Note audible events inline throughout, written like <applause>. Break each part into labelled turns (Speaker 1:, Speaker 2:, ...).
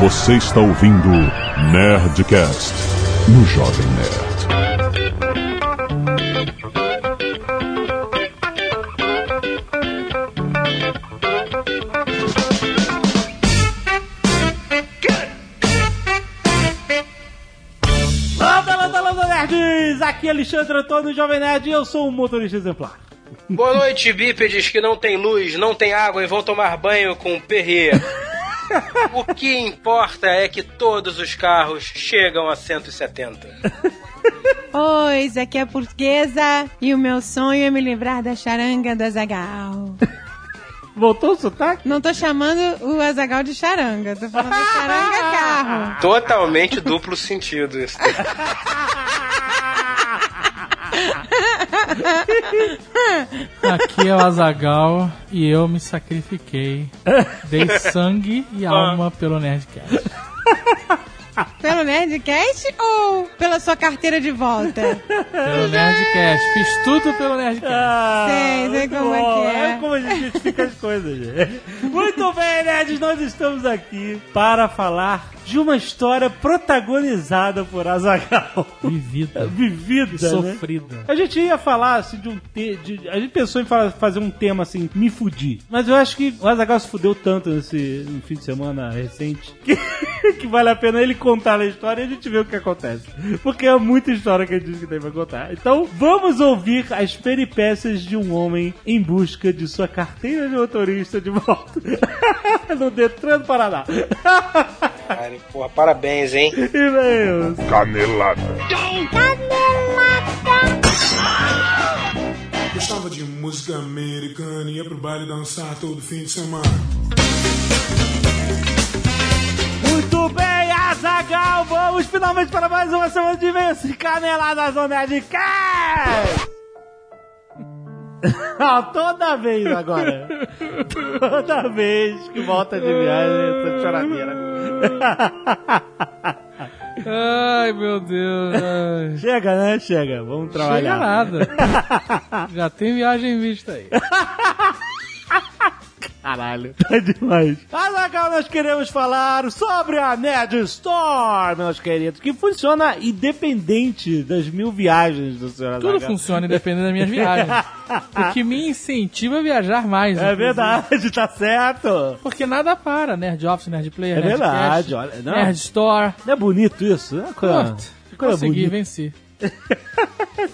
Speaker 1: Você está ouvindo Nerdcast no Jovem Nerd.
Speaker 2: Landa, landa, landa, nerds! Aqui é Alexandre Antônio, Jovem Nerd, e eu sou um motorista exemplar.
Speaker 3: Boa noite, bípedes que não tem luz, não tem água e vão tomar banho com perrê. o que importa é que todos os carros chegam a 170.
Speaker 4: Oi, isso aqui é portuguesa e o meu sonho é me livrar da charanga do Azagal.
Speaker 2: Voltou o sotaque?
Speaker 4: Não tô chamando o Azagal de charanga, tô falando de charanga carro.
Speaker 3: Totalmente duplo sentido isso.
Speaker 5: Aqui é o Azagal e eu me sacrifiquei. Dei sangue e alma pelo Nerdcast.
Speaker 4: Pelo Nerdcast ou pela sua carteira de volta?
Speaker 5: Pelo Nerdcast. Fiz tudo pelo Nerdcast.
Speaker 2: Ah,
Speaker 4: Sei, sei
Speaker 2: muito
Speaker 4: como é
Speaker 2: bom.
Speaker 4: que é.
Speaker 2: como a gente justifica as coisas, gente. Muito bem, nerds, nós estamos aqui para falar de uma história protagonizada por Azagal.
Speaker 5: Vivida.
Speaker 2: Vivida, né?
Speaker 5: Sofrida.
Speaker 2: A gente ia falar assim de um te... de- A gente pensou em fa- fazer um tema assim, me fudir. Mas eu acho que o Azagal se fudeu tanto nesse no fim de semana recente que, <laughs> que vale a pena ele contar a história e a gente vê o que acontece. Porque é muita história que a gente tem pra contar. Então vamos ouvir as peripécias de um homem em busca de sua carteira de motorista de volta <laughs> no Detran do Paraná. <laughs>
Speaker 3: Cara, porra, parabéns, hein?
Speaker 2: E meus.
Speaker 1: Canelada.
Speaker 6: Gostava de música americana, ia pro baile dançar todo fim de semana.
Speaker 2: Muito bem, Azagal, vamos finalmente para mais uma semana de vence Caneladas no Nerdcast! <laughs> Ah, toda vez agora. Toda vez que volta de viagem, essa choradeira.
Speaker 5: Ai, meu Deus. ai.
Speaker 2: Chega, né? Chega. Vamos <laughs>
Speaker 5: Chega
Speaker 2: trabalhar.
Speaker 5: nada. Já tem viagem em vista aí.
Speaker 2: Caralho. Tá demais. Mas agora nós queremos falar sobre a Nerd Store, meus queridos, que funciona independente das mil viagens do Sr.
Speaker 5: Tudo
Speaker 2: Azaghal.
Speaker 5: funciona independente das minhas viagens. O que me incentiva a viajar mais.
Speaker 2: É
Speaker 5: inclusive.
Speaker 2: verdade, tá certo.
Speaker 5: Porque nada para. Nerd Office, Nerd Player,
Speaker 2: É
Speaker 5: Nerdcast,
Speaker 2: verdade, olha, não.
Speaker 5: Nerd Store.
Speaker 2: Não é bonito isso? É uma coisa,
Speaker 5: Pronto.
Speaker 2: uma coisa
Speaker 5: Consegui,
Speaker 2: bonita.
Speaker 5: venci.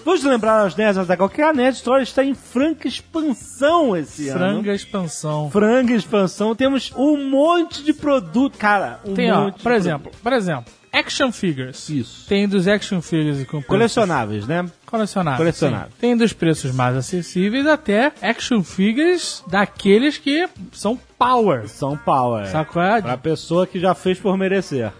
Speaker 2: Vamos lembrar aos nerds da que a Nerd Story está em franca expansão esse ano.
Speaker 5: Franga Expansão.
Speaker 2: Franga expansão. Temos um monte de produto. Cara, um
Speaker 5: Tem, ó,
Speaker 2: monte de
Speaker 5: por exemplo, por exemplo, action figures.
Speaker 2: Isso.
Speaker 5: Tem dos action figures com preços-
Speaker 2: Colecionáveis, né?
Speaker 5: Colecionáveis.
Speaker 2: Colecionáveis.
Speaker 5: sim. Tem dos preços mais acessíveis até action figures daqueles que são power.
Speaker 2: São Power.
Speaker 5: Sabe qual é?
Speaker 2: Pra pessoa que já fez por
Speaker 5: <laughs>
Speaker 2: merecer.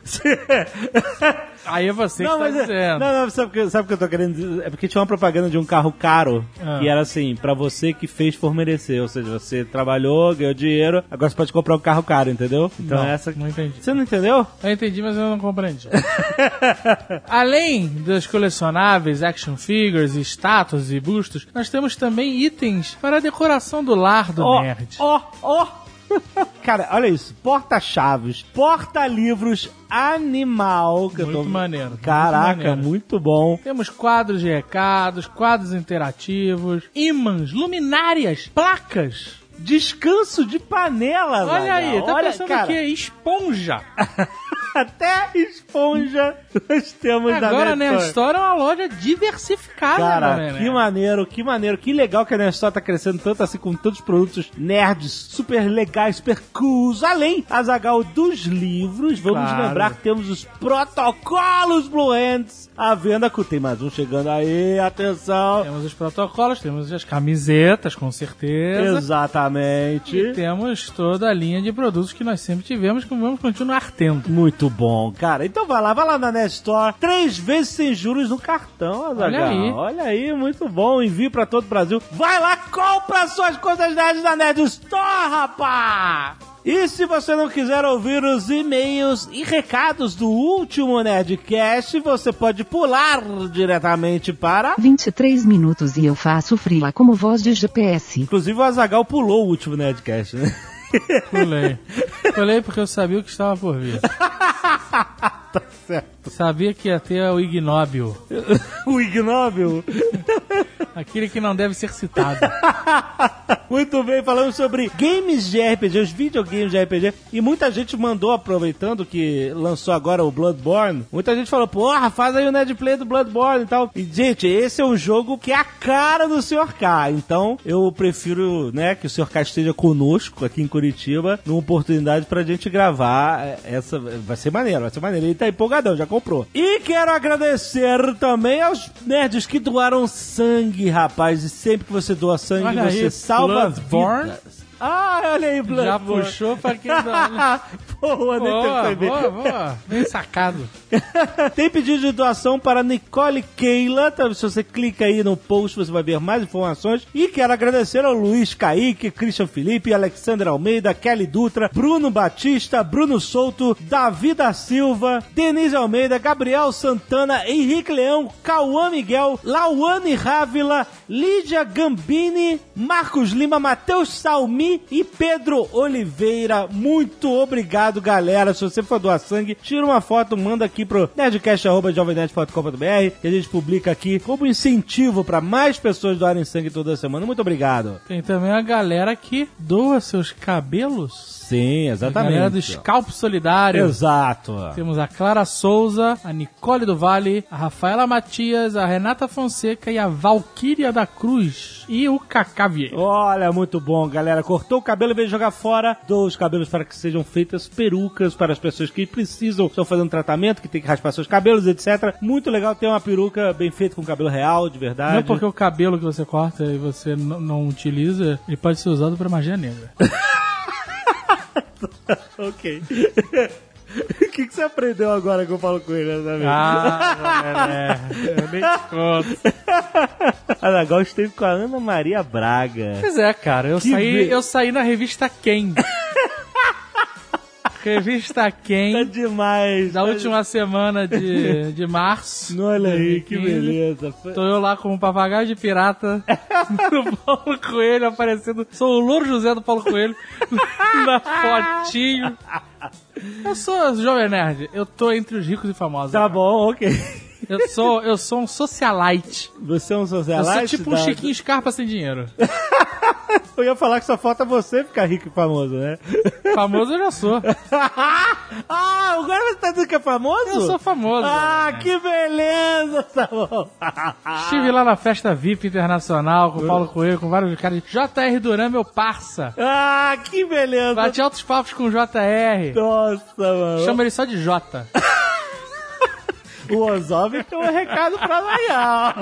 Speaker 5: Aí é você que tá
Speaker 2: é-
Speaker 5: dizendo.
Speaker 2: não, não, sabe o que, sabe o que eu tô querendo dizer? É porque tinha uma propaganda de um carro caro
Speaker 5: Ah.
Speaker 2: que era assim, pra você que fez por merecer. Ou seja, você trabalhou, ganhou dinheiro, agora você pode comprar um carro caro, entendeu? Então
Speaker 5: Não,
Speaker 2: essa.
Speaker 5: não entendi.
Speaker 2: Você não entendeu?
Speaker 5: Eu entendi, mas eu
Speaker 2: <laughs>
Speaker 5: não compreendi. Além dos colecionáveis, action figures, estátuas e bustos, nós temos também itens para a decoração do lar <laughs> do
Speaker 2: Ó,
Speaker 5: nerd.
Speaker 2: ó, ó. Cara, olha isso. Porta-chaves, porta-livros, animal. Que eu
Speaker 5: Muito
Speaker 2: tô...
Speaker 5: maneiro, muito
Speaker 2: Caraca,
Speaker 5: maneiro.
Speaker 2: muito bom.
Speaker 5: Temos quadros de recados, quadros interativos, ímãs, luminárias, placas.
Speaker 2: Descanso de panela,
Speaker 5: Olha
Speaker 2: Zagal.
Speaker 5: aí, tá
Speaker 2: Ah, olha,
Speaker 5: pensando
Speaker 2: cara,
Speaker 5: que é esponja.
Speaker 2: <laughs> Até esponja nós temos da
Speaker 5: Agora, né, a
Speaker 2: Nestor.
Speaker 5: história é uma loja diversificada,
Speaker 2: Cara,
Speaker 5: né,
Speaker 2: que maneiro, que maneiro, que legal que a Nestor tá crescendo tanto assim com tantos produtos nerds, super legais, super cools. Além, Azagal dos livros, vamos
Speaker 5: Claro.
Speaker 2: lembrar que temos os protocolos Blue Hands à venda. com- Tem mais um chegando aí, atenção.
Speaker 5: Temos os protocolos, temos as camisetas, com certeza. E
Speaker 2: Exatamente.
Speaker 5: temos toda a linha de produtos que nós sempre tivemos, que vamos continuar tendo.
Speaker 2: Muito bom, cara. Então vai lá, vai lá na Nestor. Três vezes sem juros no cartão, Azagal.
Speaker 5: Olha aí.
Speaker 2: Olha aí, muito bom. Envio pra todo o Brasil. Vai lá, compra suas coisas nerds da Nerd Store, rapá! E se você não quiser ouvir os e-mails e recados do último Nerdcast, você pode pular diretamente para.
Speaker 7: 23 minutos e eu faço fria como voz de GPS.
Speaker 2: Inclusive o Azagal pulou o último Nerdcast, né? <laughs>
Speaker 5: Pulei. Colei porque eu sabia o que estava por vir.
Speaker 2: Tá Certo.
Speaker 5: Sabia que ia ter o ignóbil.
Speaker 2: <laughs> O ignóbil.
Speaker 5: Aquele que não deve ser citado.
Speaker 2: <laughs> Muito bem, falamos sobre games de RPG, os videogames de RPG. E muita gente mandou, aproveitando que lançou agora o Bloodborne, muita gente falou, porra, faz aí o Ned Play do Bloodborne e tal. E, gente, esse é um jogo que é a cara do Sr. K. Então, eu prefiro, né, que o Sr. K esteja conosco aqui em Curitiba, numa oportunidade pra gente gravar. É, Essa vai ser maneiro, vai ser maneiro. Ele tá empolgadão, já comprou. E quero agradecer também aos nerds que doaram sangue, rapaz. E sempre que você doa sangue,
Speaker 5: Olha
Speaker 2: você
Speaker 5: aí,
Speaker 2: salva
Speaker 5: Bloodborne.
Speaker 2: vidas. Ah, olha aí,
Speaker 5: Já
Speaker 2: Bloodborne.
Speaker 5: puxou pra quem <laughs> não...
Speaker 2: <laughs> Boa, nem
Speaker 5: Boa,
Speaker 2: percebi.
Speaker 5: boa, boa. <laughs> Bem sacado.
Speaker 2: <laughs> Tem pedido de doação para Nicole Keila. tá? Se você clica aí no post, você vai ver mais informações. E quero agradecer ao Luiz Kaique, Christian Felipe, Alexandre Almeida, Kelly Dutra, Bruno Batista, Bruno Souto, Davi da Silva, Denise Almeida, Gabriel Santana, Henrique Leão, Cauã Miguel, Lauane Rávila, Lídia Gambini, Marcos Lima, Matheus Salmi e Pedro Oliveira. Muito obrigado, galera. Se você for doar sangue, tira uma foto, manda aqui pro nerdcast.jovemnerd.com.br que a gente publica aqui como incentivo para mais pessoas doarem sangue toda semana. Muito obrigado.
Speaker 5: Tem também a galera que doa seus cabelos.
Speaker 2: Sim,
Speaker 5: A galera do
Speaker 2: exatamente.
Speaker 5: Scalp Solidário.
Speaker 2: Exato.
Speaker 5: Temos a Clara Souza, a Nicole do Vale, a Rafaela Matias, a Renata Fonseca e a Valquíria da Cruz. E o Cacá Vieira.
Speaker 2: Olha, muito bom, galera. Cortou o cabelo, veio jogar fora. Dou os cabelos para que sejam feitas perucas para as pessoas que precisam, estão fazendo tratamento, que tem que raspar seus cabelos, etc. Muito legal ter uma peruca bem feita com cabelo real, de verdade.
Speaker 5: Não é porque o cabelo que você corta e você n- não utiliza, ele pode ser usado pra magia negra.
Speaker 2: Ok. <laughs> O que, que você aprendeu agora que eu falo com ele, né,
Speaker 5: Ah, é, eu nem te conto.
Speaker 2: Anagal esteve com a Ana Maria Braga.
Speaker 5: Pois é, cara, eu,
Speaker 2: Que
Speaker 5: saí,
Speaker 2: be-
Speaker 5: eu saí na
Speaker 2: <laughs>
Speaker 5: revista Quem. revista
Speaker 2: Tá
Speaker 5: Quem,
Speaker 2: demais.
Speaker 5: da
Speaker 2: Olha-
Speaker 5: última
Speaker 2: <laughs>
Speaker 5: semana de, de março.
Speaker 2: Olha aí, que
Speaker 5: 2015.
Speaker 2: beleza. Foi-
Speaker 5: Tô eu lá como papagaio de
Speaker 2: <laughs>
Speaker 5: pirata no Paulo Coelho aparecendo. Sou o Louro José do Paulo Coelho <laughs> na fotinho. Eu sou jovem nerd. Eu tô entre os ricos e famosos.
Speaker 2: Tá bom, ok. <laughs>
Speaker 5: Eu sou, eu sou um socialite.
Speaker 2: Você é um
Speaker 5: eu
Speaker 2: socialite?
Speaker 5: sou tipo um
Speaker 2: da-
Speaker 5: Chiquinho Scarpa sem dinheiro.
Speaker 2: Eu ia falar que só falta você ficar rico e famoso, né?
Speaker 5: Famoso eu já sou.
Speaker 2: ah, agora você tá dizendo que é famoso?
Speaker 5: Eu sou famoso.
Speaker 2: Ah, que beleza, Salomão.
Speaker 5: Estive lá na festa VIP internacional com o Paulo Coelho, com vários caras. JR Duran, meu parça.
Speaker 2: Ah, que beleza.
Speaker 5: Bati altos papos com o JR.
Speaker 2: Então- Nossa, mano.
Speaker 5: Chama ele só de Jota.
Speaker 2: O Ozob tem um recado pra Layal.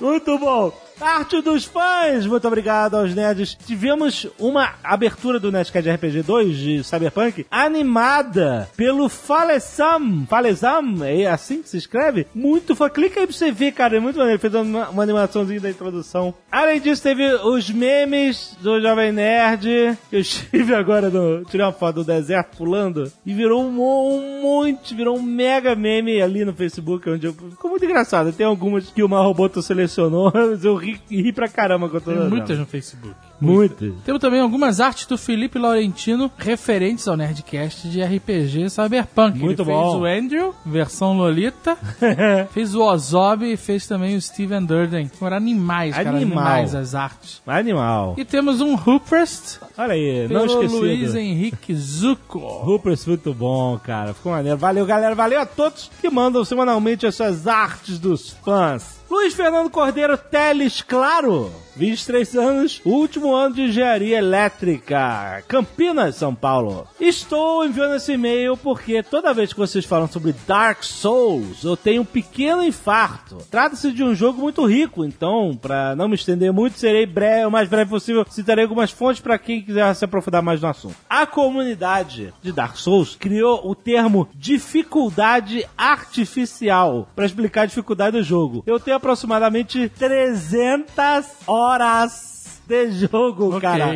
Speaker 2: Muito bom. Arte dos fãs, muito obrigado aos nerds. Tivemos uma abertura do Nerdcast RPG 2 de Cyberpunk animada pelo Falesam. Falesam, é assim que se escreve? Muito fã. Clica aí pra você ver, cara. É muito maneiro. Fez uma, uma animaçãozinha da introdução. Além disso, teve os memes do Jovem Nerd. Eu estive <laughs> agora no. Tirei uma foto do deserto pulando. E virou um, mo- um monte, virou um mega meme ali no Facebook, onde eu. Ficou muito engraçado. Tem algumas que o Marroboto selecionou, <laughs> mas eu ri, ri pra caramba com
Speaker 5: Tem
Speaker 2: todas
Speaker 5: muitas
Speaker 2: elas.
Speaker 5: no Facebook.
Speaker 2: Muitas.
Speaker 5: Temos também algumas artes do Felipe Laurentino referentes ao Nerdcast de RPG Cyberpunk.
Speaker 2: Muito
Speaker 5: Ele
Speaker 2: bom.
Speaker 5: fez o Andrew,
Speaker 2: <laughs>
Speaker 5: versão Lolita, fez o Ozob e fez também o Steven Durden. Foram animais, cara,
Speaker 2: Animal.
Speaker 5: animais as artes.
Speaker 2: Animal.
Speaker 5: E temos um Hooprest
Speaker 2: Olha aí, não
Speaker 5: pelo
Speaker 2: esqueci.
Speaker 5: Luiz
Speaker 2: <laughs>
Speaker 5: Henrique Zucco.
Speaker 2: Rupers, muito bom, cara. Ficou maneiro. Valeu, galera. Valeu a todos que mandam semanalmente as suas artes dos fãs. Luiz Fernando Cordeiro Teles Claro, 23 anos, último ano de engenharia elétrica, Campinas, São Paulo. Estou enviando esse e-mail porque toda vez que vocês falam sobre Dark Souls, eu tenho um pequeno infarto. Trata-se de um jogo muito rico, então, para não me estender muito, serei breve, o mais breve possível. Citarei algumas fontes para quem quiser se aprofundar mais no assunto. A comunidade de Dark Souls criou o termo dificuldade artificial para explicar a dificuldade do jogo. Eu tenho aproximadamente 300 horas de jogo,
Speaker 5: Ok.
Speaker 2: cara.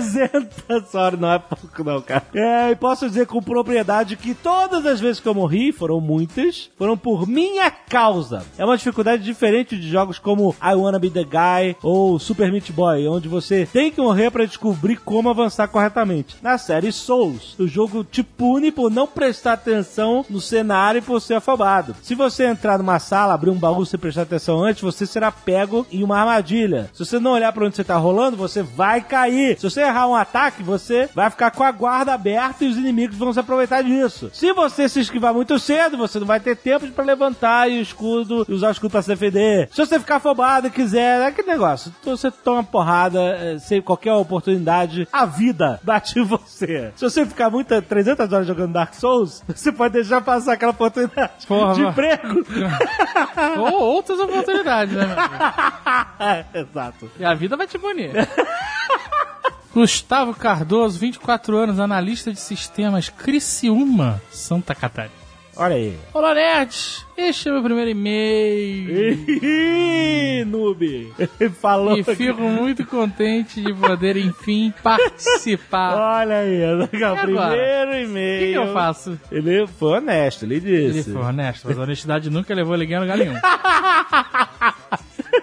Speaker 2: 300 horas não é pouco, não, cara. É, e posso dizer com propriedade que todas as vezes que eu morri, foram muitas, foram por minha causa. É uma dificuldade diferente de jogos como I Wanna Be the Guy ou Super Meat Boy, onde você tem que morrer pra descobrir como avançar corretamente. Na série Souls, o jogo te pune por não prestar atenção no cenário e por ser afobado. Se você entrar numa sala, abrir um baú sem prestar atenção antes, você será pego em uma armadilha. Se você não olhar pra onde você tá rolando, você vai cair. Se você errar um ataque, você vai ficar com a guarda aberta e os inimigos vão se aproveitar disso. Se você se esquivar muito cedo, você não vai ter tempo pra levantar e o escudo e usar o escudo pra se defender. Se você ficar afobado e quiser, é aquele negócio. Você toma porrada eh, sem qualquer oportunidade. A vida bate em você. Se você ficar muito 300 horas jogando Dark Souls, <laughs> você pode deixar passar aquela oportunidade
Speaker 5: Porra,
Speaker 2: de
Speaker 5: mano.
Speaker 2: emprego. <laughs>
Speaker 5: Ou outras oportunidades, né? meu amigo?
Speaker 2: Ah, Exato.
Speaker 5: E a vida vai te punir. <laughs> Gustavo Cardoso, 24 anos, analista de sistemas, Criciúma, Santa Catarina.
Speaker 2: Olha aí.
Speaker 5: Olá, nerds! Este é meu primeiro e-mail.
Speaker 2: Ih, noob. Falou.
Speaker 5: E
Speaker 2: aqui. <laughs>
Speaker 5: fico muito contente de poder, enfim, participar.
Speaker 2: Olha aí, o
Speaker 5: agora?
Speaker 2: primeiro
Speaker 5: O
Speaker 2: e-mail.
Speaker 5: que, que eu faço?
Speaker 2: Ele foi honesto, ele disse.
Speaker 5: Ele foi honesto, mas a honestidade nunca levou ninguém a lugar nenhum.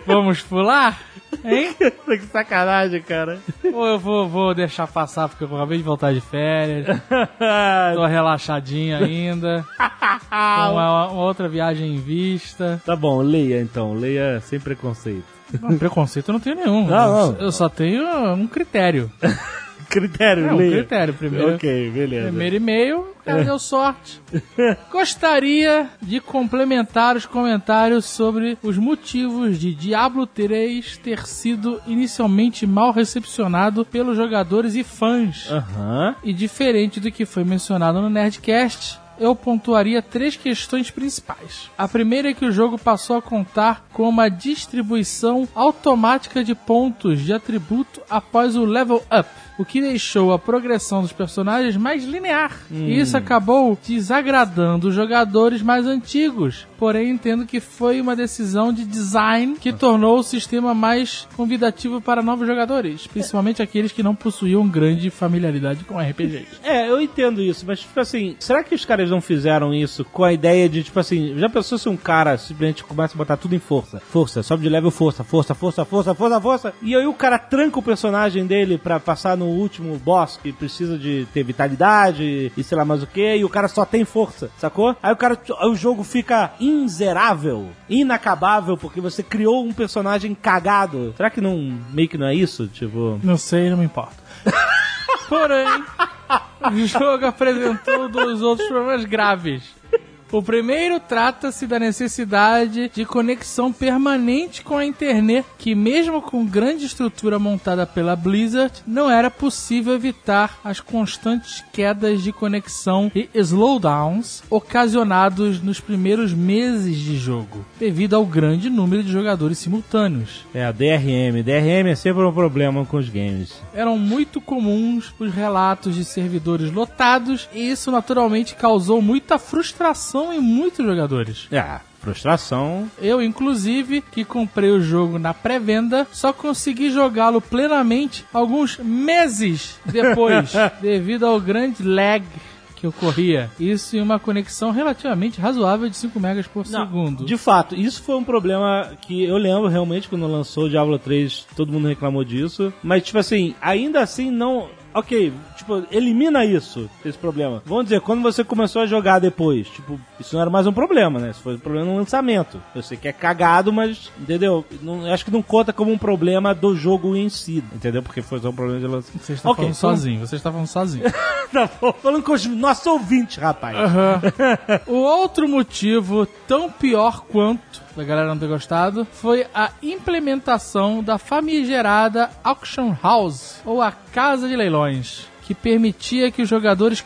Speaker 5: Vamos pular? Hein?
Speaker 2: <laughs> que Tá sacanagem, cara. <laughs>
Speaker 5: Ou eu vou, vou deixar passar porque eu acabei de voltar de férias, tô relaxadinho <laughs> ainda, com uma, uma outra viagem em vista.
Speaker 2: tá bom, leia então, leia sem preconceito.
Speaker 5: Não, preconceito eu não tenho nenhum.
Speaker 2: Não,
Speaker 5: eu,
Speaker 2: não.
Speaker 5: eu só tenho um critério.
Speaker 2: Critério,
Speaker 5: É, um
Speaker 2: leia.
Speaker 5: critério. Primeiro,
Speaker 2: Ok, beleza.
Speaker 5: Primeiro e-mail, o cara
Speaker 2: <laughs>
Speaker 5: deu sorte. Gostaria de complementar os comentários sobre os motivos de Diablo 3 ter sido inicialmente mal recepcionado pelos jogadores e fãs.
Speaker 2: Aham.
Speaker 5: E diferente do que foi mencionado no Nerdcast, eu pontuaria três questões principais. A primeira é que o jogo passou a contar com uma distribuição automática de pontos de atributo após o level up. O que deixou a progressão dos personagens mais linear. E isso acabou desagradando os jogadores mais antigos. Porém, entendo que foi uma decisão de design que tornou o sistema mais convidativo para novos jogadores, principalmente aqueles que não possuíam grande familiaridade com RPGs.
Speaker 2: É, eu entendo isso, mas tipo assim, será que os caras não fizeram isso com a ideia de, tipo assim, já pensou se um cara simplesmente começa a botar tudo em força? Força, sobe de level, força, força, força, força, força, força. E aí o cara tranca o personagem dele pra passar no último boss que precisa de ter vitalidade e sei lá mais o que, e o cara só tem força, sacou? Aí o cara, aí o jogo fica inzerável, inacabável, porque você criou um personagem cagado. Será que não, meio que não é isso? Tipo.
Speaker 5: Não sei, não me importa. Porém, o jogo apresentou dois outros problemas graves. O primeiro trata-se da necessidade de conexão permanente com a internet, que mesmo com grande estrutura montada pela Blizzard, não era possível evitar as constantes quedas de conexão e slowdowns ocasionados nos primeiros meses de jogo, devido ao grande número de jogadores simultâneos.
Speaker 2: É, a DRM. DRM é sempre um problema com os games.
Speaker 5: eram muito comuns os relatos de servidores lotados e isso naturalmente causou muita frustração em muitos jogadores.
Speaker 2: É, frustração.
Speaker 5: Eu, inclusive, que comprei o jogo na pré-venda, só consegui jogá-lo plenamente alguns meses depois, devido ao grande lag que ocorria. Isso em uma conexão relativamente razoável de 5 megas por segundo.
Speaker 2: De fato, isso foi um problema que eu lembro realmente quando lançou o Diablo 3, todo mundo reclamou disso. Mas, tipo assim, ainda assim não. Ok, tipo, elimina isso, esse problema. Vamos dizer, quando você começou a jogar depois, tipo, isso não era mais um problema, né? Isso foi um problema no lançamento. Eu sei que é cagado, mas, entendeu? Não- acho que não conta como um problema do jogo em si, entendeu? Porque foi só um problema de lançamento.
Speaker 5: Você está tá falando sozinho, você está falando sozinho.
Speaker 2: Tá bom. falando com os nossos ouvintes, rapaz.
Speaker 5: <laughs> O outro motivo, tão pior quanto, da galera não ter gostado, foi a implementação da famigerada Auction House, ou a Casa de Leilões. Que permitia que os jogadores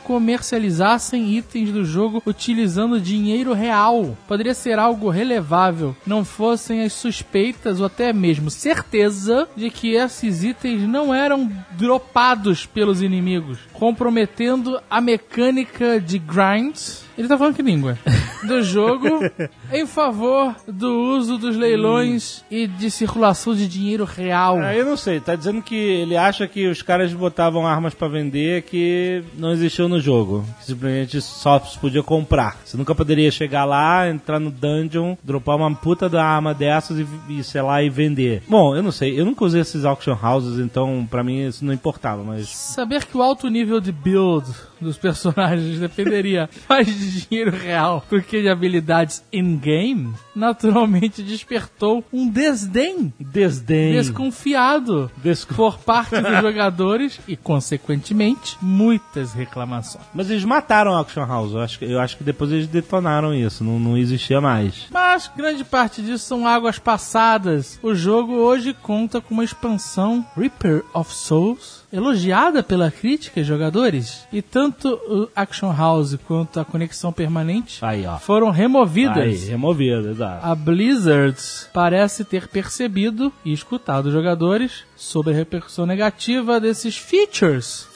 Speaker 5: comercializassem itens do jogo utilizando dinheiro real. Poderia ser algo relevável, não fossem as suspeitas ou até mesmo certeza de que esses itens não eram dropados pelos inimigos, comprometendo a mecânica de grind ele tá falando que língua? Do jogo em favor do uso dos leilões e de circulação de dinheiro real.
Speaker 2: Aí eu não sei, tá dizendo que ele acha que os caras botavam armas pra vender que não existiam no jogo. Que simplesmente só se podia comprar. Você nunca poderia chegar lá, entrar no dungeon, dropar uma puta da arma dessas e, e sei lá, e vender. Bom, eu não sei, eu nunca usei esses auction houses, então pra mim isso não importava, mas.
Speaker 5: Saber que o alto nível de build dos personagens dependeria mais de dinheiro real do que de habilidades in-game, naturalmente despertou um desdém
Speaker 2: Desdém.
Speaker 5: desconfiado
Speaker 2: Desco-
Speaker 5: por parte dos <laughs> jogadores e, consequentemente, muitas reclamações.
Speaker 2: Mas eles mataram a Auction House. Eu acho, que, eu acho que depois eles detonaram isso. Não, não existia mais.
Speaker 5: Mas grande parte disso são águas passadas. O jogo hoje conta com uma expansão Reaper of Souls, elogiada pela crítica e jogadores. E tanto o Action House quanto a conexão permanente
Speaker 2: Aí, ó.
Speaker 5: foram
Speaker 2: Aí,
Speaker 5: removidas.
Speaker 2: removido, exato.
Speaker 5: A Blizzard parece ter percebido e escutado os jogadores sobre a repercussão negativa desses features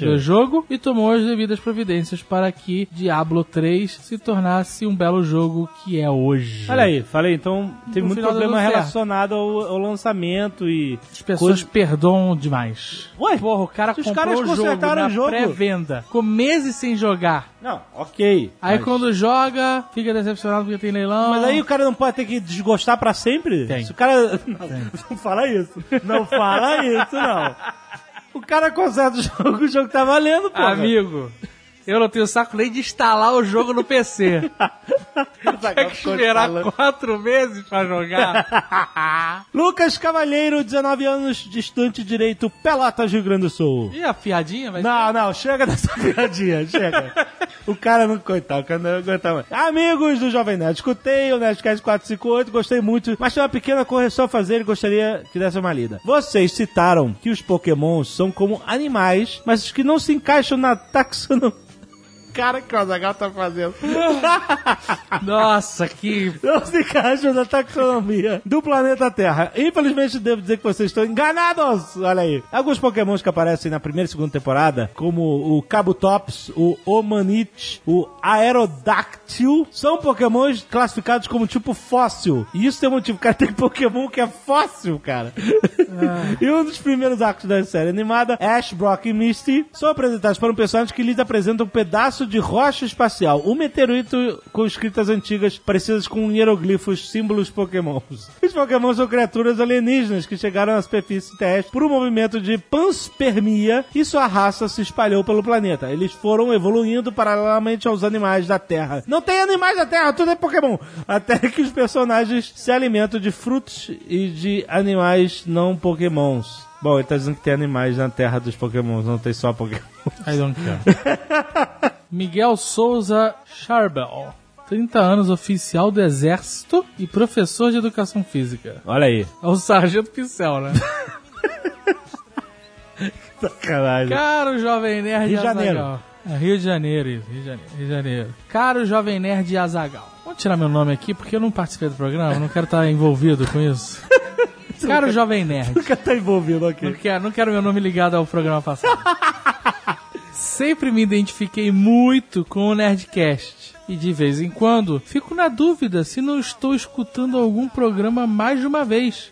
Speaker 5: do jogo e tomou as devidas providências para que Diablo 3 se tornasse um belo jogo que é hoje.
Speaker 2: Olha aí, falei, então tem
Speaker 5: No
Speaker 2: muito
Speaker 5: final
Speaker 2: problema
Speaker 5: deu certo.
Speaker 2: relacionado ao, ao lançamento e.
Speaker 5: As pessoas
Speaker 2: coisa-
Speaker 5: perdoam demais.
Speaker 2: Ué,
Speaker 5: Porra, o cara
Speaker 2: se os
Speaker 5: comprou
Speaker 2: caras
Speaker 5: o jogo
Speaker 2: consertaram
Speaker 5: na
Speaker 2: o jogo.
Speaker 5: pré-venda, com meses sem jogar.
Speaker 2: Não, ok.
Speaker 5: Aí
Speaker 2: mas-
Speaker 5: quando joga, fica decepcionado porque tem leilão.
Speaker 2: Mas aí o cara não pode ter que desgostar pra sempre?
Speaker 5: Tem.
Speaker 2: Se o cara. Não, <laughs> não fala isso. Não fala isso, não. O cara conserta o jogo, o jogo tá valendo, pô.
Speaker 5: Amigo, eu não tenho saco nem de instalar o jogo no <laughs> PC. Tem que esperar quatro meses pra <laughs> jogar.
Speaker 2: Lucas Cavalheiro, 19 anos, distante direito, Pelotas, Rio Grande do Sul.
Speaker 5: e a piadinha, mas.
Speaker 2: Não, não, chega dessa <laughs> piadinha, chega. O cara não coitado, o cara não aguentava. Amigos do Jovem Nerd, escutei o Nerdcast 458, gostei muito, mas tem uma pequena correção a fazer e gostaria que desse uma lida. Vocês citaram que os pokémons são como animais, mas que não se encaixam na taxonomia. Cara, que o Azaghal tá fazendo.
Speaker 5: Nossa, que.
Speaker 2: Não se encaixam na taxonomia do planeta Terra. Infelizmente, devo dizer que vocês estão enganados. Olha aí. Alguns pokémons que aparecem na primeira e segunda temporada, como o Cabutops, o Omanite, o Aerodactyl, são pokémons classificados como tipo fóssil. E isso tem motivo. Cara, tem pokémon que é fóssil, cara. e um dos primeiros arcos da série animada, Ash, Brock e Misty, são apresentados para um personagem que lhes apresenta um pedaço de rocha espacial, um meteorito com escritas antigas parecidas com hieroglifos, símbolos pokémons. <laughs> Os pokémons são criaturas alienígenas que chegaram à superfície terrestre por um movimento de panspermia e sua raça se espalhou pelo planeta. Eles foram evoluindo paralelamente aos animais da Terra. Não tem animais da Terra, tudo é Pokémon! Até que os personagens se alimentam de frutos e de animais não pokémons. Bom, ele tá dizendo que tem animais na terra dos pokémons, não tem só pokémon.
Speaker 5: I don't care. <laughs> Miguel Souza Charbel. 30 anos oficial do Exército e professor de educação física.
Speaker 2: Olha aí.
Speaker 5: É o Sargento Pincel, né?
Speaker 2: Sacanagem.
Speaker 5: Caro Jovem Nerd
Speaker 2: Rio de
Speaker 5: Azaghal.
Speaker 2: Janeiro.
Speaker 5: É, Rio de Janeiro, isso, Rio de Janeiro, Rio de Janeiro. Caro Jovem Nerd Azagal. Vamos tirar meu nome aqui porque eu não participei do programa, não quero estar envolvido
Speaker 2: <laughs>
Speaker 5: com isso. Caro Jovem Nerd.
Speaker 2: Nunca tá envolvido
Speaker 5: Não
Speaker 2: aqui.
Speaker 5: quero, não quero meu nome ligado ao programa passado. Sempre me identifiquei muito com o Nerdcast. E de vez em quando, fico na dúvida se não estou escutando algum programa mais de uma vez.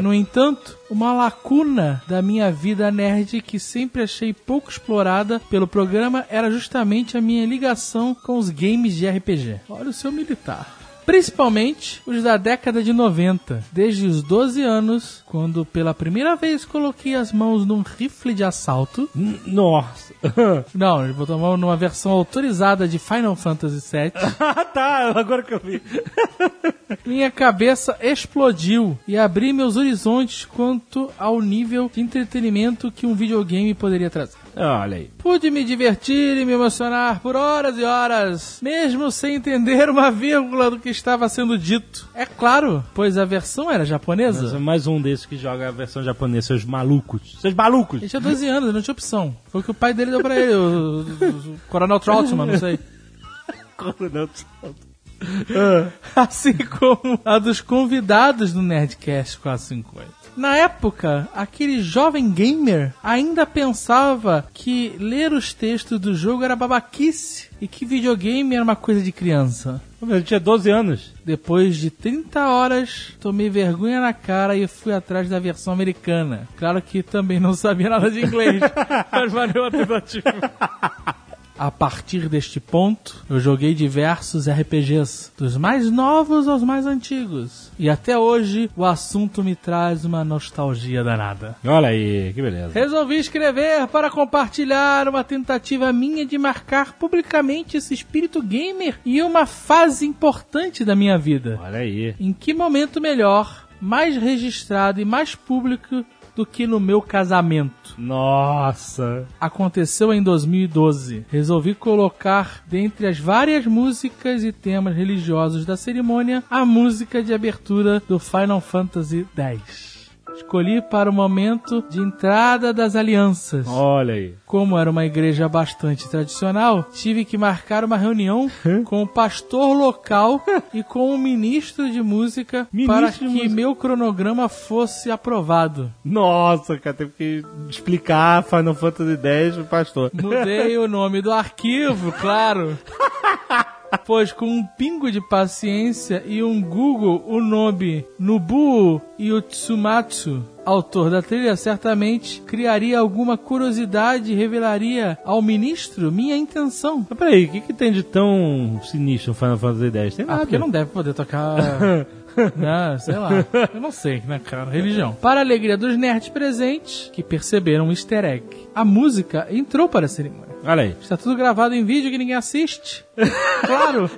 Speaker 5: No entanto, uma lacuna da minha vida nerd que sempre achei pouco explorada pelo programa era justamente a minha ligação com os games de RPG. Olha o seu militar. Principalmente os da década de 90, desde os 12 anos, quando pela primeira vez coloquei as mãos num rifle de assalto.
Speaker 2: N- Nossa. <laughs>
Speaker 5: Não, ele botou a mão numa versão autorizada de Final Fantasy VII.
Speaker 2: <laughs> Ah, tá, agora que eu vi.
Speaker 5: Minha cabeça explodiu e abri meus horizontes quanto ao nível de entretenimento que um videogame poderia trazer.
Speaker 2: Ah, Olha aí.
Speaker 5: Pude me divertir e me emocionar por horas e horas, mesmo sem entender uma vírgula do que estava sendo dito. É claro, pois a versão era
Speaker 2: Mas é
Speaker 5: japonesa.
Speaker 2: mais um desses que joga a versão japonesa, seus malucos. Seus malucos!
Speaker 5: Ele tinha 12 anos, ele não tinha opção. Foi o que o pai dele deu pra ele, o, o- o Coronel Trautmann, não sei.
Speaker 2: Coronel
Speaker 5: <laughs> Assim como a dos convidados do Nerdcast 458. Na época, aquele jovem gamer ainda pensava que ler os textos do jogo era babaquice e que videogame era uma coisa de criança.
Speaker 2: Eu tinha 12 anos.
Speaker 5: Depois de 30 horas, tomei vergonha na cara e fui atrás da versão americana. Claro que também não sabia nada de inglês, mas valeu a tentativa. A partir deste ponto, eu joguei diversos RPGs, dos mais novos aos mais antigos. E até hoje, o assunto me traz uma nostalgia danada.
Speaker 2: Olha aí, que beleza.
Speaker 5: Resolvi escrever para compartilhar uma tentativa minha de marcar publicamente esse espírito gamer e uma fase importante da minha vida.
Speaker 2: Olha aí.
Speaker 5: Em que momento melhor, mais registrado e mais público do que no meu casamento?
Speaker 2: Nossa.
Speaker 5: Aconteceu em 2012. Resolvi colocar, dentre as várias músicas e temas religiosos da cerimônia, a música de abertura do Final Fantasy X. Escolhi para o momento de entrada das alianças.
Speaker 2: Olha aí.
Speaker 5: Como era uma igreja bastante tradicional, tive que marcar uma reunião com o pastor local e com o ministro de música
Speaker 2: Ministro
Speaker 5: para
Speaker 2: de
Speaker 5: que
Speaker 2: música.
Speaker 5: meu cronograma fosse aprovado.
Speaker 2: Nossa, cara, teve que explicar Final Fantasy X pro pastor.
Speaker 5: Mudei o nome do arquivo, claro. Pois com um pingo de paciência e um Google, o nome Nobuo Yotsumatsu, autor da trilha, certamente criaria alguma curiosidade e revelaria ao ministro minha intenção.
Speaker 2: Mas peraí, o que, que tem de tão sinistro no Final Fantasy X? Tem
Speaker 5: Ah,
Speaker 2: nada.
Speaker 5: porque não deve poder tocar. <laughs> Ah, sei lá. Eu não sei, né, cara? Religião. Para a alegria dos nerds presentes, que perceberam um easter egg. A música entrou para a cerimônia.
Speaker 2: Olha aí.
Speaker 5: Está tudo gravado em vídeo que ninguém assiste. Claro!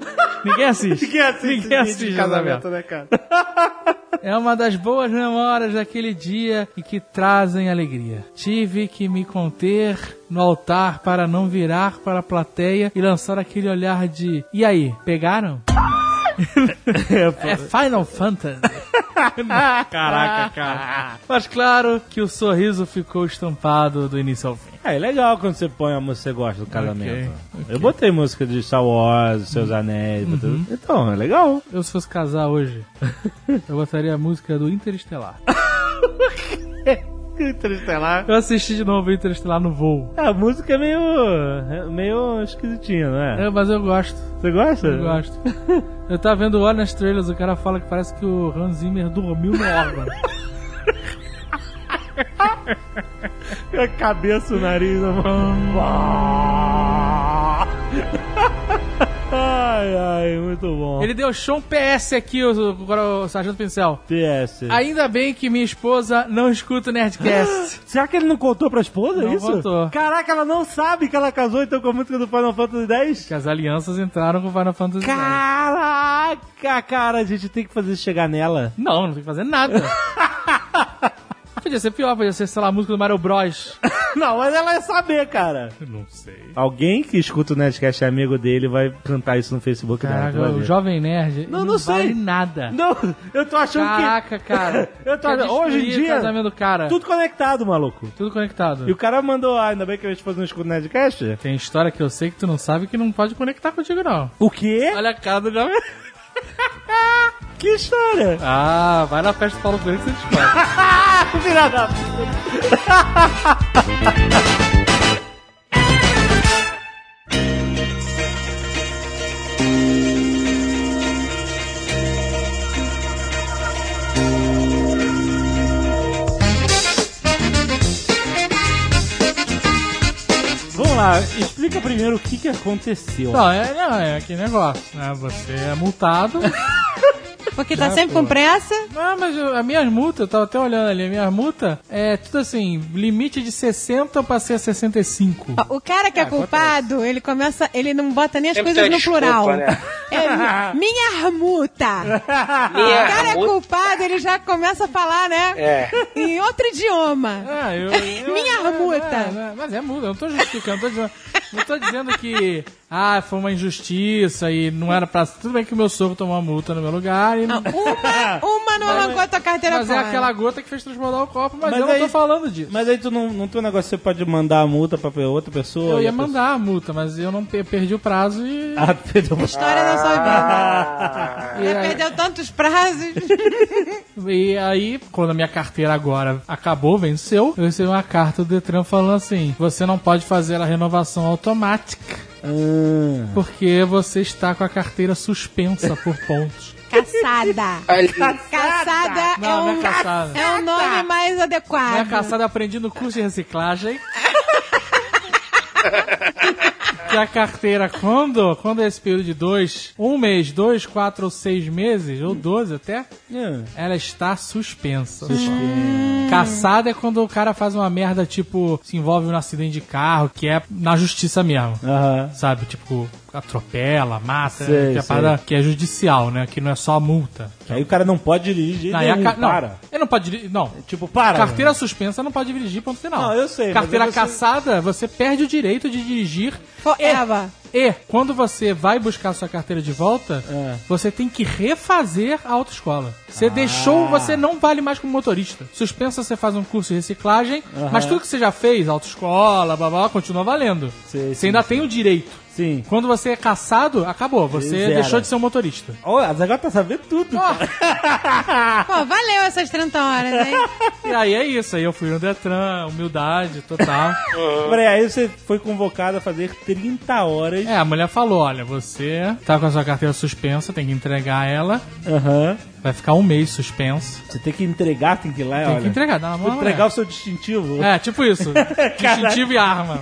Speaker 5: Ninguém assiste. Ninguém assiste, ninguém assiste casamento.
Speaker 2: né, cara?
Speaker 5: <laughs> É uma das boas memórias daquele dia e que trazem alegria. Tive que me conter no altar para não virar para a plateia e lançar aquele olhar de: E aí, pegaram? É Final Fantasy. Ah.
Speaker 2: Caraca, cara.
Speaker 5: Mas claro que o sorriso ficou estampado do início ao fim.
Speaker 2: É é legal quando você põe a música que você gosta do casamento.
Speaker 5: Ok, ok.
Speaker 2: Eu botei música de Star Wars, Seus Anéis, botei- então, é legal.
Speaker 5: Eu, se fosse casar <laughs> hoje, eu botaria a música do <laughs> Interestelar.
Speaker 2: Interestelar.
Speaker 5: Eu assisti de novo o Interestelar no voo.
Speaker 2: A música é meio. é meio esquisitinha, não é?
Speaker 5: É, mas eu gosto,
Speaker 2: Você gosta?
Speaker 5: eu gosto. Eu tava vendo o nas Trailers, o cara fala que parece que o Hans Zimmer dormiu no órgão.
Speaker 2: A <laughs> cabeça, o nariz, a <laughs> mão. Ai, ai, muito bom.
Speaker 5: <laughs> Ele deu show um PS aqui, o, o, o Sargento Pincel.
Speaker 2: PS.
Speaker 5: Ainda bem que minha esposa não escuta o Nerdcast.
Speaker 2: Será que ele não contou pra esposa
Speaker 5: Não
Speaker 2: isso?
Speaker 5: contou.
Speaker 2: Caraca, ela não sabe que ela casou então com a música do Final Fantasy X?
Speaker 5: <laughs> que as alianças entraram com Final Fantasy X.
Speaker 2: Caraca, cara, a gente tem que fazer isso chegar nela. <laughs>
Speaker 5: Não, não tem que fazer <laughs> nada. podia ser pior, podia ser, sei lá, a música do Mario Bros.
Speaker 2: Não, mas ela ia saber, cara.
Speaker 5: Não sei.
Speaker 2: Alguém que escuta o Nerdcast é amigo dele vai cantar isso no Facebook dela. tu
Speaker 5: Caraca,
Speaker 2: vai
Speaker 5: o
Speaker 2: ver.
Speaker 5: Jovem Nerd
Speaker 2: Não,
Speaker 5: ele
Speaker 2: não sei.
Speaker 5: vale nada.
Speaker 2: Não, eu tô achando
Speaker 5: Caraca,
Speaker 2: que. é.
Speaker 5: cara.
Speaker 2: <laughs> Eu tô
Speaker 5: Quer
Speaker 2: achando- hoje em
Speaker 5: destruir o
Speaker 2: dia-
Speaker 5: casamento do cara. Tudo,
Speaker 2: Tudo conectado, maluco.
Speaker 5: conectado.
Speaker 2: E o cara mandou, ah, ainda bem que a minha esposa não escuta o Nerdcast?
Speaker 5: Tem história que eu sei que tu não sabe que não pode conectar contigo, não.
Speaker 2: O quê?
Speaker 5: Olha a cara do Jovem
Speaker 2: Que história?
Speaker 5: Ah, vai na festa do Paulo Coelho que você descobre.
Speaker 2: <laughs> Virada. Vamos lá, explica primeiro o que, que aconteceu.
Speaker 5: Não, é, não, é aquele negócio, né? Você é multado.
Speaker 2: <laughs>
Speaker 4: Porque tá sempre com pressa.
Speaker 5: ah, mas eu- as minhas multas, eu tava até olhando ali, as minhas multas é tudo assim, limite de 60 pra ser 65.
Speaker 4: Ó, O cara que é culpado, ele começa, ele não bota nem as
Speaker 3: Sempre
Speaker 4: coisas
Speaker 3: tem
Speaker 4: no
Speaker 3: a desculpa,
Speaker 4: plural.
Speaker 3: né?
Speaker 4: É, minha armuta.
Speaker 3: <laughs> Minha
Speaker 4: o cara é
Speaker 3: armuta.
Speaker 4: culpado, ele já começa a falar, né?
Speaker 3: É.
Speaker 4: Em outro idioma. <laughs>
Speaker 5: Ah, eu,
Speaker 4: Minha tá.
Speaker 5: não, é, não,
Speaker 4: multa.
Speaker 5: não, mas é multa, eu não tô justificando, não tô dizendo, não tô dizendo que ah, foi uma injustiça e não era pra. Tudo bem que o meu sogro tomou uma multa no meu lugar e.
Speaker 4: Não, uma, uma não arrancou a tua carteira
Speaker 5: mas é
Speaker 4: fora.
Speaker 5: aquela gota que fez transbordar o copo, mas,
Speaker 2: Mas
Speaker 5: eu
Speaker 2: aí-
Speaker 5: não tô falando disso.
Speaker 2: Mas aí tu não, não tem um negócio que você pode mandar a multa pra outra pessoa?
Speaker 5: Eu
Speaker 2: e
Speaker 5: ia
Speaker 2: a pessoa-
Speaker 5: mandar a multa, mas eu não pe- perdi o prazo e.
Speaker 2: Ah, tu perdeu uma...
Speaker 4: História não soube.
Speaker 5: Ah, e
Speaker 4: Você
Speaker 5: aí-
Speaker 4: perdeu tantos prazos.
Speaker 5: E aí, quando a minha carteira agora acabou, venceu, eu recebi uma carta do Detran falando assim: você não pode fazer a renovação automática
Speaker 2: Ah.
Speaker 5: porque você está com a carteira suspensa por pontos.
Speaker 4: Caçada. Caçada é
Speaker 5: Não, não
Speaker 4: um-
Speaker 5: é caçada.
Speaker 4: é o nome mais
Speaker 5: Minha
Speaker 4: adequado.
Speaker 5: caçada eu aprendi no curso de reciclagem. <laughs> Que a carteira, quando, quando é esse período de dois, um mês, dois, quatro ou seis meses, ou doze até,
Speaker 2: Ah.
Speaker 5: ela está suspensa. Caçada é quando o cara faz uma merda, tipo, se envolve num acidente de carro, que é na justiça mesmo.
Speaker 2: Aham.
Speaker 5: Sabe, tipo, atropela, mata,
Speaker 2: Sei,
Speaker 5: que,
Speaker 2: sei.
Speaker 5: é parada, que é judicial, né? Que não é só a multa.
Speaker 2: Aí o cara não pode dirigir de
Speaker 5: Não, é a
Speaker 2: nenhum,
Speaker 5: ca- não,
Speaker 2: para.
Speaker 5: ele não pode dirigir. Não.
Speaker 2: Tipo, para.
Speaker 5: Carteira suspensa não pode dirigir, ponto final.
Speaker 2: Não, eu sei, mas
Speaker 5: Carteira
Speaker 2: eu não sei-
Speaker 5: caçada, você perde o direito de dirigir.
Speaker 4: é Forever.
Speaker 5: E quando você vai buscar sua carteira de volta,
Speaker 2: É.
Speaker 5: você tem que refazer a autoescola. Você
Speaker 2: Ah.
Speaker 5: deixou, você não vale mais como motorista. Suspensa, você faz um curso de reciclagem, mas tudo que você já fez, autoescola, blá blá, blá continua valendo.
Speaker 2: Sei,
Speaker 5: você
Speaker 2: sim,
Speaker 5: ainda tem o direito.
Speaker 2: Sim.
Speaker 5: Quando você é caçado, acabou. Você
Speaker 2: Zero.
Speaker 5: deixou de ser um motorista.
Speaker 2: Ó, a Zagal tá sabendo tudo.
Speaker 5: Ah.
Speaker 4: Pô, valeu essas 30 horas, hein?
Speaker 5: E aí é isso, aí eu fui no Detran, humildade total.
Speaker 2: Peraí, aí você foi convocado a fazer 30 horas.
Speaker 5: É, a mulher falou: olha, você tá com a sua carteira suspensa, tem que entregar ela,
Speaker 2: Aham.
Speaker 5: vai ficar um mês suspenso.
Speaker 2: Você tem que entregar, tem que ir lá,
Speaker 5: Tem
Speaker 2: olha.
Speaker 5: que entregar, dá na mão. né? da mulher.
Speaker 2: Entregar o seu distintivo.
Speaker 5: É, tipo
Speaker 4: <laughs>
Speaker 5: isso. Distintivo e arma.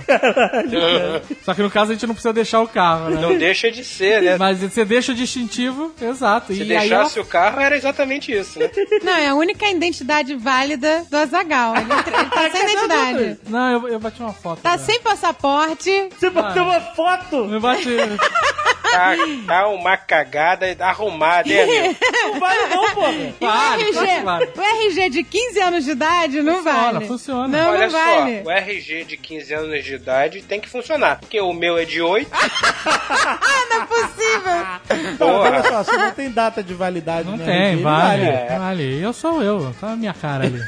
Speaker 5: Só que no caso a gente não precisa deixar o carro, né?
Speaker 3: Não deixa de ser, né?
Speaker 5: Mas você deixa o distintivo, exato.
Speaker 3: Se
Speaker 5: e aí ela-
Speaker 3: deixasse o carro, era exatamente isso, né?
Speaker 4: Não, é a única identidade válida do Azagal. Ele, entra- ele tá sem identidade.
Speaker 5: Não, eu, eu bati uma foto.
Speaker 4: Tá
Speaker 5: né?
Speaker 4: sem passaporte.
Speaker 2: Você bateu uma foto!
Speaker 4: <laughs>
Speaker 5: Eu bati.
Speaker 3: Tá, tá uma cagada arrumada, hein, amigo?
Speaker 2: Não vale não, porra!
Speaker 4: E
Speaker 5: Vale,
Speaker 4: o RG?
Speaker 5: claro que
Speaker 4: O RG de 15 anos de idade não
Speaker 5: Funciona,
Speaker 4: vale. <laughs>
Speaker 5: funciona.
Speaker 4: Não,
Speaker 3: Olha
Speaker 4: não vale.
Speaker 3: só, o RG de 15 anos de idade tem que funcionar. Porque o meu é de 8.
Speaker 4: Ah, não é
Speaker 2: Cara,
Speaker 4: possível.
Speaker 3: Porra.
Speaker 2: olha só, você não tem data de validade,
Speaker 5: Não
Speaker 2: né?
Speaker 5: tem,
Speaker 2: Ele
Speaker 5: vale.
Speaker 3: É.
Speaker 5: Vale. Eu sou eu, tá a minha cara ali.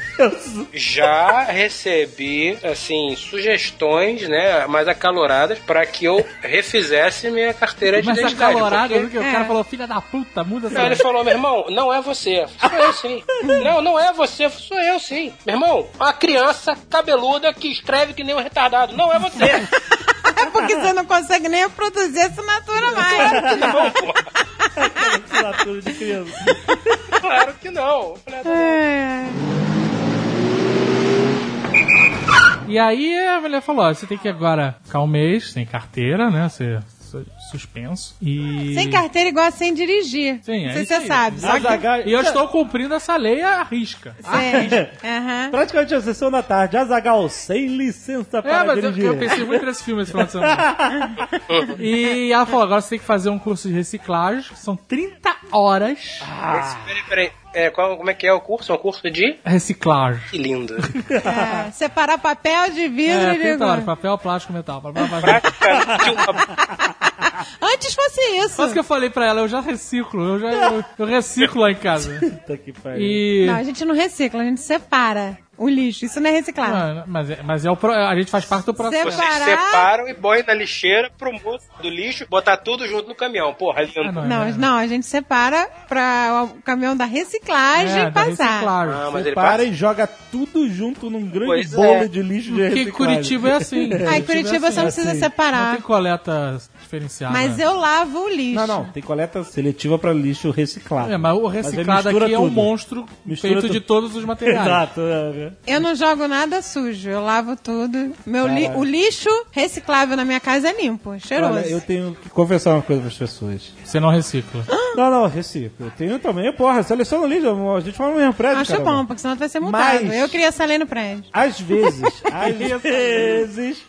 Speaker 3: Já recebi, assim, sugestões, né? Mais acaloradas para que eu refizesse minha carteira de
Speaker 5: Mas tá
Speaker 3: identidade.
Speaker 5: calorado,
Speaker 3: porque-
Speaker 5: porque... o cara falou, filha da puta, muda
Speaker 3: Não, ele
Speaker 5: essa.
Speaker 3: falou, meu irmão, não é você, sou eu sim. Não, não é você, sou eu sim. Meu irmão, uma criança cabeluda que escreve que nem um retardado. Não é você.
Speaker 4: É porque você não consegue nem produzir assinatura mais.
Speaker 3: Não, pô,
Speaker 2: Assinatura de criança.
Speaker 3: claro que não.
Speaker 4: É.
Speaker 5: E aí a mulher falou, ó, você tem que agora ficar um mês sem carteira, né? Você você- suspenso. E...
Speaker 4: Sem carteira igual a sem dirigir.
Speaker 5: Sim, é
Speaker 4: Não sei se você
Speaker 5: isso aí.
Speaker 4: sabe. Só
Speaker 5: <laughs>
Speaker 4: que...
Speaker 2: Azaghal-
Speaker 5: E eu estou cumprindo essa lei à risca. é.
Speaker 4: Sim. Aham.
Speaker 2: Praticamente a sessão da tarde. Azagal, sem licença para
Speaker 5: É, mas eu,
Speaker 2: dirigir.
Speaker 5: eu pensei muito nesse filme esse final
Speaker 3: <laughs>
Speaker 5: de semana. e ela falou: agora você tem que fazer um curso de reciclagem, que são 30 horas.
Speaker 3: Peraí, peraí. É, qual- como é que é o curso? É um curso de.
Speaker 5: Reciclagem.
Speaker 3: Que lindo.
Speaker 4: É, Separar papel de vidro
Speaker 5: É,
Speaker 4: e
Speaker 5: 30 horas,
Speaker 4: de...
Speaker 5: papel, plástico, metal. Blá, blá, blá, blá.
Speaker 3: Praticamente uma.
Speaker 4: <laughs> Antes fosse isso.
Speaker 5: Mas o que eu falei pra ela, eu já reciclo, eu já eu, eu reciclo lá em casa.
Speaker 3: <laughs>
Speaker 2: Puta que pariu.
Speaker 5: E.
Speaker 4: Não, a gente não recicla, a gente separa o lixo. Isso não é reciclar.
Speaker 5: Não, não, mas, é, mas é o pro- a gente faz parte do processo.
Speaker 4: Você-
Speaker 3: Vocês
Speaker 4: Parar.
Speaker 3: separam e põem na lixeira pro moço do lixo botar tudo junto no caminhão. Porra, lindo.
Speaker 5: Ah,
Speaker 4: Não,
Speaker 5: é-
Speaker 4: não, a gente separa para o caminhão da reciclagem
Speaker 5: é, da
Speaker 4: passar.
Speaker 5: reciclagem.
Speaker 3: Ah, mas
Speaker 2: Você
Speaker 3: ele
Speaker 2: para
Speaker 3: passa.
Speaker 2: e joga tudo junto num grande
Speaker 3: Pois
Speaker 2: bolo
Speaker 3: é.
Speaker 2: de lixo de
Speaker 5: Porque em
Speaker 2: reciclagem.
Speaker 5: Curitiba é assim.
Speaker 4: Ah, em Curitiba você não precisa
Speaker 5: Não
Speaker 4: separar.
Speaker 5: tem né? coleta diferenciada.
Speaker 4: Mas eu lavo o lixo.
Speaker 2: Não, não, tem coleta seletiva para lixo reciclado.
Speaker 5: assim. É, mas o
Speaker 2: ele
Speaker 5: reciclado
Speaker 2: mistura
Speaker 5: aqui é um
Speaker 2: tudo.
Speaker 5: monstro
Speaker 2: Mistura
Speaker 5: feito
Speaker 2: tudo.
Speaker 5: de todos os
Speaker 2: <laughs>
Speaker 5: materiais.
Speaker 2: Exato. é, é.
Speaker 4: Eu não jogo nada sujo, eu lavo tudo. Meu li-
Speaker 5: É.
Speaker 2: Cara.
Speaker 4: o lixo reciclável na minha casa é limpo, cheiroso.
Speaker 2: Olha, eu tenho que confessar uma coisa para as pessoas.
Speaker 5: Você não recicla.
Speaker 2: Não, não, reciclo. Eu tenho também, porra, seleciona o lixo, a gente fala no mesmo prédio,
Speaker 4: Acho
Speaker 2: caramba.
Speaker 4: bom, porque senão tu vai ser multado.
Speaker 2: Mas-
Speaker 4: Eu queria essa lei no prédio.
Speaker 2: Às vezes, às vezes,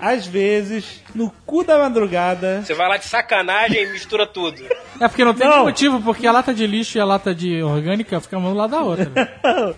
Speaker 2: às vezes, no cu da madrugada,
Speaker 3: Você vai lá de sacanagem e mistura tudo.
Speaker 5: É porque não tem
Speaker 2: Não. <laughs>
Speaker 5: motivo, porque a lata de lixo e a lata de orgânica ficam uma do lado da outra.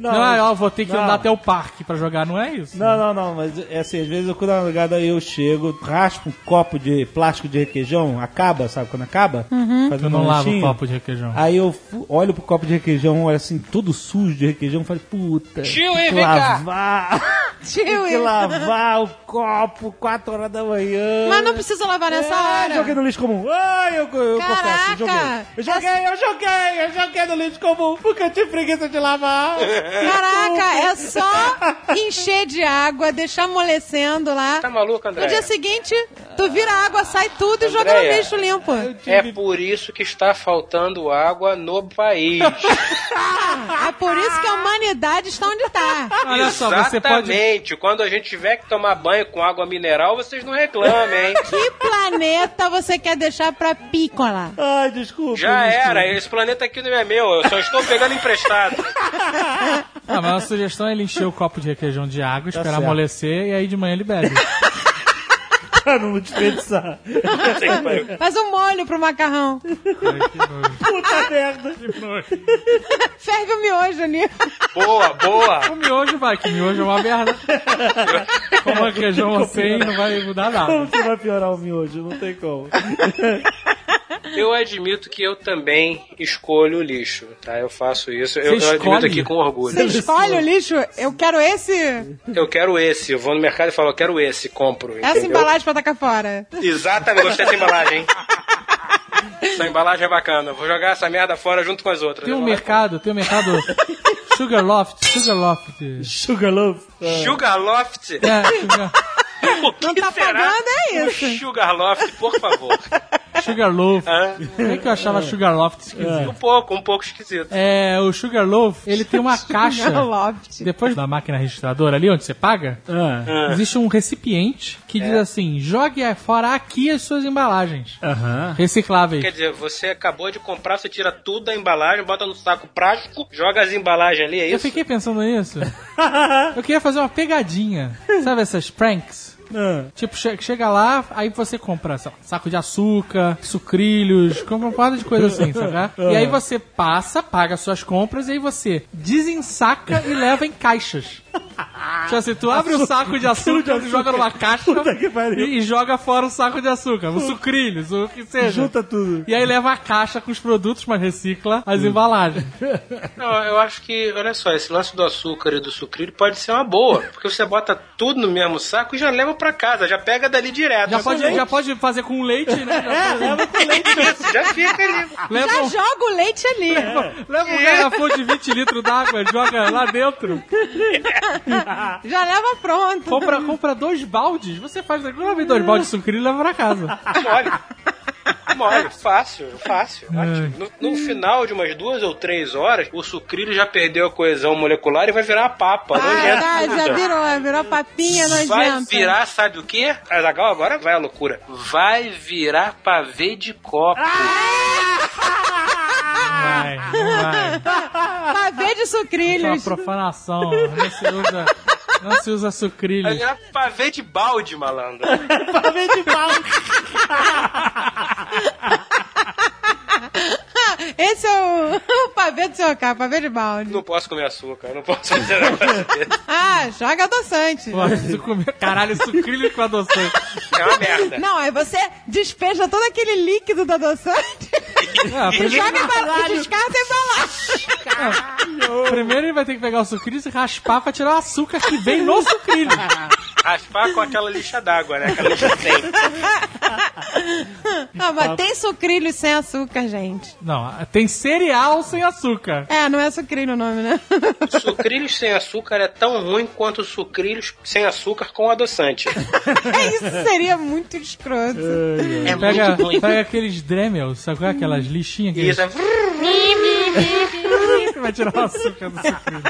Speaker 5: Não,
Speaker 2: mas-
Speaker 5: ah, ó, vou ter que
Speaker 2: não.
Speaker 5: andar até até o parque pra jogar, não é isso?
Speaker 2: Não, não, não, mas é assim, às vezes eu quando na madrugada eu chego, raspo um copo de plástico de requeijão, acaba, sabe quando acaba? Uhum.
Speaker 5: Eu não lavo o copo de requeijão. Ah,
Speaker 2: Aí eu fu- olho pro copo de requeijão, olho assim, todo sujo de requeijão, falei, puta,
Speaker 3: Tio,
Speaker 2: tem
Speaker 3: hein,
Speaker 2: que
Speaker 3: vem cá.
Speaker 2: lavar, <laughs> tem que
Speaker 4: Tio,
Speaker 2: lavar o copo, 4 horas da manhã.
Speaker 4: Mas não precisa lavar nessa
Speaker 2: Ah,
Speaker 4: hora.
Speaker 2: joguei no lixo comum. Ai, eu, eu confesso,
Speaker 4: Caraca!
Speaker 2: joguei. Eu joguei, eu joguei, eu joguei no lixo comum, porque eu tive preguiça de
Speaker 3: <laughs>
Speaker 2: lavar.
Speaker 4: Caraca, é só encher de água, deixar amolecendo
Speaker 3: <laughs>
Speaker 4: lá.
Speaker 3: Tá maluco,
Speaker 4: No
Speaker 3: André?
Speaker 4: dia seguinte, tu vira a água, sai tudo e joga no
Speaker 3: Andréia.
Speaker 4: lixo limpo.
Speaker 3: É por isso que está faltando água no país.
Speaker 4: É por isso que a humanidade está onde tá. está.
Speaker 5: <laughs> Olha só, você pode.
Speaker 3: Exatamente. Quando a gente tiver que tomar banho com água mineral, vocês não
Speaker 5: <laughs>
Speaker 3: reclamem, hein?
Speaker 4: Que planeta você quer deixar pra pícola?
Speaker 2: Ai, desculpa.
Speaker 3: Já
Speaker 2: gente.
Speaker 3: era, esse planeta aqui não é meu, eu só estou pegando
Speaker 5: <laughs>
Speaker 3: emprestado.
Speaker 5: Ah, mas a sugestão é ele encher o copo de requeijão de água, esperar
Speaker 2: Tá certo.
Speaker 5: amolecer e aí de manhã ele bebe.
Speaker 2: Pra <laughs> não desperdiçar.
Speaker 5: é.
Speaker 4: Faz um molho pro macarrão.
Speaker 2: Puta Tá merda.
Speaker 4: Ferve o miojo ali.
Speaker 3: boa, boa.
Speaker 5: O miojo vai, que miojo é uma merda. Com requeijão assim não vai mudar
Speaker 2: Como
Speaker 5: nada.
Speaker 2: você vai piorar o miojo? Não tem como.
Speaker 3: Eu admito que eu também escolho o lixo, tá? Eu faço isso, eu,
Speaker 5: Você
Speaker 3: eu admito
Speaker 5: escolhe?
Speaker 3: aqui com orgulho.
Speaker 4: Você escolhe o lixo? Eu quero esse,
Speaker 3: Eu quero esse, eu vou no mercado e falo, eu quero esse, compro.
Speaker 4: essa
Speaker 3: entendeu?
Speaker 4: embalagem pra tacar fora.
Speaker 3: Exatamente, gostei dessa embalagem, hein? Essa embalagem é bacana. Vou jogar essa merda fora junto com as outras.
Speaker 5: Tem
Speaker 3: Eu
Speaker 5: um
Speaker 3: vou lá.
Speaker 5: mercado, tem um mercado. Sugarloft, Sugarloft.
Speaker 2: Sugarloaf.
Speaker 3: Sugarloft?
Speaker 5: É, Sugar-
Speaker 3: O que
Speaker 4: Não tá
Speaker 3: será
Speaker 4: pagando, é
Speaker 3: um
Speaker 4: isso.
Speaker 3: Sugarloft, por <laughs> favor.
Speaker 5: Sugarloaf.
Speaker 3: Hã?
Speaker 5: Por é que que eu achava Sugarloft esquisito?
Speaker 3: Um pouco, um pouco esquisito.
Speaker 5: É, o Sugarloaf, ele tem uma caixa.
Speaker 4: <laughs> Loft.
Speaker 5: Depois da máquina registradora ali, onde você paga,
Speaker 2: Ah,
Speaker 5: existe um recipiente que diz assim: jogue fora aqui as suas embalagens.
Speaker 2: aham.
Speaker 5: Recicláveis.
Speaker 3: Quer dizer, você acabou de comprar, você tira tudo da embalagem, bota no saco prático, joga as embalagens ali, é
Speaker 5: Eu
Speaker 3: isso?
Speaker 5: fiquei pensando nisso. Eu queria fazer uma pegadinha. Sabe essas pranks?
Speaker 2: Ah.
Speaker 5: Tipo, che- chega lá, aí você compra sei lá, saco de açúcar, sucrilhos, compra uma porrada de coisa assim,
Speaker 2: <laughs> Ah.
Speaker 5: sabe? E aí você passa, paga suas compras, e aí você desensaca e leva em caixas. Tipo assim, tu abre o saco de açúcar,
Speaker 2: de açúcar.
Speaker 5: joga numa caixa
Speaker 2: Puta que pariu.
Speaker 5: e, e joga fora o saco de açúcar, os sucrilhos, o que seja.
Speaker 2: Junta tudo.
Speaker 5: E aí leva a caixa com os produtos, mas recicla as embalagens.
Speaker 3: Não, eu acho que, olha só, esse lance do açúcar e do sucrilho pode ser uma boa, porque você bota tudo no mesmo saco e já leva pra casa, já pega dali direto.
Speaker 5: Já pode, já pode fazer com leite, né? Já pode-
Speaker 3: é Isso, já fica ali.
Speaker 5: leva
Speaker 4: Já
Speaker 5: um,
Speaker 4: joga o leite ali.
Speaker 5: leva
Speaker 3: É.
Speaker 5: um garrafão de 20 litros d'água, joga lá dentro.
Speaker 4: Já leva pronto.
Speaker 5: Compra, compra dois baldes. Você faz tranquilamente dois baldes de sucrilho e leva pra <laughs> casa.
Speaker 3: Mole. Mole, fácil, fácil.
Speaker 5: Ai.
Speaker 3: ótimo. No, no final de umas duas ou três horas, o sucrilho já perdeu a coesão molecular e vai virar uma papa.
Speaker 5: é
Speaker 4: Ah,
Speaker 3: nojento.
Speaker 4: tá, já virou, virou papinha
Speaker 3: Vai
Speaker 4: nojenta.
Speaker 3: virar, sabe o quê? Azagal, agora vai a loucura. Vai virar pavê de copo.
Speaker 5: Vai, vai.
Speaker 4: Pavê de
Speaker 5: Isso é uma
Speaker 4: sucrilhos.
Speaker 5: profanação. Não se usa, não se usa
Speaker 3: Vai
Speaker 5: <laughs> sucrilhos.
Speaker 3: virar pavê de balde, malandro. <laughs>
Speaker 2: Pavê de pau.
Speaker 4: <laughs> Esse é o, <laughs> o pavê do seu carro, pavê de balde.
Speaker 3: Não posso comer açúcar, não posso fazer nada disso.
Speaker 4: <laughs> Ah, joga adoçante.
Speaker 5: Pô, se tu comer- Caralho, sucrilho com adoçante.
Speaker 3: É uma merda.
Speaker 4: Não, aí você despeja todo aquele líquido do adoçante
Speaker 5: Ah,
Speaker 4: e
Speaker 5: primeiro,
Speaker 4: joga é pra descarta e embalagem.
Speaker 5: primeiro ele vai ter que pegar o sucrilho e raspar pra tirar o açúcar que vem no sucrilho.
Speaker 3: Raspar com aquela lixa d'água, né? Aquela lixa que tem.
Speaker 4: Não, mas tem sucrilhos sem açúcar, gente.
Speaker 5: Não, tem cereal sem açúcar.
Speaker 4: É, não é sucrilho o nome, né? <laughs>
Speaker 3: Sucrilhos sem açúcar é tão ruim quanto sucrilhos sem açúcar com adoçante.
Speaker 4: É Isso seria muito escroto.
Speaker 3: É
Speaker 5: Pega,
Speaker 3: muito ruim.
Speaker 5: pega aqueles Dremels, sabe qual é? Aquelas lixinhas que
Speaker 3: Isso é
Speaker 5: vai tirar o açúcar
Speaker 3: <laughs>
Speaker 5: do sucrilho.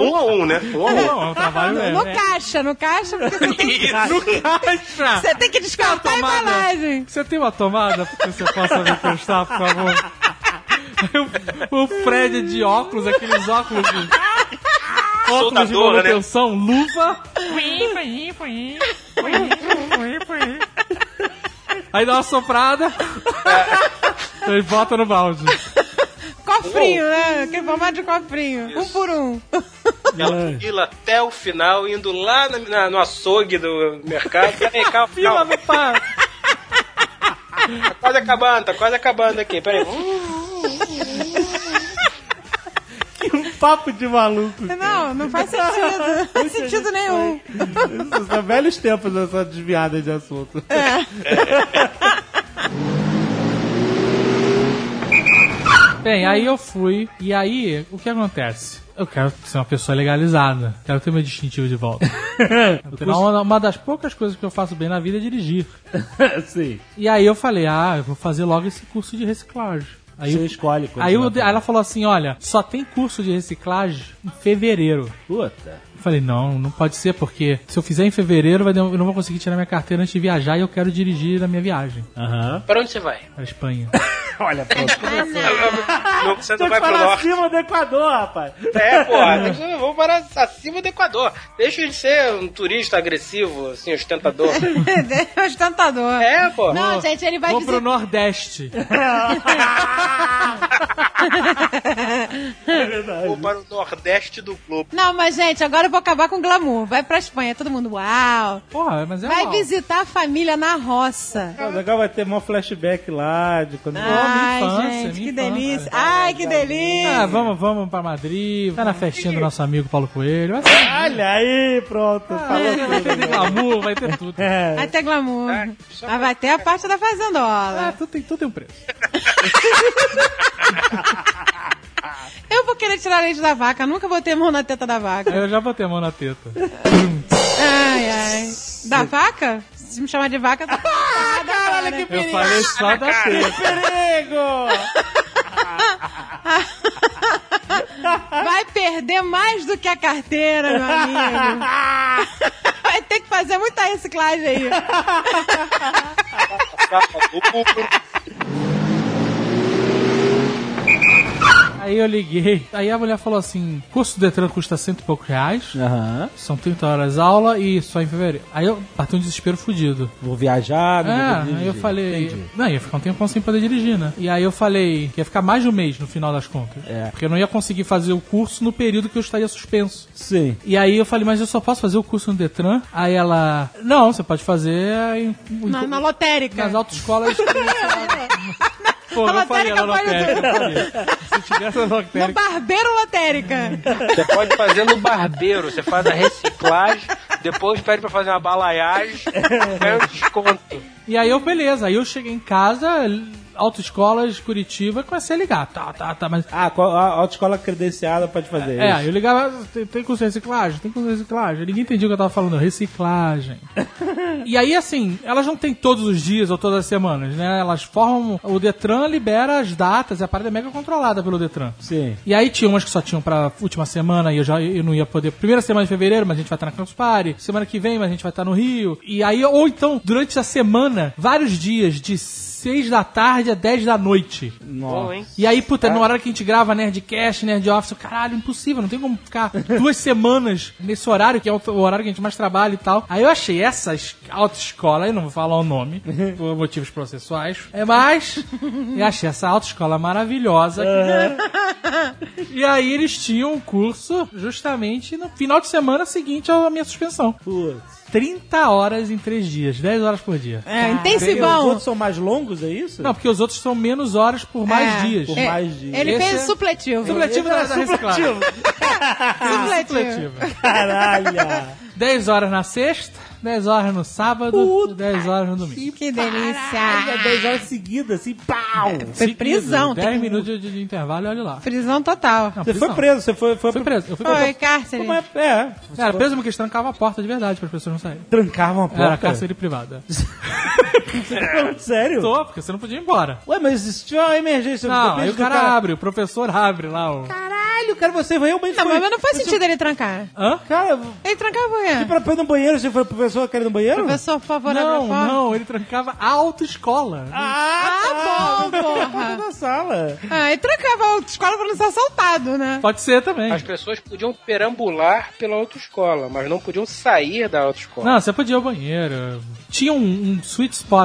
Speaker 3: um a um, né? Um a um.
Speaker 5: Não, o trabalho é.
Speaker 4: no
Speaker 5: é-
Speaker 4: caixa, no caixa, porque você tem que,
Speaker 5: No caixa!
Speaker 4: você tem que descartar a
Speaker 5: Tomada.
Speaker 4: embalagem.
Speaker 5: Você tem uma tomada pra que você possa me emprestar, por favor? Aí O, o Fred é de óculos, aqueles óculos de. Óculos de
Speaker 3: Soldadora, né?
Speaker 5: manutenção, luva. Aí dá uma soprada. Aí bota no balde.
Speaker 4: Cofrinho, né? Aquele formato de cofrinho. Um por um.
Speaker 3: Aquela fila até o final, indo lá na- na- no açougue do mercado. Peraí, calma,
Speaker 5: Fila
Speaker 3: calma.
Speaker 5: no par.
Speaker 3: Tá quase acabando, tá quase acabando aqui. Peraí.
Speaker 2: Um papo de maluco.
Speaker 4: Não, não faz sentido. Não faz sentido nenhum.
Speaker 2: Isso, São velhos tempos essa desviada de assunto.
Speaker 5: Bem, aí eu fui, e aí o que acontece? Eu quero ser uma pessoa legalizada, quero ter meu distintivo de volta. <laughs>
Speaker 2: <laughs>
Speaker 5: Afinal, uma, uma das poucas coisas que eu faço bem na vida é dirigir.
Speaker 2: Sim.
Speaker 5: E aí eu falei, ah, eu vou fazer logo esse curso de reciclagem. Aí
Speaker 2: Você
Speaker 5: eu-
Speaker 2: escolhe. quando
Speaker 5: Aí eu-
Speaker 2: você vai
Speaker 5: aí ela falou assim, olha, só tem curso de reciclagem em fevereiro.
Speaker 2: fazer. Puta.
Speaker 5: Eu falei, não, não pode ser, porque se eu fizer em fevereiro, vai dem- eu não vou conseguir tirar minha carteira antes de viajar e eu quero dirigir a minha viagem
Speaker 2: Aham.
Speaker 3: Pra onde você vai?
Speaker 5: para a Espanha.
Speaker 3: <laughs>
Speaker 2: Olha, pronto.
Speaker 3: Não, você não
Speaker 2: Tem
Speaker 3: vai
Speaker 2: que
Speaker 3: pro
Speaker 2: parar
Speaker 3: norte.
Speaker 2: acima do Equador,
Speaker 3: <laughs>
Speaker 2: rapaz.
Speaker 3: É, porra. Eu vou parar acima do Equador. Deixa de ser um turista agressivo, assim, ostentador.
Speaker 4: <laughs> É ostentador.
Speaker 3: É, pô.
Speaker 4: Não, gente, ele vai
Speaker 5: Vou pro
Speaker 4: dizer.
Speaker 5: Nordeste.
Speaker 3: Vou para o nordeste do globo.
Speaker 4: Não, mas, gente, agora eu vou acabar com o glamour. Vai pra Espanha, todo mundo, uau.
Speaker 5: Porra, mas é
Speaker 4: Vai
Speaker 5: mal.
Speaker 4: visitar a família na roça.
Speaker 2: Pô, Agora vai ter mó flashback lá de quando...
Speaker 4: Ai,
Speaker 5: infância,
Speaker 4: gente,
Speaker 5: minha
Speaker 4: que
Speaker 5: infância.
Speaker 4: delícia. Ai, que delícia.
Speaker 5: Ah, vamos, vamos pra Madrid, vai Tá na festinha do nosso amigo Paulo Coelho. Vai ser
Speaker 2: Olha aí, pronto. falou
Speaker 5: vai
Speaker 2: tudo.
Speaker 5: ter glamour, vai ter tudo.
Speaker 2: É.
Speaker 4: Até glamour.
Speaker 3: Ah, só
Speaker 4: Mas vai ter a parte da
Speaker 5: Ah,
Speaker 4: fazendola.
Speaker 5: tudo tem, tudo tem um preço.
Speaker 4: Eu vou querer tirar leite da vaca, nunca vou ter mão na teta da vaca.
Speaker 5: Aí eu já botei a mão na teta.
Speaker 4: Ai, ai. Da vaca? Se me chamar de vaca, tá ah, caralho, que
Speaker 5: Eu falei só da teta.
Speaker 2: Perigo!
Speaker 4: Vai perder mais do que a carteira, meu
Speaker 5: <laughs>
Speaker 4: amigo. Vai ter que fazer muita reciclagem aí.
Speaker 5: Aí eu liguei. Aí a mulher falou assim: curso do Detran custa cento e poucos reais.
Speaker 2: Aham.
Speaker 5: São 30 horas aula e só em fevereiro. Aí eu bati um desespero fudido.
Speaker 2: Vou viajar, não vou
Speaker 5: É,
Speaker 2: dirigir.
Speaker 5: aí eu falei.
Speaker 2: Entendi.
Speaker 5: Não, ia ficar um tempão sem poder dirigir, né? E aí eu falei que ia ficar mais de um mês no final das contas.
Speaker 2: É.
Speaker 5: Porque eu não ia conseguir fazer o curso no período que eu estaria suspenso.
Speaker 2: Sim.
Speaker 5: E aí eu falei, mas eu só posso fazer o curso no Detran? Aí ela, não, você pode fazer em, em-
Speaker 4: Na, na lotérica.
Speaker 5: nas autoescolas. Pô,
Speaker 4: A
Speaker 5: eu falei,
Speaker 4: lotérica
Speaker 5: ela não
Speaker 4: pode
Speaker 5: pede, eu falei. Se tivesse a
Speaker 4: No
Speaker 5: lotérica.
Speaker 4: barbeiro lotérica.
Speaker 3: Você pode fazer no barbeiro, você faz a reciclagem, depois pede pra fazer uma balaiagem, ganha um desconto.
Speaker 5: E aí eu, beleza, aí eu cheguei em casa, autoescolas, Curitiba, e comecei a ligar. Tá, tá, tá, mas.
Speaker 2: Ah, qual- a autoescola credenciada pode fazer isso.
Speaker 5: É, eu ligava, tem, tem curso de reciclagem, tem curso de reciclagem. Ninguém entendia o que eu tava falando, reciclagem. e aí, assim, elas não têm todos os dias ou todas as semanas, né? Elas formam. O Detran libera as datas, a parada é mega controlada pelo Detran.
Speaker 2: Sim.
Speaker 5: E aí tinha umas que só tinham pra última semana e eu já eu não ia poder. Primeira semana de fevereiro, mas a gente vai estar na Campus Party. Semana que vem, mas a gente vai estar no Rio. E aí, ou então, durante a semana, vários dias, de 6 da tarde a 10 da noite.
Speaker 3: Bom, hein?
Speaker 5: E aí, puta, no horário que a gente grava Nerdcast, Nerd Office, eu, caralho, impossível, não tem como ficar <laughs> duas semanas nesse horário, que é o o horário que a gente mais trabalha e tal. Aí eu achei essa es- autoescola, eu não vou falar o nome, por motivos processuais, é mas eu achei essa autoescola maravilhosa. e aí eles tinham um curso justamente no final de semana seguinte à minha suspensão.
Speaker 2: Putz.
Speaker 5: 30 horas em 3 dias, 10 horas por dia.
Speaker 4: É,
Speaker 2: Os
Speaker 4: intensivão.
Speaker 2: outros são mais longos, é isso?
Speaker 5: Não, porque os outros são menos horas por mais
Speaker 4: É.
Speaker 5: dias.
Speaker 2: Por
Speaker 4: É,
Speaker 2: mais dias.
Speaker 4: Ele
Speaker 5: Esse
Speaker 4: fez
Speaker 5: é-
Speaker 4: o supletivo.
Speaker 5: Supletivo
Speaker 2: É
Speaker 5: da, da reciclagem.
Speaker 4: Supletivo.
Speaker 5: Supletivo.
Speaker 2: Caralho.
Speaker 5: 10 É, horas na sexta, 10 horas no sábado, 10 horas no domingo.
Speaker 4: Que delícia.
Speaker 5: É
Speaker 2: Olha, 10 horas seguidas, assim, pau.
Speaker 4: Foi prisão.
Speaker 5: 10
Speaker 4: tem-
Speaker 5: minutos de, de intervalo, olha lá.
Speaker 4: Prisão total.
Speaker 5: Não,
Speaker 2: Você
Speaker 5: prisão.
Speaker 2: foi preso, você foi... foi,
Speaker 5: Fui preso. Eu fui preso.
Speaker 4: Foi cárcere.
Speaker 2: Como é? É. Você
Speaker 5: Era
Speaker 2: foi-
Speaker 5: preso porque eles trancavam a porta de verdade para as pessoas não saírem.
Speaker 2: Trancavam a
Speaker 5: Era
Speaker 2: porta.
Speaker 5: cárcere privada.
Speaker 2: Sério?
Speaker 5: Tô, porque você não podia ir embora.
Speaker 2: Ué, mas se tiver uma emergência...
Speaker 5: Não,
Speaker 2: depende
Speaker 5: aí o
Speaker 2: do
Speaker 5: cara, abre, o professor abre lá o...
Speaker 2: Caralho, cara, você realmente
Speaker 4: Não,
Speaker 2: foi...
Speaker 4: mas não faz sentido ele trancar.
Speaker 5: Hã?
Speaker 2: Cara,
Speaker 4: Ele trancava por
Speaker 2: e
Speaker 4: quê?
Speaker 2: pra, pra ir no banheiro, você foi pro professor, quer ir no banheiro?
Speaker 4: Professor, por favor, abre
Speaker 5: Não, Ah, tá
Speaker 4: a porta.
Speaker 5: não, ele trancava a autoescola.
Speaker 4: Ah, bom,
Speaker 2: Porta
Speaker 4: porra.
Speaker 2: da sala.
Speaker 4: Ah, ele trancava a autoescola pra não ser assaltado, né?
Speaker 5: Pode ser também.
Speaker 3: As pessoas podiam perambular pela autoescola, mas não podiam sair da autoescola.
Speaker 5: Não, você podia ir ao banheiro. Tinha um, um sweet spot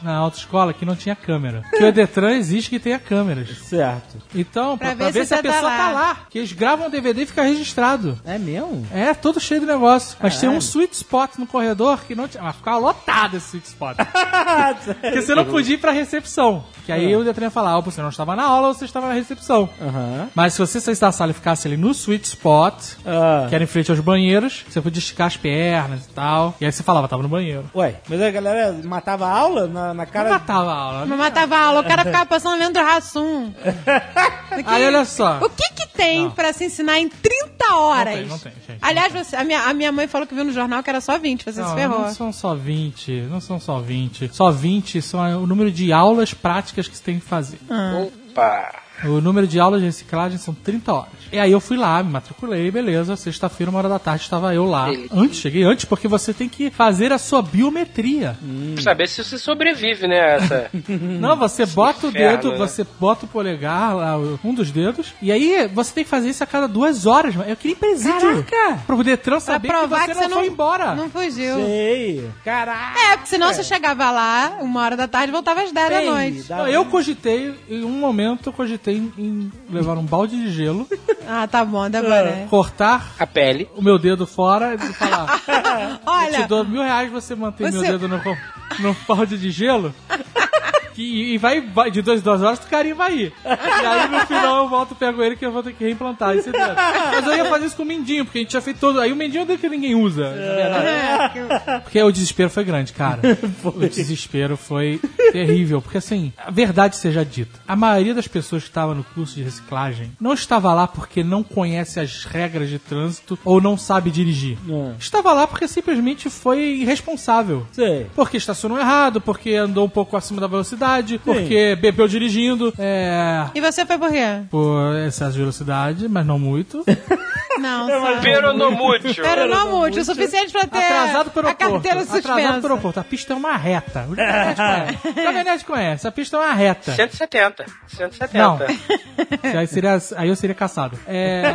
Speaker 5: na autoescola que não tinha câmera. Que o Detran existe que tenha câmeras.
Speaker 2: Certo.
Speaker 5: Então, pra,
Speaker 4: Pra
Speaker 5: pra
Speaker 4: ver
Speaker 5: ver,
Speaker 4: se
Speaker 5: se, a
Speaker 4: você tá
Speaker 5: pessoa
Speaker 4: lá.
Speaker 5: tá lá. Que eles gravam DVD e fica registrado.
Speaker 8: É mesmo?
Speaker 5: É, todo cheio de negócio. Mas tem um
Speaker 8: Caralho.
Speaker 5: sweet spot no corredor que não tinha. Mas ficava lotado esse sweet spot. Porque você não podia ir pra recepção. Que aí o Detran ia falar, ou você não estava na aula ou você estava na recepção.
Speaker 8: Aham.
Speaker 5: Mas se você saísse da sala e ficasse ali no sweet spot,
Speaker 2: Ah.
Speaker 5: que era em frente aos banheiros, você podia esticar as pernas e tal. E aí você falava, tava no banheiro.
Speaker 8: Ué, mas a galera matava a aula na, na cara.
Speaker 5: Não matava a aula, né?
Speaker 4: Mas matava a aula, o cara ficava passando Leandro
Speaker 5: <laughs>
Speaker 4: Hassum.
Speaker 5: Aí olha só.
Speaker 4: O que que tem pra se ensinar em 30 horas?
Speaker 5: Não tem, não tem, gente.
Speaker 4: Aliás, você- a, minha, a minha mãe falou que viu no jornal que era só 20, você se
Speaker 5: Não,
Speaker 4: ferrou.
Speaker 5: não são só 20, não são só 20. Só 20 são o número de aulas práticas que você tem que fazer.
Speaker 3: Opa!
Speaker 5: O número de aulas de reciclagem são 30 horas. E aí eu fui lá, me matriculei, beleza. Sexta-feira, uma hora da tarde, estava eu lá.
Speaker 3: Sim.
Speaker 5: Antes, cheguei antes, porque você tem que fazer a sua biometria.
Speaker 3: Pra saber se você sobrevive, né? a Essa...
Speaker 5: Não, você bota o
Speaker 3: inferno,
Speaker 5: dedo,
Speaker 3: né?
Speaker 5: você bota o polegar, lá, o- um dos dedos, e aí você tem que fazer isso a cada duas horas. mano. Eu queria ir presídio. Caraca! Pro Detran
Speaker 4: Pra
Speaker 5: saber que
Speaker 4: provar
Speaker 5: você,
Speaker 4: que
Speaker 5: não,
Speaker 4: você não
Speaker 5: foi embora.
Speaker 4: Não fugiu.
Speaker 8: Ei, caraca!
Speaker 4: É, porque senão você chegava lá, uma hora da tarde, voltava às 10 da noite.
Speaker 5: Não, eu cogitei, em um momento, eu cogitei em, em levar um balde de gelo,
Speaker 4: Ah, tá bom, Débora. é.
Speaker 5: cortar
Speaker 3: A pele.
Speaker 5: o meu dedo fora e falar... Eu te
Speaker 4: Olha,
Speaker 5: dou mil reais pra você manter
Speaker 4: Você-
Speaker 5: meu dedo no, co- no balde de gelo. Que- e vai, vai- de duas, em duas horas, o carinha vai ir. E aí no final eu volto, pego ele que eu vou ter que reimplantar esse dedo. Mas eu ia fazer isso com o Mendinho, porque a gente já fez todo. Aí o Mendinho é o dedo que ninguém usa. na verdade.
Speaker 4: É.
Speaker 5: Porque o desespero foi grande,
Speaker 4: <laughs>
Speaker 5: cara. O desespero foi terrível. Porque, assim, a verdade seja dita. A maioria das pessoas que estava no curso de reciclagem não estava lá porque não conhece as regras de trânsito ou não sabe dirigir.
Speaker 4: É.
Speaker 5: Estava lá porque simplesmente foi irresponsável.
Speaker 8: Sei.
Speaker 5: Porque estacionou errado, porque andou um pouco acima da velocidade, porque bebeu dirigindo, é...
Speaker 4: e você foi por
Speaker 5: <laughs>
Speaker 4: quê?
Speaker 5: Por excesso de velocidade, mas não muito.
Speaker 4: <laughs> Não, só...
Speaker 3: Peronomútil.
Speaker 4: Era não multi, o suficiente pra ter
Speaker 5: Atrasado pelo
Speaker 4: É, a
Speaker 5: aeroporto.
Speaker 4: carteira
Speaker 5: Atrasado pelo
Speaker 4: suspensa.
Speaker 5: aeroporto. A pista é uma reta. O
Speaker 4: <laughs>
Speaker 5: Jovem Nerd conhece. O Jovem Nerd conhece. A pista é uma reta.
Speaker 3: 170. 170.
Speaker 5: Não. <laughs> Que Aí, seria, aí eu seria caçado. <laughs> É,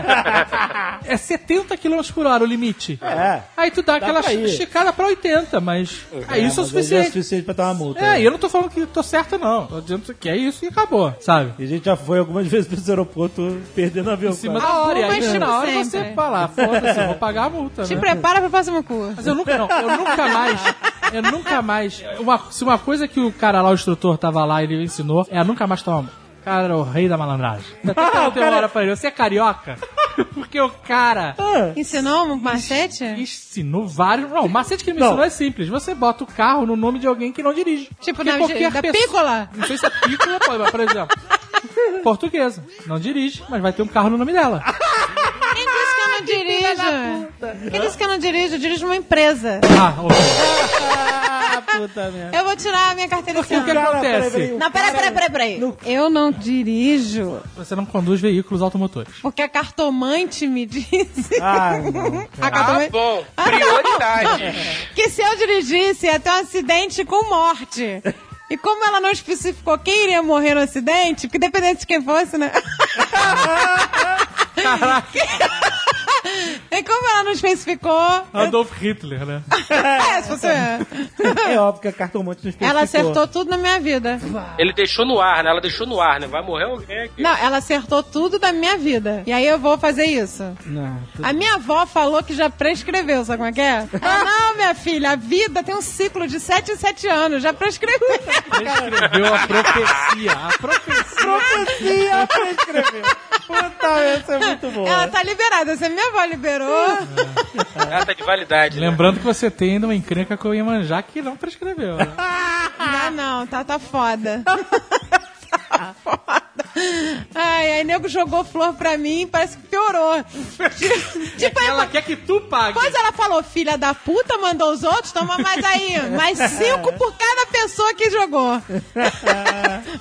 Speaker 5: é 70 km por hora o limite.
Speaker 8: É.
Speaker 5: Aí tu dá, aquela
Speaker 8: pra ir.
Speaker 5: esticada pra 80, mas aí Ah, isso é
Speaker 8: mas já É
Speaker 5: o suficiente.
Speaker 8: suficiente pra tomar uma multa. né?
Speaker 5: É, e eu não tô falando que tô certo, não. Tô dizendo que é isso e acabou, sabe?
Speaker 8: E a gente já foi algumas <laughs> vezes pra esse aeroporto perdendo avião.
Speaker 5: Em cima
Speaker 8: cara.
Speaker 5: da hora, e
Speaker 4: mas
Speaker 5: aí
Speaker 4: tipo
Speaker 5: na hora
Speaker 4: sempre. Tipo
Speaker 5: você fala, foda-se, eu vou pagar a multa,
Speaker 4: Te
Speaker 5: né?
Speaker 4: prepara pro próximo curso.
Speaker 5: Mas eu nunca, não, eu nunca mais, eu nunca mais, uma- se uma coisa que o cara lá, o instrutor tava lá, ele ensinou, é a nunca mais tomar multa. O Cara, era o rei da <laughs> malandragem. Eu Até perguntei uma hora pra ele, você é carioca? Porque o cara
Speaker 4: Ensinou um macete?
Speaker 5: ensinou vários... Não, o macete que ele me ensinou é simples. Você bota o carro no nome de alguém que não dirige.
Speaker 4: Tipo,
Speaker 5: Porque
Speaker 4: na, da pícola?
Speaker 5: Não sei se é pícola, pô, mas, por exemplo... Portuguesa. Não dirige, mas vai ter um carro no nome dela.
Speaker 4: Quem disse que eu não dirijo? Quem disse que eu não dirijo? Eu dirijo uma empresa.
Speaker 5: Ah, ok.
Speaker 8: Puta
Speaker 5: né?
Speaker 8: merda.
Speaker 4: Eu vou tirar a minha carteira esse
Speaker 5: Porque o que
Speaker 4: ano.
Speaker 5: acontece?
Speaker 4: Não, peraí, peraí, peraí, peraí. Eu não dirijo
Speaker 5: Você não conduz veículos automotores.
Speaker 4: porque a cartomante me disse.
Speaker 8: Ah, não.
Speaker 4: a
Speaker 3: Ah,
Speaker 4: cartomante...
Speaker 3: bom. Prioridade.
Speaker 4: <laughs> que se eu dirigisse ia ter um acidente com morte. E como ela não especificou quem iria morrer no acidente, porque dependendo de quem fosse, né? <laughs> E como ela não especificou.
Speaker 5: Adolf Hitler, né?
Speaker 4: É, se fosse.
Speaker 8: <laughs> É óbvio que a cartomante não especificou.
Speaker 4: Ela acertou tudo na minha vida.
Speaker 3: Ele deixou no ar, né? Ela deixou no ar, né? Vai morrer alguém aqui.
Speaker 4: Não, ela acertou tudo da minha vida. E aí eu vou fazer isso.
Speaker 8: Não,
Speaker 4: A minha avó falou que já prescreveu, sabe como é que é? Ela, não, minha filha, a vida tem um ciclo de 7 em 7 anos, já prescreveu.
Speaker 5: Escreveu a profecia. A profecia.
Speaker 8: Profecia prescreveu. Puta, essa é muito boa.
Speaker 4: Ela tá liberada, se a minha avó liberou.
Speaker 3: Data de validade. né?
Speaker 5: Lembrando que você tem ainda uma encrenca com o Iemanjá que não prescreveu. Né?
Speaker 4: Não, não, tá, tá foda. Tá foda. Ai, aí nego jogou flor pra mim e parece que piorou. Tipo,
Speaker 5: Ela
Speaker 4: aí,
Speaker 5: quer que tu pague.
Speaker 4: depois ela falou, filha da puta, mandou os outros, toma mais aí, mais cinco por cada pessoa que jogou.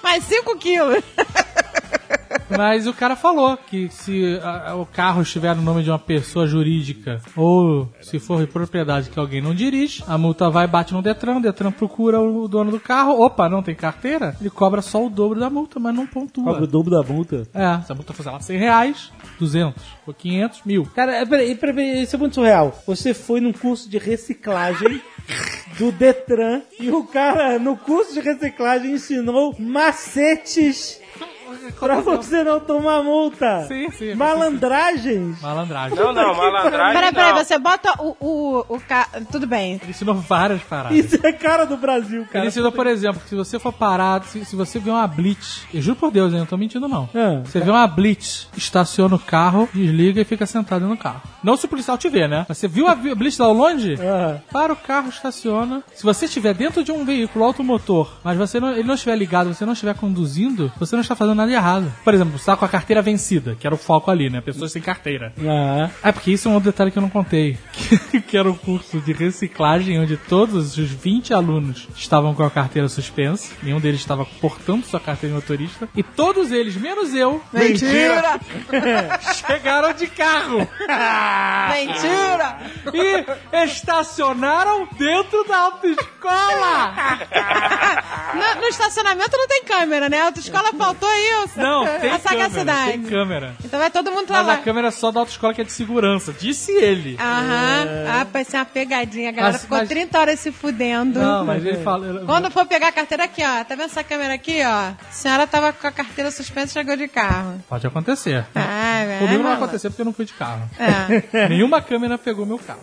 Speaker 4: mais cinco quilos.
Speaker 5: Mas o cara falou que se a- a- o carro estiver no nome de uma pessoa jurídica ou se for de propriedade que alguém não dirige, a multa vai e bate no Detran, o Detran procura o dono do carro, opa, não tem carteira, ele cobra só o dobro da multa, mas não pontua.
Speaker 2: Cobra o dobro da multa.
Speaker 5: É, se a multa fosse lá 100 reais, 200, ou 500, mil.
Speaker 2: Cara, peraí, peraí, isso é muito surreal. Você foi num curso de reciclagem do Detran e o cara, no curso de reciclagem, ensinou macetes pra você não tomar multa.
Speaker 5: Sim, sim.
Speaker 2: Malandragens.
Speaker 5: Malandragem.
Speaker 3: Não, não, malandragem
Speaker 4: Peraí,
Speaker 3: não.
Speaker 4: peraí, você bota o, o, o ca... Tudo bem.
Speaker 5: Ele ensinou várias paradas.
Speaker 2: Isso é cara do Brasil, cara.
Speaker 5: Ele ensinou, por exemplo, que se você for parado, se, se você vê uma blitz, eu juro por Deus, eu não tô mentindo não.
Speaker 2: Ah.
Speaker 5: você vê uma blitz, estaciona o carro, desliga e fica sentado no carro. Não se o policial te ver, né? Mas Você viu a vi- blitz lá ao longe?
Speaker 2: Ah.
Speaker 5: Para o carro, estaciona. Se você estiver dentro de um veículo automotor, mas você não- ele não estiver ligado, você não estiver conduzindo, você não está fazendo nada de errado. Por exemplo, você está com a carteira vencida, que era o foco ali, né? Pessoas sem carteira.
Speaker 2: Ah,
Speaker 5: Ah, porque isso é um outro detalhe que eu não contei. <laughs> Que, que era um curso de reciclagem onde todos os 20 alunos estavam com a carteira suspensa. Nenhum deles estava portando sua carteira de motorista. E todos eles, menos eu,
Speaker 4: É Mentira!
Speaker 5: <laughs> chegaram de carro.
Speaker 4: Mentira!
Speaker 5: E estacionaram dentro da autoescola.
Speaker 4: No, no estacionamento não tem câmera, né? A autoescola faltou isso.
Speaker 5: Não, tem
Speaker 4: A
Speaker 5: câmera.
Speaker 4: sagacidade.
Speaker 5: Tem câmera.
Speaker 4: Então vai todo mundo pra
Speaker 5: Mas
Speaker 4: lá.
Speaker 5: a câmera é só da autoescola que é de segurança. Disse ele.
Speaker 4: Aham. Ah, vai ser uma pegadinha. A galera
Speaker 5: é- Mas-
Speaker 4: ficou
Speaker 5: mas-
Speaker 4: 30 horas se fudendo.
Speaker 5: Não, mas ele fala.
Speaker 4: Quando for pegar a carteira aqui, ó. Tá vendo essa câmera aqui, ó? A senhora tava com a carteira suspensa e chegou de carro.
Speaker 5: Pode acontecer.
Speaker 4: Ah, é,
Speaker 5: Comigo não
Speaker 4: malandro.
Speaker 5: aconteceu porque eu não fui de carro.
Speaker 4: É.
Speaker 5: Nenhuma câmera pegou meu carro.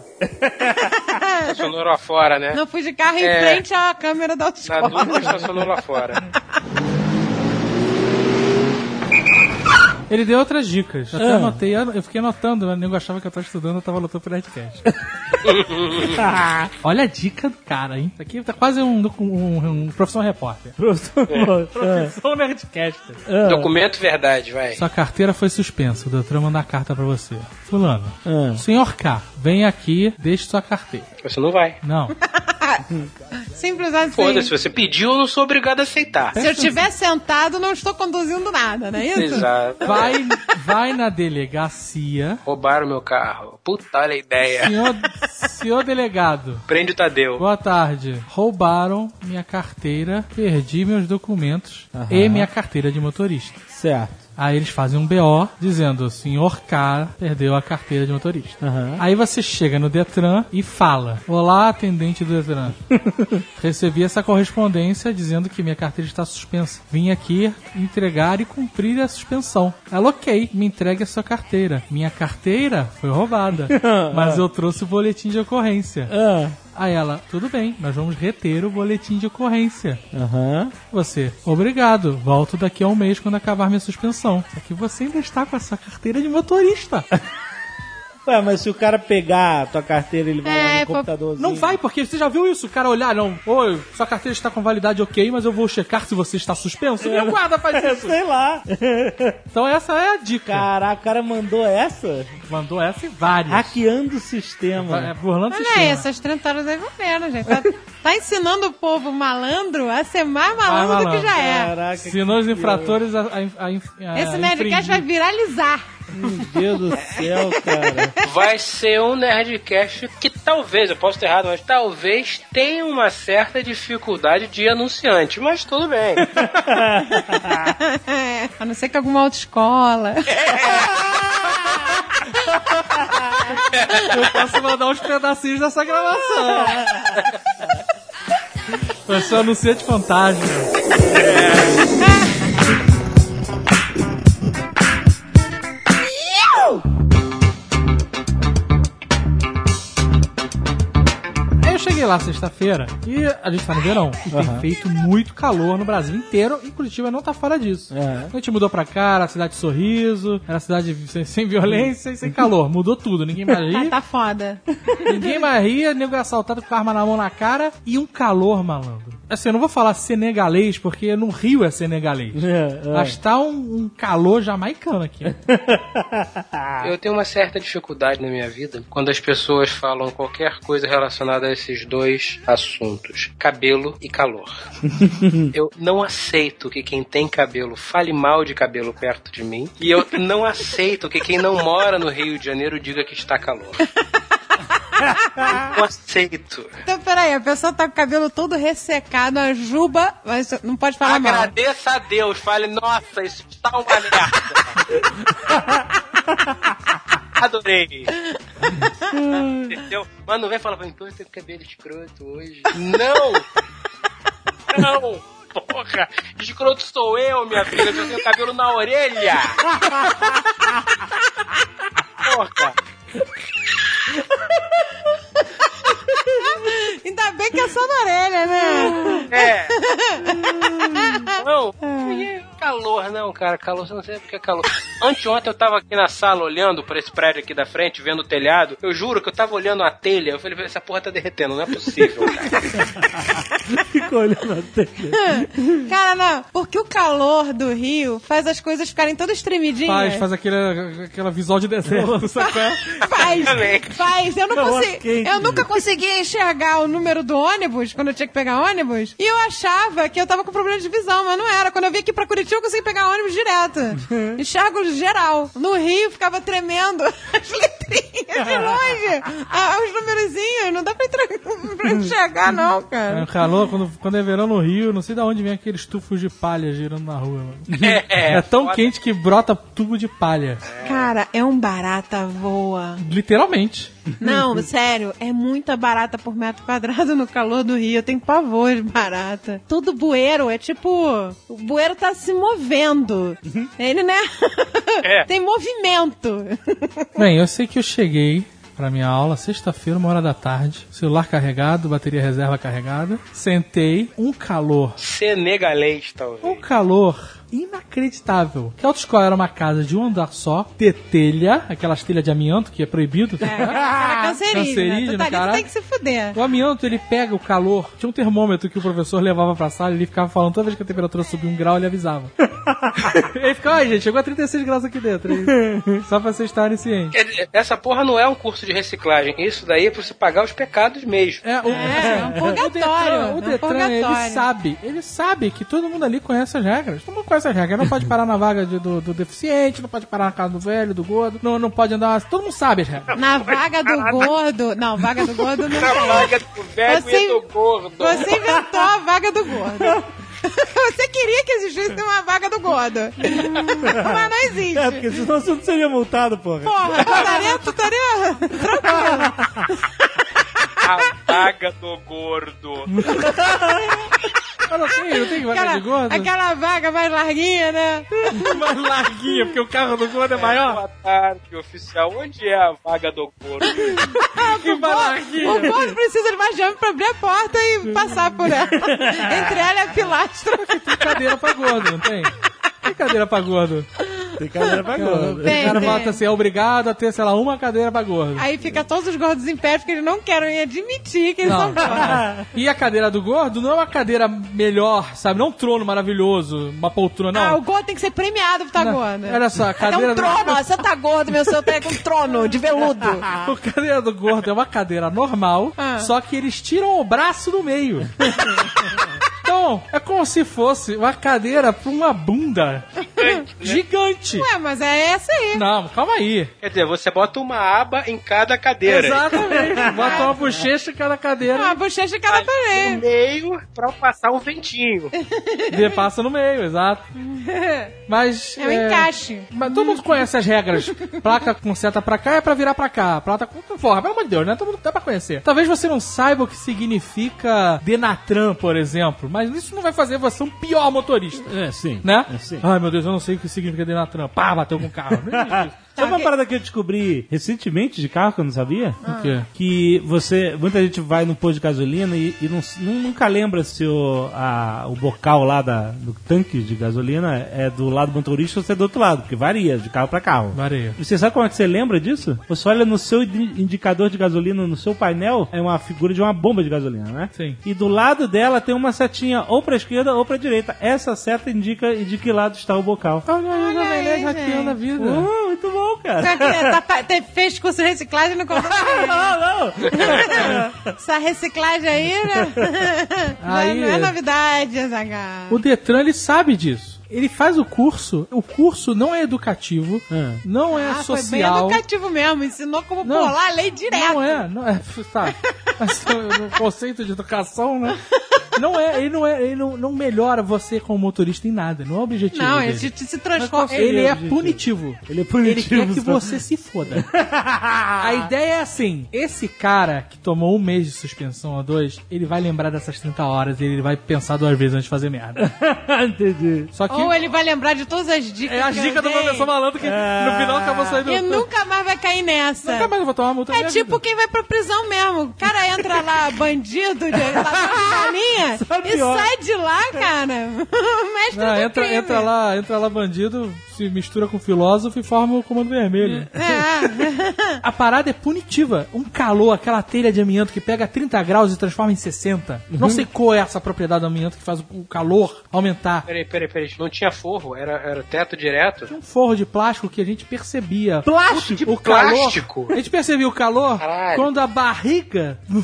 Speaker 3: Estacionou lá fora, né?
Speaker 4: Não fui de carro em
Speaker 3: É.
Speaker 4: frente à câmera
Speaker 3: Na
Speaker 4: da autoescola.
Speaker 3: dúvida, estacionou lá fora.
Speaker 5: Ele deu outras dicas. Eu Até anotei, eu fiquei anotando, o nego achava que eu tava estudando, eu tava lutando por headcast. <laughs> Olha a dica do cara, hein? Isso aqui tá quase um, docu- um, um profissional repórter.
Speaker 2: professor.
Speaker 5: É,
Speaker 2: Ah,
Speaker 5: <laughs> Sou um nerdcaster.
Speaker 3: Documento verdade, vai.
Speaker 5: Sua carteira foi suspensa, o Detran manda a carta pra você. Fulano,
Speaker 2: Ah.
Speaker 5: senhor K, vem aqui, deixe sua carteira.
Speaker 3: Você não vai.
Speaker 5: Não,
Speaker 4: Simples assim.
Speaker 3: Foda-se, você pediu, eu não sou obrigado a aceitar.
Speaker 4: Se eu estiver sentado, não estou conduzindo nada, não é isso?
Speaker 3: Exato.
Speaker 5: vai, vai na delegacia.
Speaker 3: Roubaram meu carro. Puta, olha a ideia.
Speaker 5: Senhor, senhor delegado,
Speaker 3: Prende o Tadeu.
Speaker 5: Boa tarde. Roubaram minha carteira, perdi meus documentos e minha carteira de motorista.
Speaker 2: Certo.
Speaker 5: Aí eles fazem um BO dizendo: senhor K perdeu a carteira de motorista.
Speaker 2: Aham.
Speaker 5: Aí você chega no Detran e fala: Olá, atendente do Detran. Recebi essa correspondência dizendo que minha carteira está suspensa. Vim aqui entregar e cumprir a suspensão. Ela, ok, me entregue a sua carteira. Minha carteira foi roubada, mas eu trouxe o boletim de ocorrência.
Speaker 2: Ah,
Speaker 5: Aí ela, tudo bem, nós vamos reter o boletim de ocorrência.
Speaker 2: Aham.
Speaker 5: Você, obrigado, volto daqui a um mês quando acabar minha suspensão. Só que você ainda está com essa carteira de motorista.
Speaker 2: Ué, mas se o cara pegar a tua carteira, ele vai lá
Speaker 4: É,
Speaker 2: no
Speaker 4: pô,
Speaker 2: computadorzinho.
Speaker 5: Não vai, porque você já viu isso, o cara olhar, não, oi, sua carteira está com validade ok, mas eu vou checar se você está suspenso. Meu guarda faz isso.
Speaker 2: Sei
Speaker 4: <laughs>
Speaker 2: lá.
Speaker 5: <laughs> Então essa é a dica.
Speaker 2: Caraca, o cara mandou essa?
Speaker 5: Mandou essa e várias.
Speaker 2: Hackeando o
Speaker 5: É,
Speaker 2: sistema.
Speaker 5: burlando o
Speaker 4: Olha aí,
Speaker 5: sistema.
Speaker 4: essas 30 horas aí governo, gente. Tá, tá ensinando o povo malandro a ser mais malandro,
Speaker 5: Mais
Speaker 4: do que já é.
Speaker 2: Caraca. que
Speaker 5: Ensinou os
Speaker 2: pior.
Speaker 5: infratores a, a, a, a
Speaker 4: Esse Nerdcast vai
Speaker 5: infringir.
Speaker 4: viralizar.
Speaker 2: Meu Deus do céu, cara.
Speaker 3: Vai ser um Nerdcast que talvez, eu posso ter errado, mas talvez tenha uma certa dificuldade de anunciante. Mas tudo bem.
Speaker 5: Ah.
Speaker 4: <laughs> a não ser que alguma autoescola.
Speaker 5: Eu posso mandar uns pedacinhos dessa gravação. Foi só anunciante fantasma. Aí Eu cheguei lá sexta-feira e a gente tá no verão. E tem feito muito calor no Brasil inteiro e Curitiba não tá fora disso.
Speaker 2: Aham.
Speaker 5: A gente mudou pra cá, era a cidade de sorriso, era a cidade sem, sem violência e sem calor. Mudou tudo, ninguém mais
Speaker 4: Tá, <laughs>
Speaker 5: ria.
Speaker 4: tá foda.
Speaker 5: Ninguém mais ria, nego é assaltado com arma na mão na cara e um calor, malandro. Assim, eu não vou falar senegalês, porque no Rio é É. senegalês.
Speaker 2: É, é.
Speaker 5: Mas tá um, um calor jamaicano aqui.
Speaker 3: Eu tenho uma certa dificuldade na minha vida quando as pessoas falam qualquer coisa relacionada a esses dois assuntos: cabelo e calor. eu não aceito que quem tem cabelo fale mal de cabelo perto de mim. E eu não aceito que quem não mora no Rio de Janeiro diga que está calor. Eu não aceito.
Speaker 4: Então, peraí, a pessoa tá com o cabelo todo ressecado, a juba, mas não pode
Speaker 5: Ah,
Speaker 4: falar mal.
Speaker 3: Agradeça a Deus, fale, nossa, isso está uma
Speaker 4: <laughs>
Speaker 3: merda. Adorei. Entendeu? Mas não vem falar pra mim, pô, eu tenho cabelo escroto hoje. Não! Não! Porra! Escroto sou eu, minha filha, que eu tenho cabelo na
Speaker 4: <laughs>
Speaker 3: orelha! Porra!
Speaker 4: Ainda bem que é só na orelha,
Speaker 5: <laughs>
Speaker 4: né?
Speaker 3: É. Não, e é calor não, cara. Calor, você não sei porque é calor. Anteontem eu tava aqui na sala olhando pra esse prédio aqui da frente, vendo o telhado. Eu juro que eu tava olhando a telha. Eu falei, essa porra tá derretendo, não é possível,
Speaker 4: <laughs>
Speaker 3: cara.
Speaker 2: Ficou olhando a telha.
Speaker 4: Cara, não, porque o calor do Rio faz as coisas ficarem todas
Speaker 5: Faz,
Speaker 4: tremidinhas.
Speaker 5: faz aquele, aquela visual de <laughs> deserto, sacou?
Speaker 4: Faz,
Speaker 3: Exatamente.
Speaker 4: faz. Eu, não
Speaker 2: Calor
Speaker 4: consi-
Speaker 2: quente.
Speaker 4: eu nunca conseguia enxergar o número do ônibus quando eu tinha que pegar ônibus. E eu achava que eu tava com problema de visão, mas não era. Quando eu vim aqui pra Curitiba, eu consegui pegar ônibus direto. <laughs> Enxergo geral. No Rio, ficava tremendo <laughs> as letrinhas de longe. Ah, os numerozinhos. Não dá pra, entre- pra enxergar, não,
Speaker 5: É,
Speaker 4: cara.
Speaker 5: o calor, quando, quando é verão no Rio, não sei de onde vem aqueles tufos de palha girando na rua, mano. É, tão
Speaker 3: foda.
Speaker 5: quente que brota tubo de palha.
Speaker 4: Cara, é um barata voa.
Speaker 5: Literalmente.
Speaker 4: Não, sério, é muita barata por metro quadrado no calor do Rio. Eu tenho pavor de barata. Todo bueiro é tipo. O bueiro tá se movendo. Ele, né?
Speaker 3: É.
Speaker 4: <laughs> Tem movimento.
Speaker 5: Bem, eu sei que eu cheguei pra minha aula sexta-feira, uma hora da tarde. Celular carregado, bateria reserva carregada. Sentei, um calor
Speaker 3: Senegalês,
Speaker 5: Um
Speaker 3: talvez.
Speaker 5: calor inacreditável. Que a autoescola era uma casa de um andar só, ter telha, aquelas telhas de amianto que é
Speaker 4: <laughs>
Speaker 5: proibido.
Speaker 4: Cara, é cancerígeno.
Speaker 5: Cancerígeno,
Speaker 4: tu tá ali, tu
Speaker 5: caralho.
Speaker 4: tem que se fuder.
Speaker 5: <laughs> O amianto, ele pega o calor. Tinha um termômetro que o professor levava pra sala e ele ficava falando toda vez que a temperatura subia um grau, ele avisava. ele ficava, ai gente, chegou a 36 graus aqui dentro. hein?" Só pra vocês estarem cientes.
Speaker 3: Quer dizer, Essa porra não é um curso de reciclagem. Isso daí é pra você pagar os pecados mesmo.
Speaker 5: É, o,
Speaker 4: É, é um purgatório,
Speaker 5: o Detran,
Speaker 4: é um
Speaker 5: o Detran,
Speaker 4: purgatório.
Speaker 5: ele sabe, ele sabe que todo mundo ali conhece as regras. Todo mundo conhece as regras. Não pode parar na vaga de- do, do deficiente, não pode parar na casa do velho, do gordo, não, não pode andar. Todo mundo sabe as regras.
Speaker 4: Na vaga do gordo. Não, vaga do gordo
Speaker 3: Tá
Speaker 4: não <laughs> tem.
Speaker 3: do velho
Speaker 4: Você-
Speaker 3: e do gordo.
Speaker 4: Você inventou a vaga do gordo. Você queria que existisse uma vaga do gordo. Mas não existe.
Speaker 2: É, porque senão você não seria multado, porra.
Speaker 4: Porra, tu estaria, tu tá estaria
Speaker 3: A vaga do gordo.
Speaker 5: Mas não tem, não tem vaga
Speaker 4: aquela,
Speaker 5: de gordo?
Speaker 4: aquela vaga mais larguinha, né?
Speaker 5: mais larguinha, porque o carro do gordo é maior.
Speaker 3: Boa tarde, oficial. Onde é a vaga do gordo?
Speaker 5: Que mais
Speaker 4: O
Speaker 5: larguinha.
Speaker 4: gordo precisa de mais diâmetro pra abrir a porta e passar por
Speaker 5: <laughs>
Speaker 4: ela. Entre ela e a pilastra.
Speaker 5: Tem cadeira pra gordo, não tem? Tem cadeira pra gordo.
Speaker 2: Tem cadeira pra gordo.
Speaker 5: o cara
Speaker 4: tem.
Speaker 5: fala assim, é obrigado a ter, sei lá, uma cadeira pra gordo.
Speaker 4: Aí fica todos os gordos em pé porque eles não querem admitir que eles
Speaker 5: Não,
Speaker 4: são gordos.
Speaker 5: não. E a cadeira do gordo não é uma cadeira melhor, sabe? Não um trono maravilhoso, uma poltrona,
Speaker 4: Ah,
Speaker 5: não.
Speaker 4: o gordo tem que ser premiado por estar
Speaker 5: Não,
Speaker 4: gordo.
Speaker 5: olha só, a
Speaker 4: Até
Speaker 5: cadeira
Speaker 4: um
Speaker 5: do- <laughs>
Speaker 4: trono, ó. Você tá gordo, meu senhor, tá com um trono de veludo.
Speaker 5: O cadeira do gordo é uma cadeira normal,
Speaker 4: Ah.
Speaker 5: só que eles tiram o braço
Speaker 4: <laughs>
Speaker 5: do meio. Então, é como se fosse uma cadeira pra uma bunda gigante.
Speaker 4: Ué, mas é essa aí.
Speaker 5: Não, calma aí.
Speaker 3: Quer dizer, você bota uma aba em cada cadeira.
Speaker 5: Exatamente. Bota uma bochecha em cada
Speaker 4: Ah, <laughs>
Speaker 5: cadeira
Speaker 4: a bochecha que ela tá
Speaker 3: No
Speaker 4: também.
Speaker 3: meio pra passar um ventinho.
Speaker 5: e passa no meio,
Speaker 4: <laughs>
Speaker 5: exato. Mas.
Speaker 4: É um encaixe.
Speaker 5: Mas todo mundo conhece as regras. Placa com seta pra cá é pra virar pra cá. Placa com. Porra, pelo amor de Deus, né? Todo mundo dá pra conhecer. Talvez você não saiba o que significa Denatran, por exemplo, mas isso não vai fazer você um pior motorista.
Speaker 2: É, sim.
Speaker 5: Né?
Speaker 2: É, sim.
Speaker 5: Ai meu Deus, eu não sei o que significa Denatran. Pá, bateu com
Speaker 2: <laughs>
Speaker 5: o carro. Não existe isso.
Speaker 2: Sabe Ah, uma parada que eu descobri recentemente de carro que eu não sabia?
Speaker 5: O quê?
Speaker 2: Que você. Muita gente vai no posto de gasolina e, e não- nu- nunca lembra se o, a- o bocal lá da- do tanque de gasolina é do lado do motorista ou se é do outro lado, porque varia de carro pra carro.
Speaker 5: Varia.
Speaker 2: E Você sabe como é que você lembra disso? Você olha no seu indi- indicador de gasolina, no seu painel, é uma figura de uma bomba de gasolina, né?
Speaker 5: Sim.
Speaker 2: E do lado dela tem uma setinha ou pra esquerda ou pra direita. Essa seta indica de que lado está o bocal.
Speaker 5: Olha aí,
Speaker 4: Olha
Speaker 5: Olha
Speaker 4: aí,
Speaker 5: aí,
Speaker 4: gente.
Speaker 5: na vida.
Speaker 2: Uh, muito bom, <laughs> cara.
Speaker 4: Tá- tá- tá- fez curso de reciclagem e não comprou.
Speaker 5: <laughs>
Speaker 2: Não, não.
Speaker 4: Essa reciclagem aí,
Speaker 5: <laughs>
Speaker 4: né? Não é-
Speaker 5: Aí-
Speaker 4: Não é novidade, Ah, Azaghal.
Speaker 5: O Detran, ele sabe disso. Ele faz o curso, o curso não é educativo,
Speaker 2: Ah.
Speaker 5: não é
Speaker 4: Ah,
Speaker 5: social.
Speaker 4: Foi bem educativo mesmo. Ensinou como pular a lei direto.
Speaker 5: Não é, não é, <laughs> sabe? Mas é o o um conceito de educação, né? Não é, ele não é, ele não, não melhora você como motorista em nada, não é o objetivo.
Speaker 4: Não,
Speaker 5: dele.
Speaker 4: ele te, te se transforma.
Speaker 2: Mas
Speaker 5: Ele
Speaker 2: Ele é
Speaker 5: é
Speaker 2: objetivo.
Speaker 5: punitivo.
Speaker 2: Ele é punitivo,
Speaker 5: Ele quer que
Speaker 2: só.
Speaker 5: você se foda. <laughs> A ideia é assim: esse cara que tomou um mês de suspensão ou dois, ele vai lembrar dessas 30 horas e ele vai pensar duas vezes antes de fazer <laughs> merda.
Speaker 2: Entendi.
Speaker 5: Só que.
Speaker 4: é Ou ele vai lembrar de todas as dicas.
Speaker 5: É as
Speaker 4: que eu
Speaker 5: dicas do
Speaker 4: dei.
Speaker 5: professor malandro que no final acabou saindo.
Speaker 4: E nunca mais vai cair nessa.
Speaker 5: Nunca mais eu vou tomar multa. na
Speaker 4: É
Speaker 5: minha
Speaker 4: tipo
Speaker 5: vida.
Speaker 4: quem vai pra prisão mesmo. O cara entra
Speaker 5: <laughs>
Speaker 4: lá, bandido, de, tá lá na linha,
Speaker 2: Só
Speaker 4: e
Speaker 2: pior.
Speaker 4: sai de lá,
Speaker 5: <laughs>
Speaker 4: cara. Mestre
Speaker 5: Não,
Speaker 4: do
Speaker 5: entra,
Speaker 4: crime.
Speaker 5: entra lá, entra lá bandido, se mistura com filósofo e forma o Comando Vermelho.
Speaker 4: É.
Speaker 5: A parada é punitiva. Um calor, aquela telha de amianto que pega 30 graus e transforma em 60. Não sei qual é essa propriedade do amianto que faz o calor aumentar.
Speaker 3: Peraí, peraí, peraí. Não tinha forro, era, era teto direto.
Speaker 5: Um forro de plástico que a gente percebia.
Speaker 2: Plástico?
Speaker 5: O
Speaker 3: plástico?
Speaker 5: calor. A gente percebia o calor
Speaker 3: Caralho.
Speaker 5: quando a barriga do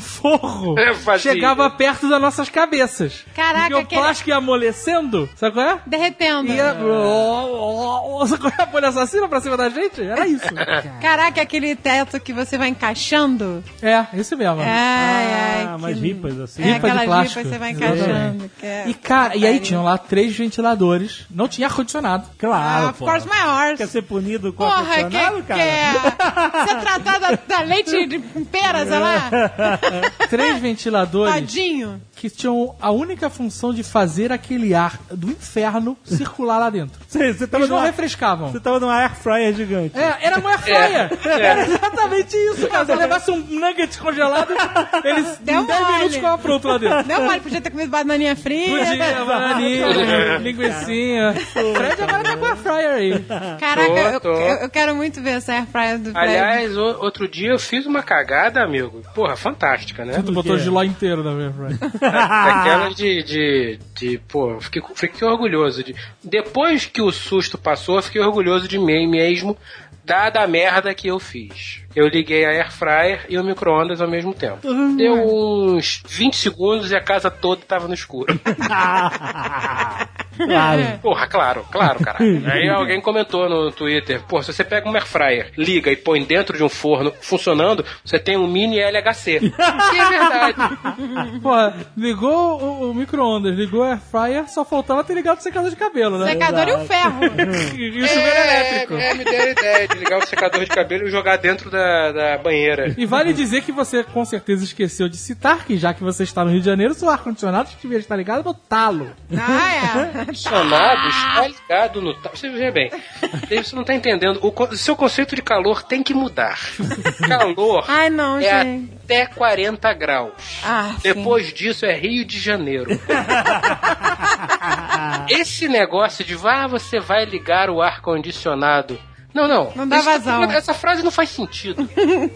Speaker 3: <laughs>
Speaker 5: forro
Speaker 3: É, fazia.
Speaker 5: chegava perto das nossas cabeças.
Speaker 4: Caraca,
Speaker 5: Porque o
Speaker 4: aquele-
Speaker 5: plástico ia amolecendo, sabe qual é?
Speaker 4: Derretendo.
Speaker 5: E a, oh, oh, oh, sabe <laughs> qual é a bolha assassina pra cima da gente? Era isso.
Speaker 4: Caraca, é aquele teto que você vai encaixando.
Speaker 5: é, isso mesmo.
Speaker 4: Ai,
Speaker 2: Ah,
Speaker 4: ai.
Speaker 2: mas
Speaker 4: que-
Speaker 2: ripas assim.
Speaker 4: É,
Speaker 5: Ripa de
Speaker 4: aquelas
Speaker 5: plástico.
Speaker 4: ripas você vai
Speaker 5: Exatamente.
Speaker 4: encaixando. que é-
Speaker 5: E, cara, e aí
Speaker 4: Pariu.
Speaker 5: tinham lá três ventiladores, não tinha ar-condicionado.
Speaker 4: Ah,
Speaker 2: Claro,
Speaker 4: of
Speaker 2: pô.
Speaker 4: course maior.
Speaker 2: Quer ser punido com
Speaker 4: Porra,
Speaker 2: ar-condicionado,
Speaker 4: que
Speaker 2: cara?
Speaker 5: <laughs>
Speaker 4: quer ser tratada da leite de pera,
Speaker 5: É.
Speaker 4: sei lá,
Speaker 5: <laughs> Três ventiladores
Speaker 4: tadinho.
Speaker 5: que tinham a única função de fazer aquele ar do inferno circular lá dentro.
Speaker 2: <laughs> Você, você, tava
Speaker 5: Eles não
Speaker 2: numa,
Speaker 5: refrescavam.
Speaker 2: você tava numa air fryer gigante.
Speaker 5: É, era uma airfryer. Era exatamente isso, cara. Se eu levasse um nugget congelado, eles
Speaker 4: Deu
Speaker 5: em 10
Speaker 4: mole.
Speaker 5: minutos ficava pronto lá dentro.
Speaker 4: Não, mas podia ter comido bananinha fria.
Speaker 5: Pudim, bananinha, linguiçinha. O Fred agora tá com a fryer aí.
Speaker 4: Caraca, eu-
Speaker 3: Tô, tô.
Speaker 4: Eu, eu quero muito ver essa airfryer do Fred.
Speaker 3: Aliás, o- outro dia eu fiz uma cagada, amigo. Porra, fantástica, né?
Speaker 5: Tu botou o giló inteiro na minha <laughs> fryer.
Speaker 3: <laughs> Aquela de, de, de pô, fiquei, cu- fiquei orgulhoso. De, depois que o susto passou, eu fiquei orgulhoso de mim mesmo, dada a merda que eu fiz. Eu liguei a air fryer e o micro-ondas ao mesmo tempo. Deu uns 20 segundos e a casa toda tava no escuro.
Speaker 2: Claro.
Speaker 3: Porra, claro, claro, cara. Aí alguém comentou no Twitter, pô, se você pega um air fryer, liga e põe dentro de um forno funcionando, você tem um mini LHC. E é verdade.
Speaker 5: Porra, ligou o, o micro-ondas, ligou a air fryer, só faltava ter ligado o secador de cabelo, né?
Speaker 4: Secador e o ferro.
Speaker 5: E, e o chuveiro elétrico.
Speaker 3: É, me deram a ideia de ligar o secador de cabelo e jogar dentro da, da banheira.
Speaker 5: E vale dizer que você com certeza esqueceu de citar que já que você está no Rio de Janeiro, seu ar-condicionado devia estar ligado no talo.
Speaker 4: Ah,
Speaker 5: <laughs>
Speaker 4: é.
Speaker 3: Funcionado,
Speaker 5: Ah.
Speaker 3: está tá ligado no... ta- Você veja bem, você não tá entendendo. O co- seu conceito de calor tem que
Speaker 5: <laughs>
Speaker 3: mudar. Calor
Speaker 4: Ai, não,
Speaker 3: é
Speaker 4: gente.
Speaker 3: até 40 graus.
Speaker 4: Ah,
Speaker 3: Depois disso é Rio de
Speaker 4: <laughs>
Speaker 3: Janeiro. Esse negócio de ah, você vai ligar o ar condicionado. Não, não.
Speaker 4: Não dá
Speaker 3: Isso-
Speaker 4: vazão. né?
Speaker 3: Essa frase não faz
Speaker 4: <laughs>
Speaker 3: sentido.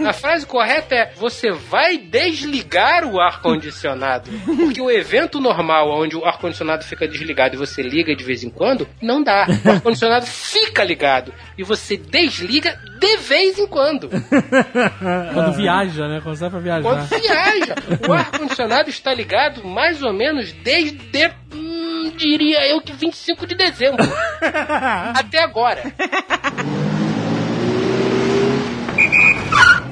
Speaker 3: A frase correta é você vai desligar o ar condicionado. Porque o evento normal onde o ar condicionado fica desligado e você liga de vez em quando, não dá. O ar condicionado fica ligado e você desliga de vez em quando.
Speaker 5: Quando viaja, né? Quando sai pra viajar.
Speaker 3: Quando viaja. O ar-condicionado está ligado mais ou menos desde, hum, diria eu, que 25 de dezembro. Até agora.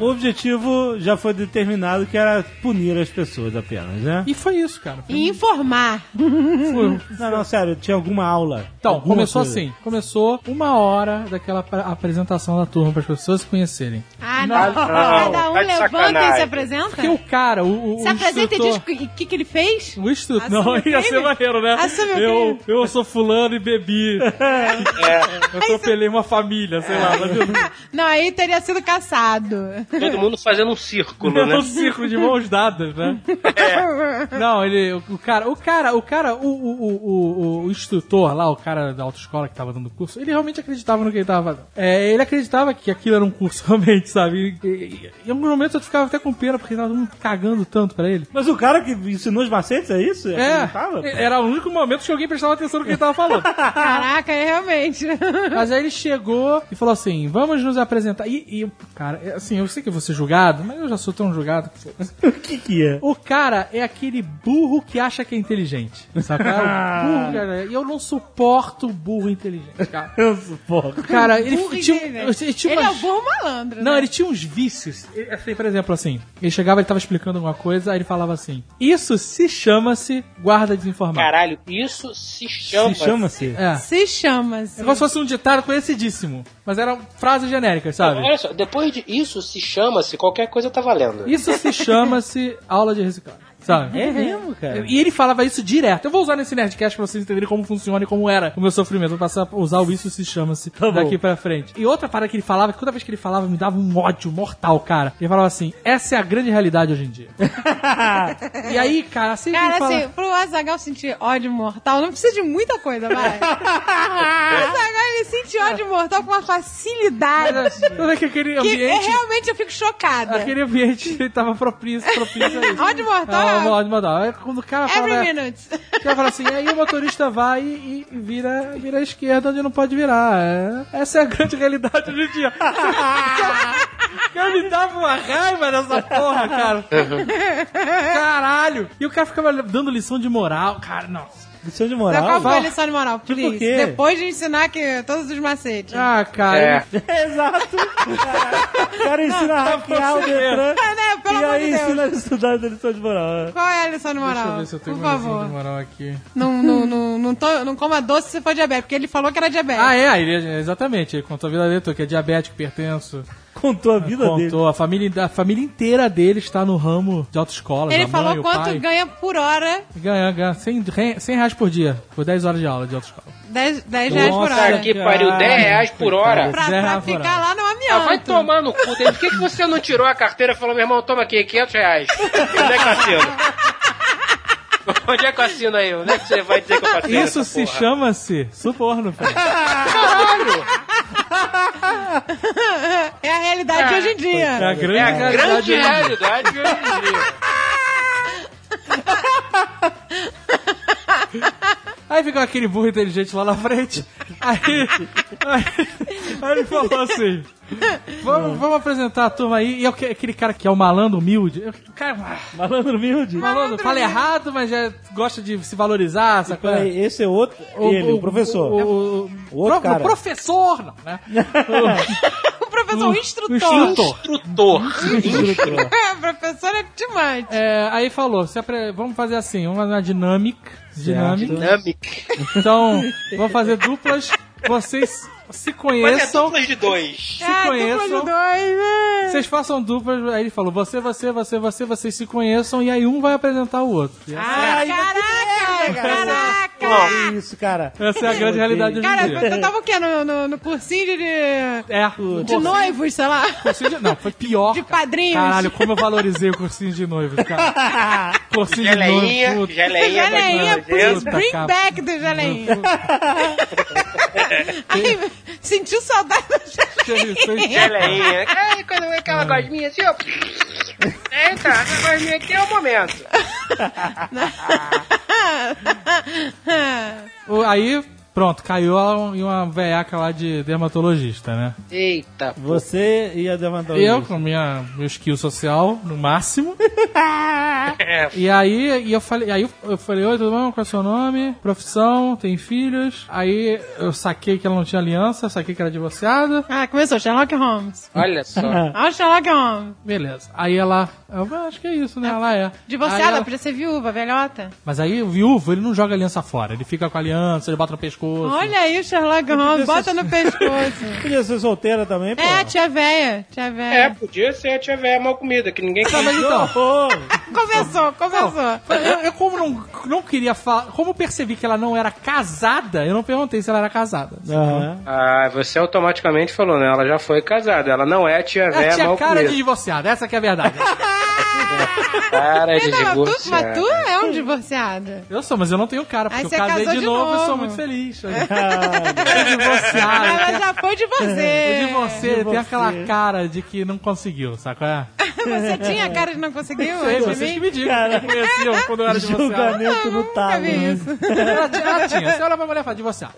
Speaker 2: O objetivo já foi determinado que era punir as pessoas apenas, né?
Speaker 5: E foi isso, cara.
Speaker 4: E informar.
Speaker 5: Foi-
Speaker 2: Não, não, sério, tinha alguma aula.
Speaker 5: Então,
Speaker 2: Alguma
Speaker 5: começou
Speaker 2: coisa.
Speaker 5: assim. Começou uma hora daquela apre- apresentação da turma para as pessoas se conhecerem.
Speaker 4: Ah, não. Cada um
Speaker 3: tá de
Speaker 4: levanta e
Speaker 3: sacanagem.
Speaker 4: se apresenta.
Speaker 5: Porque o cara, o, o
Speaker 4: Se
Speaker 5: o
Speaker 4: apresenta e diz
Speaker 5: instrutor...
Speaker 4: o que, que, que ele fez.
Speaker 5: O instrutor...
Speaker 4: Assume
Speaker 5: Não,
Speaker 4: o
Speaker 5: ia ser
Speaker 4: crime.
Speaker 5: maneiro, né?
Speaker 4: Assume o
Speaker 5: Eu, eu sou fulano e
Speaker 2: <laughs>
Speaker 5: bebi.
Speaker 2: É.
Speaker 5: Eu atropelei uma família, sei lá. Mas eu...
Speaker 4: Não, aí teria sido caçado.
Speaker 3: Todo mundo fazendo um círculo, né?
Speaker 5: um círculo de mãos dadas, né? Não, ele. O, o cara, o cara, o cara, o, o, o, o, o instrutor lá, o cara da autoescola que tava dando o curso, <laughs> ele realmente acreditava no que ele tava fazendo. É, ele acreditava que aquilo era um curso realmente, sabe? sabe? E, e- e em alguns momentos eu ficava até com pena, porque tava todo mundo cagando tanto pra ele.
Speaker 2: Mas o cara que ensinou os macetes, é isso?
Speaker 5: É,
Speaker 2: Não tava?
Speaker 5: era o único momento que alguém prestava atenção no que ele tava
Speaker 4: <laughs>
Speaker 5: falando.
Speaker 4: Caraca, é realmente.
Speaker 5: Mas aí ele chegou e falou assim: vamos nos apresentar. E, e, cara, é assim, eu sei que eu vou ser julgado, mas eu já sou tão julgado que foda-se.
Speaker 2: O que que é?
Speaker 5: O cara é aquele burro que acha que é inteligente. Saca?
Speaker 4: <laughs>
Speaker 5: O burro, cara, e eu não suporto burro inteligente, cara.
Speaker 2: Eu suporto.
Speaker 5: Cara, ele
Speaker 4: Burro
Speaker 5: tinha, um
Speaker 4: inteligente.
Speaker 5: ele tinha
Speaker 4: Ele é o
Speaker 5: umas-
Speaker 4: burro malandro.
Speaker 5: Tipo, Não,
Speaker 4: né?
Speaker 5: ele tinha uns vícios. Ele, assim, por exemplo, assim, ele chegava, ele tava explicando alguma coisa, aí ele falava assim: Isso se chama-se guarda desinformado.
Speaker 3: Caralho, isso se chama.
Speaker 2: Se assim. chama-se.
Speaker 5: É.
Speaker 4: Se chama,
Speaker 5: É
Speaker 4: assim.
Speaker 5: como se fosse um ditado conhecidíssimo, mas eram frases genéricas, sabe?
Speaker 3: Olha só, depois de isso se chama-se, qualquer coisa tá valendo.
Speaker 5: Isso se chama-se aula de reciclagem, sabe?
Speaker 2: É mesmo, cara?
Speaker 5: E ele falava isso direto. Eu vou usar nesse Nerdcast pra vocês entenderem como funciona e como era o meu sofrimento. Vou passar a usar o Isso Se Chama-se
Speaker 2: Tá bom.
Speaker 5: daqui pra frente. E outra parada que ele falava, que toda vez que ele falava me dava um ódio mortal, cara. Ele falava assim, essa é a grande realidade hoje
Speaker 2: <laughs>
Speaker 5: em dia. e aí, cara, assim que ele
Speaker 4: Cara,
Speaker 5: fala...
Speaker 4: assim, pro Azagal sentir ódio mortal, não precisa de muita coisa,
Speaker 5: <laughs>
Speaker 4: vai. o Azagal, ele sente ódio mortal com uma facilidade.
Speaker 5: Toda vez que aquele
Speaker 4: assim, Que é,
Speaker 5: assim, ambiente...
Speaker 4: realmente eu fico chocada.
Speaker 5: Aquele ambiente ele tava propício, propício a isso.
Speaker 4: Ódio mortal.
Speaker 5: Ah, ódio mortal. Aí Quando o cara fala... né,
Speaker 4: Every minute. <laughs>
Speaker 5: Que ela fala assim, aí o motorista vai e, e vira, vira à esquerda onde não pode virar. É- essa é a grande realidade hoje em dia. <laughs> Eu me dava uma raiva dessa porra, cara. Caralho. E o cara ficava dando lição de moral. Cara, nossa.
Speaker 2: Lição de
Speaker 4: Sabe
Speaker 2: moral.
Speaker 4: qual foi a
Speaker 2: Val.
Speaker 4: lição de moral?
Speaker 2: Tipo
Speaker 4: Please.
Speaker 2: o quê?
Speaker 4: Depois de ensinar que todos os macetes.
Speaker 5: Ah, cara.
Speaker 2: <laughs>
Speaker 3: É.
Speaker 2: Exato. O cara ensina a hackear o Detran.
Speaker 4: né? Pelo
Speaker 2: E
Speaker 4: amor
Speaker 2: aí
Speaker 4: de Deus.
Speaker 2: ensina a estudar da lição de moral.
Speaker 4: Qual é a lição de moral?
Speaker 5: Deixa eu ver se eu tenho
Speaker 4: Por
Speaker 5: uma lição de
Speaker 4: favor.
Speaker 5: moral aqui.
Speaker 4: Não, não, não, não, to- não coma doce se for diabetes, porque ele falou que era diabetes.
Speaker 5: Ah, é, ele- exatamente. Ele contou a vida dele, toda, que é diabético, hipertenso.
Speaker 2: Contou a vida
Speaker 5: contou,
Speaker 2: dele.
Speaker 5: a família, a família inteira dele está no ramo de autoescola.
Speaker 4: Ele
Speaker 5: a mãe,
Speaker 4: falou
Speaker 5: o
Speaker 4: quanto
Speaker 5: pai.
Speaker 4: ganha por hora,
Speaker 5: Ganha, ganha. 100, re- 100 reais por dia. Por 10 horas de aula de autoescola.
Speaker 4: 10, 10 reais por
Speaker 5: Nossa,
Speaker 4: hora.
Speaker 3: Aqui pariu 10 reais por hora.
Speaker 4: Pra,
Speaker 5: 10
Speaker 4: pra
Speaker 5: reais por
Speaker 4: ficar
Speaker 5: hora.
Speaker 4: lá no
Speaker 3: Ah,
Speaker 4: amianto.
Speaker 3: vai tomar no cu dele. Por que, que você não tirou a carteira e falou, meu irmão, toma aqui, 500 reais? Onde é que eu assino? Onde é que eu assino aí? Onde é que você vai dizer que eu passei?
Speaker 5: Isso
Speaker 3: nessa
Speaker 5: se
Speaker 3: porra?
Speaker 5: chama-se suborno,
Speaker 4: <laughs>
Speaker 5: cara.
Speaker 4: É a realidade de hoje em dia.
Speaker 5: a grande
Speaker 3: É a
Speaker 5: realidade
Speaker 3: grande
Speaker 5: hoje em dia.
Speaker 3: realidade de hoje em dia.
Speaker 5: Aí ficou aquele burro inteligente lá na frente. Aí, aí, aí ele falou assim: vamos, vamos apresentar a turma aí. E é o- aquele cara que é o malandro humilde. Eu- Cara, ah,
Speaker 2: Malandro humilde.
Speaker 5: malandro, fala errado, mas já gosta de se valorizar, essa coisa.
Speaker 2: Peraí, esse é outro. ele, o, professor.
Speaker 5: O, o-
Speaker 2: O outro
Speaker 5: pro-
Speaker 2: cara.
Speaker 5: professor, não, né?
Speaker 3: é.
Speaker 4: O professor, o instrutor.
Speaker 5: instrutor.
Speaker 3: Instrutor.
Speaker 4: É, professor é demais.
Speaker 5: É, aí falou, se apre- vamos fazer assim, vamos fazer uma dinâmica. Dinâmica.
Speaker 3: Né, Dinâmica.
Speaker 5: Então, vou fazer duplas. Vocês
Speaker 3: Mas
Speaker 5: se
Speaker 3: é
Speaker 5: conheçam.
Speaker 3: duplas de dois.
Speaker 4: Ah,
Speaker 5: Se conheçam.
Speaker 4: dois, né?
Speaker 5: Vocês façam duplas. Aí ele falou: você, você, você, você, vocês se conheçam. E aí um vai apresentar o outro. E essa-
Speaker 2: Ai, mas
Speaker 4: Caraca,
Speaker 2: que
Speaker 4: caraca.
Speaker 2: merda é isso, cara.
Speaker 5: Essa é a grande realidade hoje
Speaker 4: Cara,
Speaker 5: em dia.
Speaker 4: eu tava o quê? No, no, no cursinho de,
Speaker 5: É,
Speaker 4: de noivos, sei lá.
Speaker 5: cursinho de- Não, foi pior.
Speaker 4: De
Speaker 5: cara.
Speaker 4: padrinhos.
Speaker 5: Caralho, como eu valorizei o cursinho de noivos, cara. Cursinho de
Speaker 3: Geleinha,
Speaker 5: noivos. puta.
Speaker 3: geleinha,
Speaker 4: Geleinha,
Speaker 3: das noivas.
Speaker 4: please
Speaker 5: Puta
Speaker 4: bring
Speaker 5: capa.
Speaker 4: back do geleinha. Ai, sentiu saudade do geleinha.
Speaker 3: Geleinha. Ai, quando é aquela gosminha assim, ó. Eita, essa gosminha aqui é o momento.
Speaker 5: O- Aí, pronto, caiu um, em uma veiaca lá de dermatologista, né?
Speaker 3: Eita.
Speaker 2: Você e a Devandão.
Speaker 5: Eu, com minha, meu skill social no máximo. e aí, e eu falei, aí eu- eu falei, oi, tudo bom? Qual é o seu nome? Profissão, tem filhos. Aí eu saquei que ela não tinha aliança, saquei que era divorciada.
Speaker 4: Ah, começou Sherlock Holmes.
Speaker 3: Olha só.
Speaker 5: É.
Speaker 4: Olha o Sherlock Holmes.
Speaker 5: Beleza. Aí ela, eu "Ah, acho que é isso, né? Ela é. Aí
Speaker 4: Divorciada,
Speaker 5: ela-
Speaker 4: podia ser viúva, velhota.
Speaker 5: Mas aí o viúvo, ele não joga aliança fora. Ele fica com a aliança, ele bota no pescoço.
Speaker 4: Olha aí o Sherlock Holmes, bota
Speaker 5: assim.
Speaker 4: no
Speaker 5: <laughs>
Speaker 4: pescoço.
Speaker 2: Podia ser solteira também, pô.
Speaker 4: É, tia véia, tia
Speaker 3: É,
Speaker 4: véia.
Speaker 3: podia ser a tia véia mal comida, que ninguém
Speaker 5: Tá,
Speaker 3: quer.
Speaker 5: mas então,
Speaker 2: Pô,
Speaker 4: Começou, começou.
Speaker 5: Eu, eu como não, não queria falar, como eu percebi que ela não era casada, eu não perguntei se ela era casada. né?
Speaker 2: Aham.
Speaker 3: Ah, você automaticamente falou, né? Ela já foi casada. Ela não é a tia
Speaker 5: Ela
Speaker 3: véia
Speaker 5: tinha
Speaker 3: mal
Speaker 5: cara
Speaker 3: comida.
Speaker 5: de divorciada, essa que é a verdade.
Speaker 3: Cara de
Speaker 4: Não, mas tu, mas tu
Speaker 3: divorciado.
Speaker 4: é um divorciado.
Speaker 5: Eu sou, mas eu não tenho cara,
Speaker 4: Aí
Speaker 5: porque eu
Speaker 4: você
Speaker 5: casei
Speaker 4: casou
Speaker 5: de
Speaker 4: de
Speaker 5: novo, e
Speaker 4: novo.
Speaker 5: sou
Speaker 4: <laughs>
Speaker 5: muito feliz. Eu
Speaker 4: Ah,
Speaker 5: divorciado.
Speaker 4: Ela já é. foi de você.
Speaker 5: é. <laughs> O de você tem
Speaker 2: Divorciado.
Speaker 5: aquela cara de que não conseguiu, saca? É?
Speaker 4: Você tinha cara de não conseguiu?
Speaker 5: Sei,
Speaker 4: de
Speaker 5: vocês
Speaker 4: mim?
Speaker 5: que me digam, que me conheciam quando eu era divorciado.
Speaker 2: Julgamento no
Speaker 5: tá,
Speaker 4: Nunca
Speaker 2: talo.
Speaker 4: vi
Speaker 2: né?
Speaker 4: isso.
Speaker 5: Ela tinha- ela tinha. Você olha pra mulher e fala, divorciado.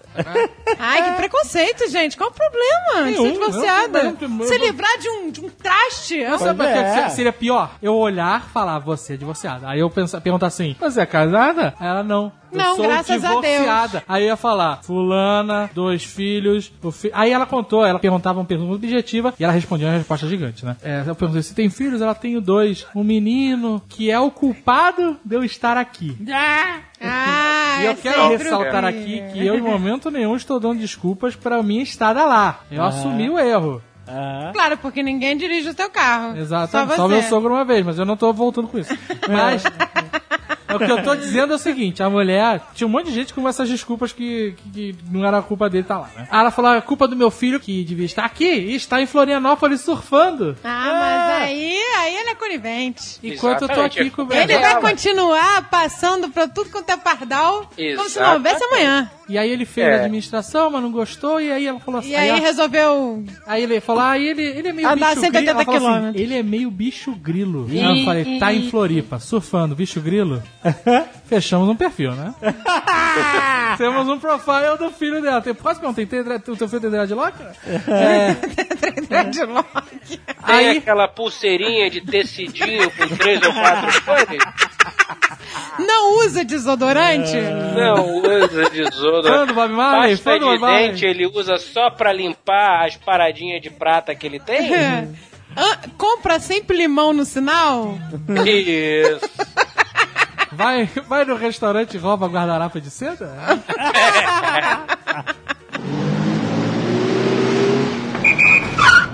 Speaker 4: Ai, que preconceito, gente. Qual o problema de
Speaker 5: É. Nenhum,
Speaker 4: ser divorciada?
Speaker 5: não tem problema.
Speaker 4: Se livrar de um, de um traste. é um-
Speaker 5: Sabe o que
Speaker 2: é.
Speaker 5: que seria pior? Eu olhar e falar, você é divorciada. Aí eu pensar, perguntar assim, você é casada? Aí Ela, não. Eu
Speaker 4: Não,
Speaker 5: sou
Speaker 4: graças a Deus.
Speaker 5: divorciada. Aí eu ia falar, fulana, dois filhos. o fi- Aí ela contou, ela perguntava uma pergunta objetiva e ela respondia uma resposta gigante, né? É, eu perguntei, se tem filhos? Ela, tenho dois. Um menino que é o culpado de eu estar aqui.
Speaker 4: Ah,
Speaker 5: E eu
Speaker 4: é
Speaker 5: quero
Speaker 4: sempre o
Speaker 5: ressaltar
Speaker 4: que-
Speaker 5: aqui que eu, em momento nenhum, estou dando desculpas para a minha estada lá. Eu assumi o erro.
Speaker 2: Ah,
Speaker 4: Claro, porque ninguém dirige o teu carro.
Speaker 5: Exato.
Speaker 4: Só
Speaker 5: Só,
Speaker 4: você.
Speaker 5: meu sogro uma vez, mas eu não tô voltando com isso. Mas. O que eu tô dizendo é o seguinte, a mulher tinha um monte de gente com essas desculpas que, que- que não era a culpa dele tá lá, né? Aí ela falou, é culpa do meu filho que devia estar aqui e está em Florianópolis surfando.
Speaker 4: Ah, mas aí, aí ele é conivente.
Speaker 5: Enquanto eu tô
Speaker 3: Exatamente.
Speaker 5: aqui com o
Speaker 4: Ele
Speaker 5: Brasil.
Speaker 4: vai continuar passando pra tudo quanto é pardal, como se não houvesse amanhã.
Speaker 5: E aí ele fez
Speaker 3: É.
Speaker 5: a administração, mas não gostou, e aí ela falou assim.
Speaker 4: E aí
Speaker 5: ela-
Speaker 4: resolveu.
Speaker 5: Aí ele falou, ah, ele, ele é meio
Speaker 4: Andar
Speaker 5: bicho grilo.
Speaker 4: 180
Speaker 5: Ela falou assim,
Speaker 4: quilômetros.
Speaker 5: ele é meio bicho grilo. Aí eu falei, tá em Floripa, surfando, bicho grilo. Fechamos um perfil, né? Temos um profile do filho dela. Tem, posso perguntar, tem, dread- o teu filho tem dreadlock? É.
Speaker 3: Tem
Speaker 5: Aí,
Speaker 3: aquela pulseirinha de tecidinho com três ou quatro cores?
Speaker 4: Não usa desodorante?
Speaker 3: Não, usa
Speaker 5: Fã
Speaker 3: desodorante.
Speaker 5: do Bob Marley,
Speaker 3: Pasta
Speaker 5: fã do
Speaker 3: de
Speaker 5: Bob Marley.
Speaker 3: dente ele usa só pra limpar as paradinhas de prata que ele tem?
Speaker 4: <laughs> É. Ah, compra sempre limão no sinal?
Speaker 3: Isso.
Speaker 5: Vai, vai no restaurante e rouba guardarapa de seda? <laughs>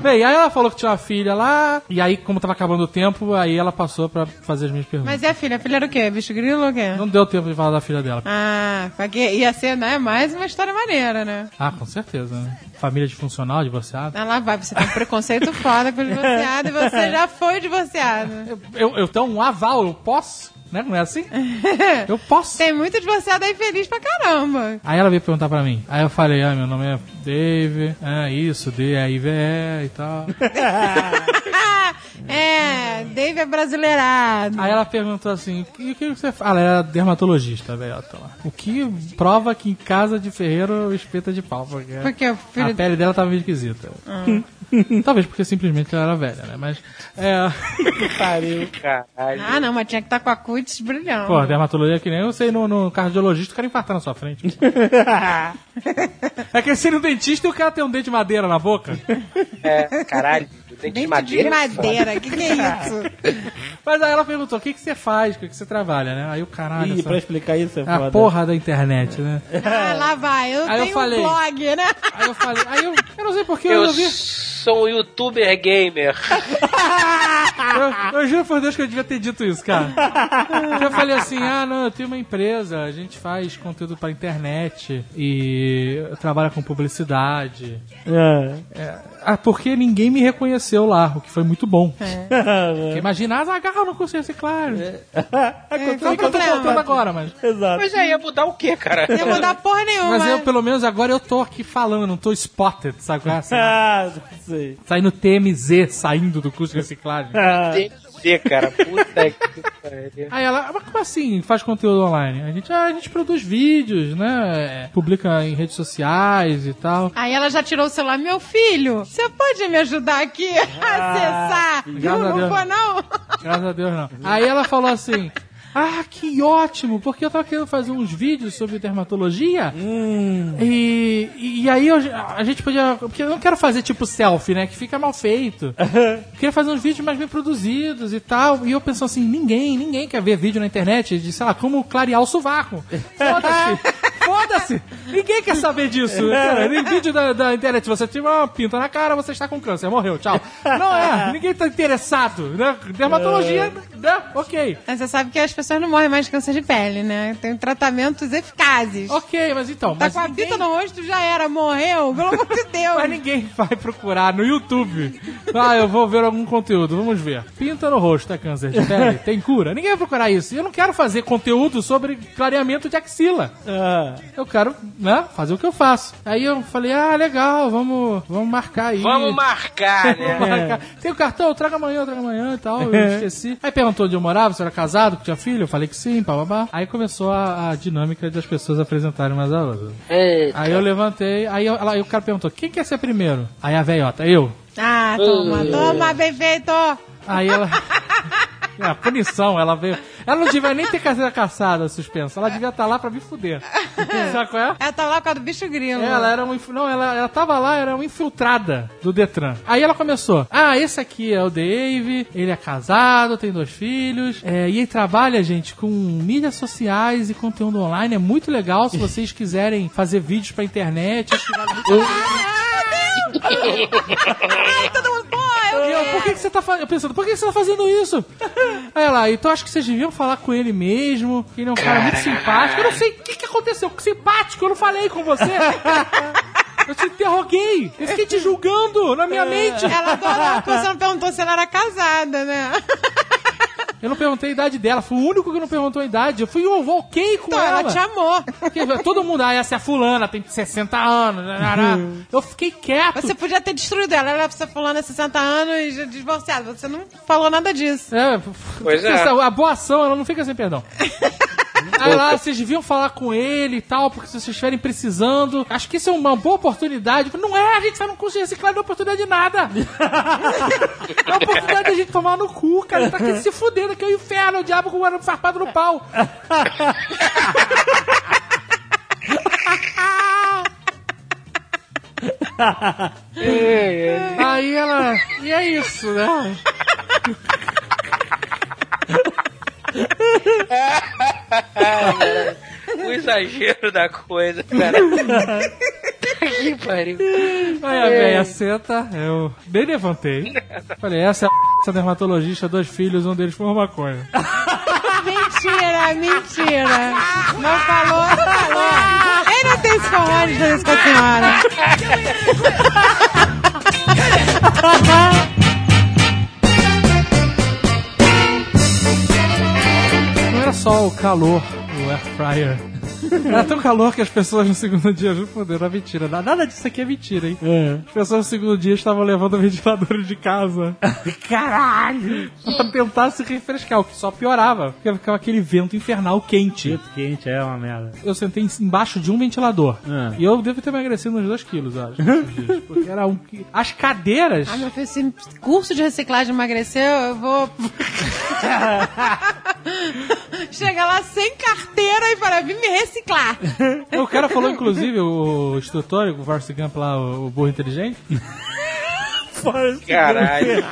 Speaker 5: Bem, aí ela falou que tinha uma filha lá, e aí, como tava acabando o tempo, aí ela passou pra fazer as minhas perguntas.
Speaker 4: Mas e a filha? A filha era o quê? Bicho grilo ou o quê?
Speaker 5: Não deu tempo de falar da filha dela.
Speaker 4: Ah, porque ia ser, né? Mais uma história maneira, né?
Speaker 5: Ah, com certeza, né? Família de funcional, divorciado.
Speaker 4: Ah, lá vai, você tem um preconceito foda com divorciado e
Speaker 5: <laughs>
Speaker 4: você já foi divorciado.
Speaker 5: Eu, eu tenho um aval, eu posso? Né? Não é assim? Eu posso.
Speaker 4: Tem muito divorciado aí feliz pra caramba.
Speaker 5: Aí ela veio perguntar pra mim. Aí eu falei, ah, meu nome é Dave, ah, isso, D-A-I-V-E e tal.
Speaker 4: É, Dave é brasileirado.
Speaker 5: Aí ela perguntou assim, e o que você faz? Ah, ela era dermatologista, a velhota lá. O que prova que em casa de ferreiro espeta de pau, porque...
Speaker 4: Porque o
Speaker 5: A
Speaker 4: filho
Speaker 5: pele dela tava meio esquisita. <laughs> Talvez porque simplesmente ela era velha, né? Mas. É.
Speaker 3: Caralho.
Speaker 4: Ah, não, mas tinha que estar com a cutis brilhando.
Speaker 5: Pô, dermatologia é que nem eu sei no, no cardiologista, o cara infartar na
Speaker 2: <laughs>
Speaker 5: sua frente. é que se no dentista e o cara tem um dente de madeira na boca.
Speaker 3: É, caralho. Dente, de
Speaker 4: Dente
Speaker 3: madeira.
Speaker 4: de madeira, que que é isso?
Speaker 5: Mas aí ela perguntou: o que, que você faz? O que, que você trabalha, né? Aí o caralho.
Speaker 2: Ih,
Speaker 5: essa-
Speaker 2: pra explicar isso é
Speaker 5: A
Speaker 2: foda.
Speaker 5: porra da internet, né?
Speaker 4: Ah, lá vai, eu
Speaker 5: Aí eu
Speaker 4: tenho
Speaker 5: falei.
Speaker 4: um blog, né?
Speaker 5: Aí eu falei, aí eu, eu não sei porque eu,
Speaker 3: Eu <laughs>
Speaker 5: resolvi.
Speaker 3: sou um youtuber gamer.
Speaker 5: Eu, eu juro por Deus que eu devia ter dito isso, cara. Porque eu falei assim, ah, não, eu tenho uma empresa, a gente faz conteúdo pra internet e eu trabalho com publicidade.
Speaker 2: É.
Speaker 5: Ah, porque ninguém me reconheceu lá, o que foi muito bom. Porque
Speaker 2: É.
Speaker 5: Imagina, ah, Zagal, eu não consigo reciclar. <laughs> É,
Speaker 4: É,
Speaker 5: eu tô voltando agora, mas...
Speaker 2: <laughs> Exato.
Speaker 3: Mas aí é, ia mudar o quê, cara?
Speaker 4: Não ia mudar porra nenhuma.
Speaker 5: Mas eu, pelo menos, agora eu tô aqui falando, não tô spotted, sabe? qual é? Sei <laughs> lá,
Speaker 2: Ah, não sei.
Speaker 5: Saindo TMZ, saindo do curso de reciclagem.
Speaker 2: Ah,
Speaker 3: Tem que ser, cara. Puta que pariu.
Speaker 5: Aí ela, mas como assim faz conteúdo online? A gente, ah, a gente produz vídeos, né? É, Publica em redes sociais e tal.
Speaker 4: Aí ela já tirou o celular, meu filho, você pode me ajudar aqui Ah, a acessar?
Speaker 5: graças a
Speaker 4: não
Speaker 5: Deus.
Speaker 4: vou não?
Speaker 5: Graças a Deus, não. Aí ela falou assim. Ah, que ótimo! Porque eu tava querendo fazer uns vídeos sobre dermatologia. E, e aí eu- a gente podia. Porque eu não quero fazer tipo selfie, né? Que fica mal feito. Eu queria fazer uns vídeos mais bem produzidos e tal. E eu pensando assim,
Speaker 4: <laughs>
Speaker 5: ninguém, ninguém quer ver vídeo na internet de, sei lá, como clarear o sovaco. Foda-se! Foda-se! Ninguém quer saber disso.
Speaker 4: É.
Speaker 5: Cara, nem vídeo da, da internet. Você tira uma pinta na cara, você está com câncer. Morreu, tchau. Não é. Ninguém tá interessado, né? Dermatologia, né? Ok.
Speaker 4: Mas Você sabe que as pessoas não morrem mais de câncer de pele, né? Tem tratamentos eficazes.
Speaker 5: Ok, mas então.
Speaker 4: tá
Speaker 5: mas
Speaker 4: com a
Speaker 5: ninguém-
Speaker 4: fita no rosto, já era, morreu, pelo amor de Deus.
Speaker 5: Mas ninguém vai procurar no YouTube. Ah, eu vou ver algum conteúdo, vamos ver. Pinta no rosto, é câncer de pele? Tem cura? Ninguém vai procurar isso. Eu não quero fazer conteúdo sobre clareamento de axila.
Speaker 2: Ah,
Speaker 5: Eu quero, né, fazer o que eu faço. Aí eu falei, ah, legal, vamos, vamos marcar aí.
Speaker 3: Vamos
Speaker 5: <laughs>
Speaker 3: marcar, né?
Speaker 5: marcar. Tem o cartão? Traga amanhã, traga amanhã e tal. Eu esqueci. Aí perguntou onde eu morava, se eu era casado, que tinha filho. Eu falei que sim, papabá. Aí começou a, a dinâmica das pessoas apresentarem umas a outras.
Speaker 3: Ei,
Speaker 5: Aí eu levantei, aí, eu- ela, aí o cara perguntou, quem quer ser primeiro? Aí a velhota, eu.
Speaker 4: Ah, toma, toma, bem feito.
Speaker 5: Aí ela... <laughs> É, a punição, ela veio... Ela não devia nem ter sido caçada, suspensa. Ela devia estar lá pra me fuder. Sabe qual é?
Speaker 4: Ela tava lá por causa do bicho grilo.
Speaker 5: Ela era um. inf- Não, ela, ela tava lá, era uma infiltrada do Detran. Aí ela começou. Ah, esse aqui é o Dave, ele é casado, tem dois filhos. é, e ele trabalha, gente, com mídias sociais e conteúdo online. É muito legal se vocês quiserem fazer vídeos pra internet. acho que vale muito a pena.
Speaker 4: Ai, todo mundo, pô, eu...
Speaker 5: E eu, por que, que você tá fazendo? Eu pensando, por que, que você tá fazendo isso? Aí ela, então acho que vocês deviam falar com ele mesmo, que ele é um cara muito simpático. Eu não sei o que, que aconteceu. Simpático, eu não falei com você. Eu te interroguei. Eu fiquei te julgando na minha mente.
Speaker 4: Ela adorou que você não perguntou se ela era casada, né?
Speaker 5: Eu não perguntei a idade dela. Fui o único que não perguntou a idade. Eu fui eu voltei com
Speaker 4: Então,
Speaker 5: ela.
Speaker 4: ela te amou.
Speaker 5: Porque todo mundo, ah, essa é a fulana, tem 60 anos. narará. Eu fiquei quieto.
Speaker 4: Você podia ter destruído ela. Ela precisa fulana 60 anos, divorciada. Você não falou nada disso.
Speaker 5: É,
Speaker 3: Pois é.
Speaker 5: A boa ação, ela não fica sem
Speaker 3: <laughs>
Speaker 5: perdão. Aí lá, vocês deviam falar com ele e tal, porque se vocês estiverem precisando, acho que isso é uma boa oportunidade. Eu falei, Não é, a gente sai num curso de reciclagem, não é oportunidade
Speaker 3: <laughs>
Speaker 5: de nada. é uma oportunidade da gente tomar no cu, cara. Tá aqui se fudendo, que é o inferno, o diabo com o ano farpado
Speaker 3: <laughs>
Speaker 5: no pau. Aí ela, e é isso, né?
Speaker 3: o exagero da coisa, cara. que pariu.
Speaker 5: Aí a velha senta, eu nem levantei. Falei, essa é a <laughs> essa dermatologista, dois filhos, um deles fuma maconha.
Speaker 4: Mentira, mentira. Não falou, não falou. Ele não tem esse forró de isso com a senhora.
Speaker 5: Não era só o calor do air <laughs> fryer. Era tão calor que as pessoas no segundo dia, juro por Deus, era mentira. Na- Nada disso aqui é mentira, hein? As pessoas no segundo dia estavam levando ventiladores de casa. <laughs> Caralho! Pra tentar se refrescar, o que só piorava. Porque ficava aquele vento infernal quente.
Speaker 2: muito quente, é uma merda.
Speaker 5: eu sentei em- embaixo de um ventilador.
Speaker 2: Ah.
Speaker 5: E eu devo ter emagrecido uns 2 quilos, acho, esses dias, Porque era um. qui- As cadeiras.
Speaker 4: Ah, meu filho, se curso de reciclagem emagreceu, eu
Speaker 5: <laughs>
Speaker 4: vou. Chegar lá sem carteira e falar, vim me reciclar.
Speaker 5: o cara falou, inclusive, o instrutor, o Forrest Gump lá, o, o burro inteligente. <laughs>
Speaker 3: Caralho.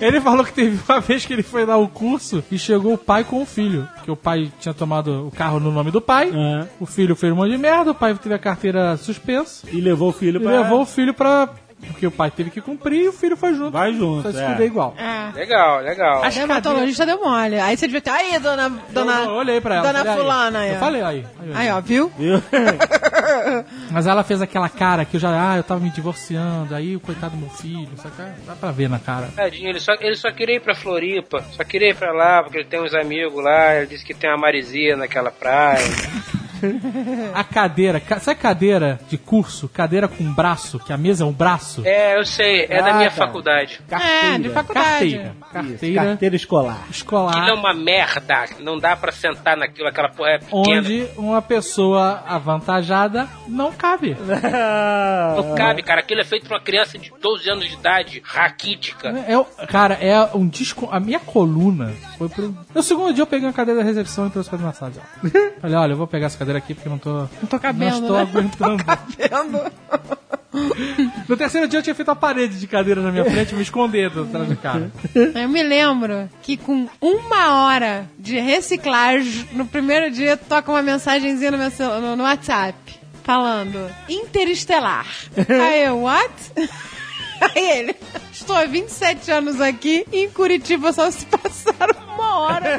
Speaker 5: Ele falou que teve uma vez que ele foi dar o curso e chegou o pai com o filho. Que o pai tinha tomado o carro no nome do pai.
Speaker 2: Ah.
Speaker 5: O filho fez um monte de merda, o pai teve a carteira suspensa.
Speaker 2: E levou o filho
Speaker 5: E
Speaker 2: pra...
Speaker 5: levou o filho pra. Porque o pai teve que cumprir e o filho foi junto.
Speaker 2: Vai junto,
Speaker 5: Foi se
Speaker 2: é.
Speaker 5: fuder igual.
Speaker 4: É.
Speaker 3: Legal, legal.
Speaker 4: A dermatologista deu mole. Aí você devia ter. Aí, dona. dona
Speaker 5: Eu, eu olhei pra ela.
Speaker 4: Dona
Speaker 5: falei, aí.
Speaker 4: Fulana aí.
Speaker 5: Eu
Speaker 4: ó.
Speaker 5: falei aí. Aí,
Speaker 4: Aí, ó, viu?
Speaker 5: Mas ela fez aquela cara que eu já, ah, eu tava me divorciando, aí o coitado do meu filho, saca? Dá pra ver na cara.
Speaker 3: Tadinho, ele só, ele só queria ir pra Floripa. Só queria ir pra lá, porque ele tem uns amigos lá. Ele disse que tem uma marisia naquela praia.
Speaker 5: A cadeira, ca- sabe cadeira de curso? Cadeira com braço, que a mesa é um braço?
Speaker 3: É, eu sei, é da
Speaker 2: Ah,
Speaker 3: minha
Speaker 2: cara.
Speaker 3: faculdade.
Speaker 4: É, de faculdade.
Speaker 5: Carteira.
Speaker 2: Isso,
Speaker 5: Carteira
Speaker 2: carteira escolar.
Speaker 5: escolar.
Speaker 3: Aquilo é uma merda. Não dá pra sentar naquilo, aquela porra é pequena.
Speaker 5: Onde uma pessoa avantajada não cabe. Ah.
Speaker 3: Não cabe, cara. Aquilo é feito pra uma criança de 12 anos de idade, raquítica.
Speaker 5: É, o- cara, é um disco. A minha coluna foi pro. No segundo dia eu peguei uma cadeira da recepção e trouxe pra minha sala. de aula. Falei, olha, eu vou pegar essa cadeira aqui porque eu não tô. Não
Speaker 4: tô cabendo,
Speaker 5: Não estou
Speaker 4: né?
Speaker 5: aguentando.
Speaker 4: Vendo?
Speaker 5: <laughs> No terceiro dia eu tinha feito uma parede de cadeira na minha frente e me escondendo atrás do cara.
Speaker 4: Eu me lembro que com uma hora de reciclagem, no primeiro dia toca uma mensagenzinha no, meu celu- no- no WhatsApp falando interestelar. Aí eu, what? <laughs> Aí ele, estou há 27 anos aqui e em Curitiba só se passaram uma hora.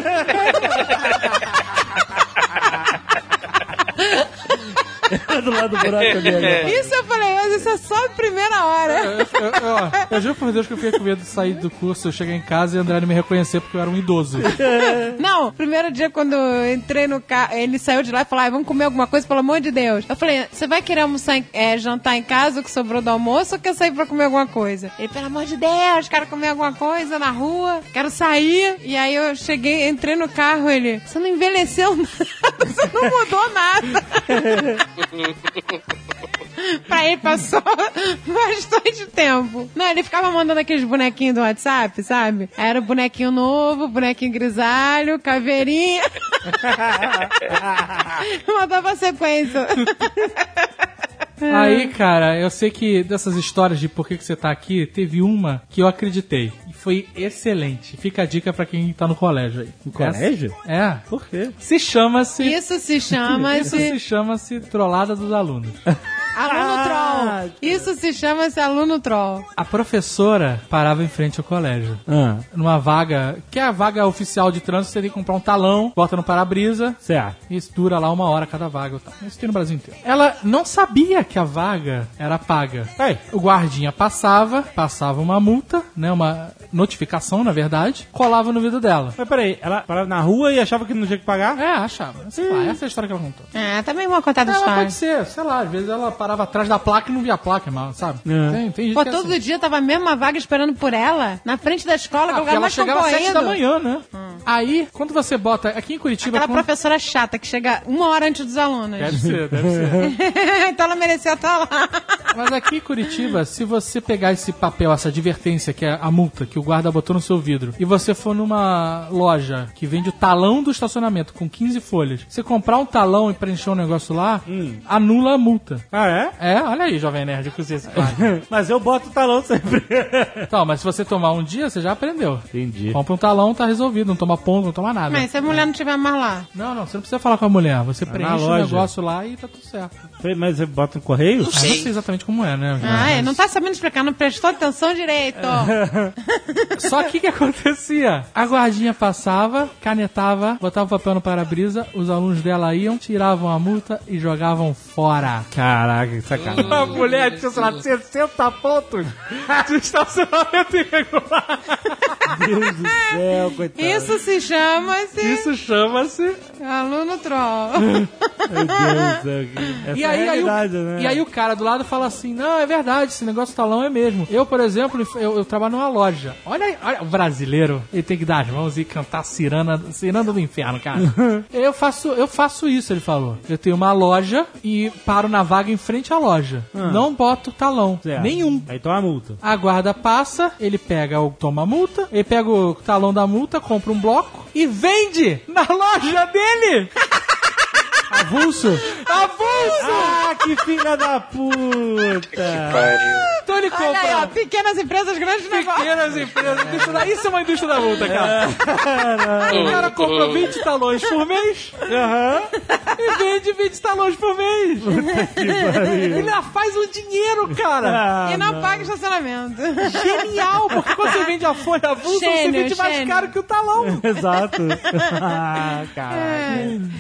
Speaker 2: Tá do lado do buraco ali. né? agora.
Speaker 4: Isso eu falei, mas isso é só a primeira hora.
Speaker 5: Eu, eu, eu, ó, eu juro por Deus que eu fiquei com medo de sair do curso, eu chegar em casa e o Andrade me reconhecer porque eu era um idoso.
Speaker 4: <laughs> Não, primeiro dia quando eu entrei no carro, ele saiu de lá e falou: "Ai, vamos comer alguma coisa, pelo amor de Deus. Eu falei: você vai querer almoçar, em- é, jantar em casa, o que sobrou do almoço, ou quer sair pra comer alguma coisa? Ele, pelo amor de Deus, quero comer alguma coisa na rua, quero sair. E aí eu cheguei, entrei no carro, ele: você não envelheceu <laughs> nada, você não mudou nada. pra ele passou <laughs> bastante tempo. Não, ele ficava mandando aqueles bonequinhos do WhatsApp, sabe? Era o bonequinho novo, bonequinho grisalho,
Speaker 5: <laughs>
Speaker 4: caveirinha. Mandava sequência.
Speaker 5: Aí, cara, eu sei que dessas histórias de por que, que você tá aqui, teve uma que eu acreditei. E foi excelente. Fica a dica pra quem tá no colégio aí. No
Speaker 2: colégio?
Speaker 5: É.
Speaker 2: Por quê?
Speaker 5: Se chama-se.
Speaker 4: Isso se chama
Speaker 5: Isso se
Speaker 4: de
Speaker 5: chama-se trollada dos alunos.
Speaker 4: aluno
Speaker 2: Ah,
Speaker 4: troll. Isso se chama de aluno troll.
Speaker 5: A professora parava em frente ao colégio.
Speaker 2: Ah,
Speaker 5: Numa vaga, que é a vaga oficial de trânsito, você tem que comprar um talão, bota no para-brisa,
Speaker 2: certo.
Speaker 5: e isso dura lá uma hora cada vaga. e tal. Isso tem no Brasil inteiro. Ela não sabia que a vaga era paga.
Speaker 2: Aí.
Speaker 5: O guardinha passava, passava uma multa, né? Uma notificação, na verdade, colava no vidro dela.
Speaker 2: Mas peraí, ela parava na rua e achava que não tinha que pagar?
Speaker 5: É, achava. Sei lá, essa é a história que ela contou.
Speaker 4: Ah, também vou contar da
Speaker 5: Ela
Speaker 4: história.
Speaker 5: pode ser, sei lá, às vezes ela parava atrás da placa e não via a placa, mas, sabe?
Speaker 2: É.
Speaker 5: Tem, tem gente
Speaker 4: Pô,
Speaker 5: que é
Speaker 4: todo
Speaker 5: assim.
Speaker 4: dia tava a mesma vaga esperando por ela, na frente da escola, que é o
Speaker 5: Ah, porque
Speaker 4: lugar
Speaker 5: ela
Speaker 4: mais
Speaker 5: chegava às sete da
Speaker 4: concorrido.
Speaker 5: manhã, tipo, né? Aí, quando você bota aqui em Curitiba...
Speaker 4: Aquela
Speaker 5: quando-
Speaker 4: professora chata que chega uma hora antes dos alunos.
Speaker 5: Deve ser, deve
Speaker 4: <laughs>
Speaker 5: ser. É.
Speaker 4: então ela merecia estar lá.
Speaker 5: Mas aqui em Curitiba, se você pegar esse papel, essa advertência, que é a multa que o guarda botou no seu vidro, e você for numa loja que vende o talão do estacionamento com 15 folhas, você comprar um talão e preencher um negócio lá,
Speaker 2: Hum.
Speaker 5: anula a multa.
Speaker 2: Ah, <laughs> é?
Speaker 5: É, olha aí, jovem nerd, o que você faz.
Speaker 2: <laughs> Mas eu boto o talão sempre.
Speaker 5: Então, mas se você tomar um dia, você já aprendeu.
Speaker 2: Entendi.
Speaker 5: Compra um talão, tá resolvido, não toma ponto, não toma nada.
Speaker 4: Mas se a mulher não tiver mais lá.
Speaker 5: Não, não, você não precisa falar com a mulher. Você preenche o
Speaker 2: Tá loja.
Speaker 5: negócio lá e tá tudo certo.
Speaker 2: Mas você bota no correio?
Speaker 5: Mas não sei exatamente como é, né?
Speaker 4: Ah, é, não tá sabendo explicar, não prestou atenção direito.
Speaker 5: É. Só que o que <laughs> acontecia? A guardinha passava, canetava, botava o papel no para-brisa, os alunos dela iam, tiravam a multa e jogavam fora.
Speaker 2: Caraca, que sacanagem.
Speaker 5: A mulher tinha, sei lá, 60 pontos de estacionamento irregular.
Speaker 2: Meu Deus do céu, coitado.
Speaker 4: Isso se chama-se
Speaker 5: Isso É. chama-se...
Speaker 4: aluno <laughs> troll.
Speaker 2: Meu Deus do céu. que- Essa
Speaker 5: E
Speaker 2: é a
Speaker 5: aí, aí, o,
Speaker 2: realidade, né?
Speaker 5: e aí o cara do lado fala assim, não, é verdade, esse negócio do talão é mesmo. Eu, por exemplo, eu, eu trabalho numa loja. Olha aí, olha, o brasileiro, ele tem que dar as mãos e cantar cirana, ciranda do
Speaker 2: <laughs>
Speaker 5: inferno, cara. eu, faço, eu faço isso, ele falou. Eu tenho uma loja e paro na vaga em frente à loja. Não boto talão,
Speaker 2: Ah. Certo.
Speaker 5: nenhum.
Speaker 2: Aí toma a multa.
Speaker 5: A guarda passa, ele pega o toma a multa, ele pega o talão da multa, compra um bloco e vende na loja dele!
Speaker 2: <laughs> Avulso?
Speaker 5: Avulso!
Speaker 2: ah, que filha da puta.
Speaker 5: Então ele compra.
Speaker 4: Olha aí, ó, pequenas empresas, grandes negócios.
Speaker 5: pequenas empresas. indústria da- Isso é uma indústria da multa, cara. O cara compra 20 talões por mês
Speaker 2: É. Aham.
Speaker 5: e vende 20 talões por mês. Ele ainda faz um dinheiro, cara.
Speaker 2: Ah,
Speaker 4: E não paga estacionamento.
Speaker 5: Genial, porque quando você vende a folha avulsa, você
Speaker 4: Gênio,
Speaker 5: vende mais
Speaker 4: gênio. É.
Speaker 5: caro que o talão.
Speaker 2: <laughs> Exato. Ah, cara.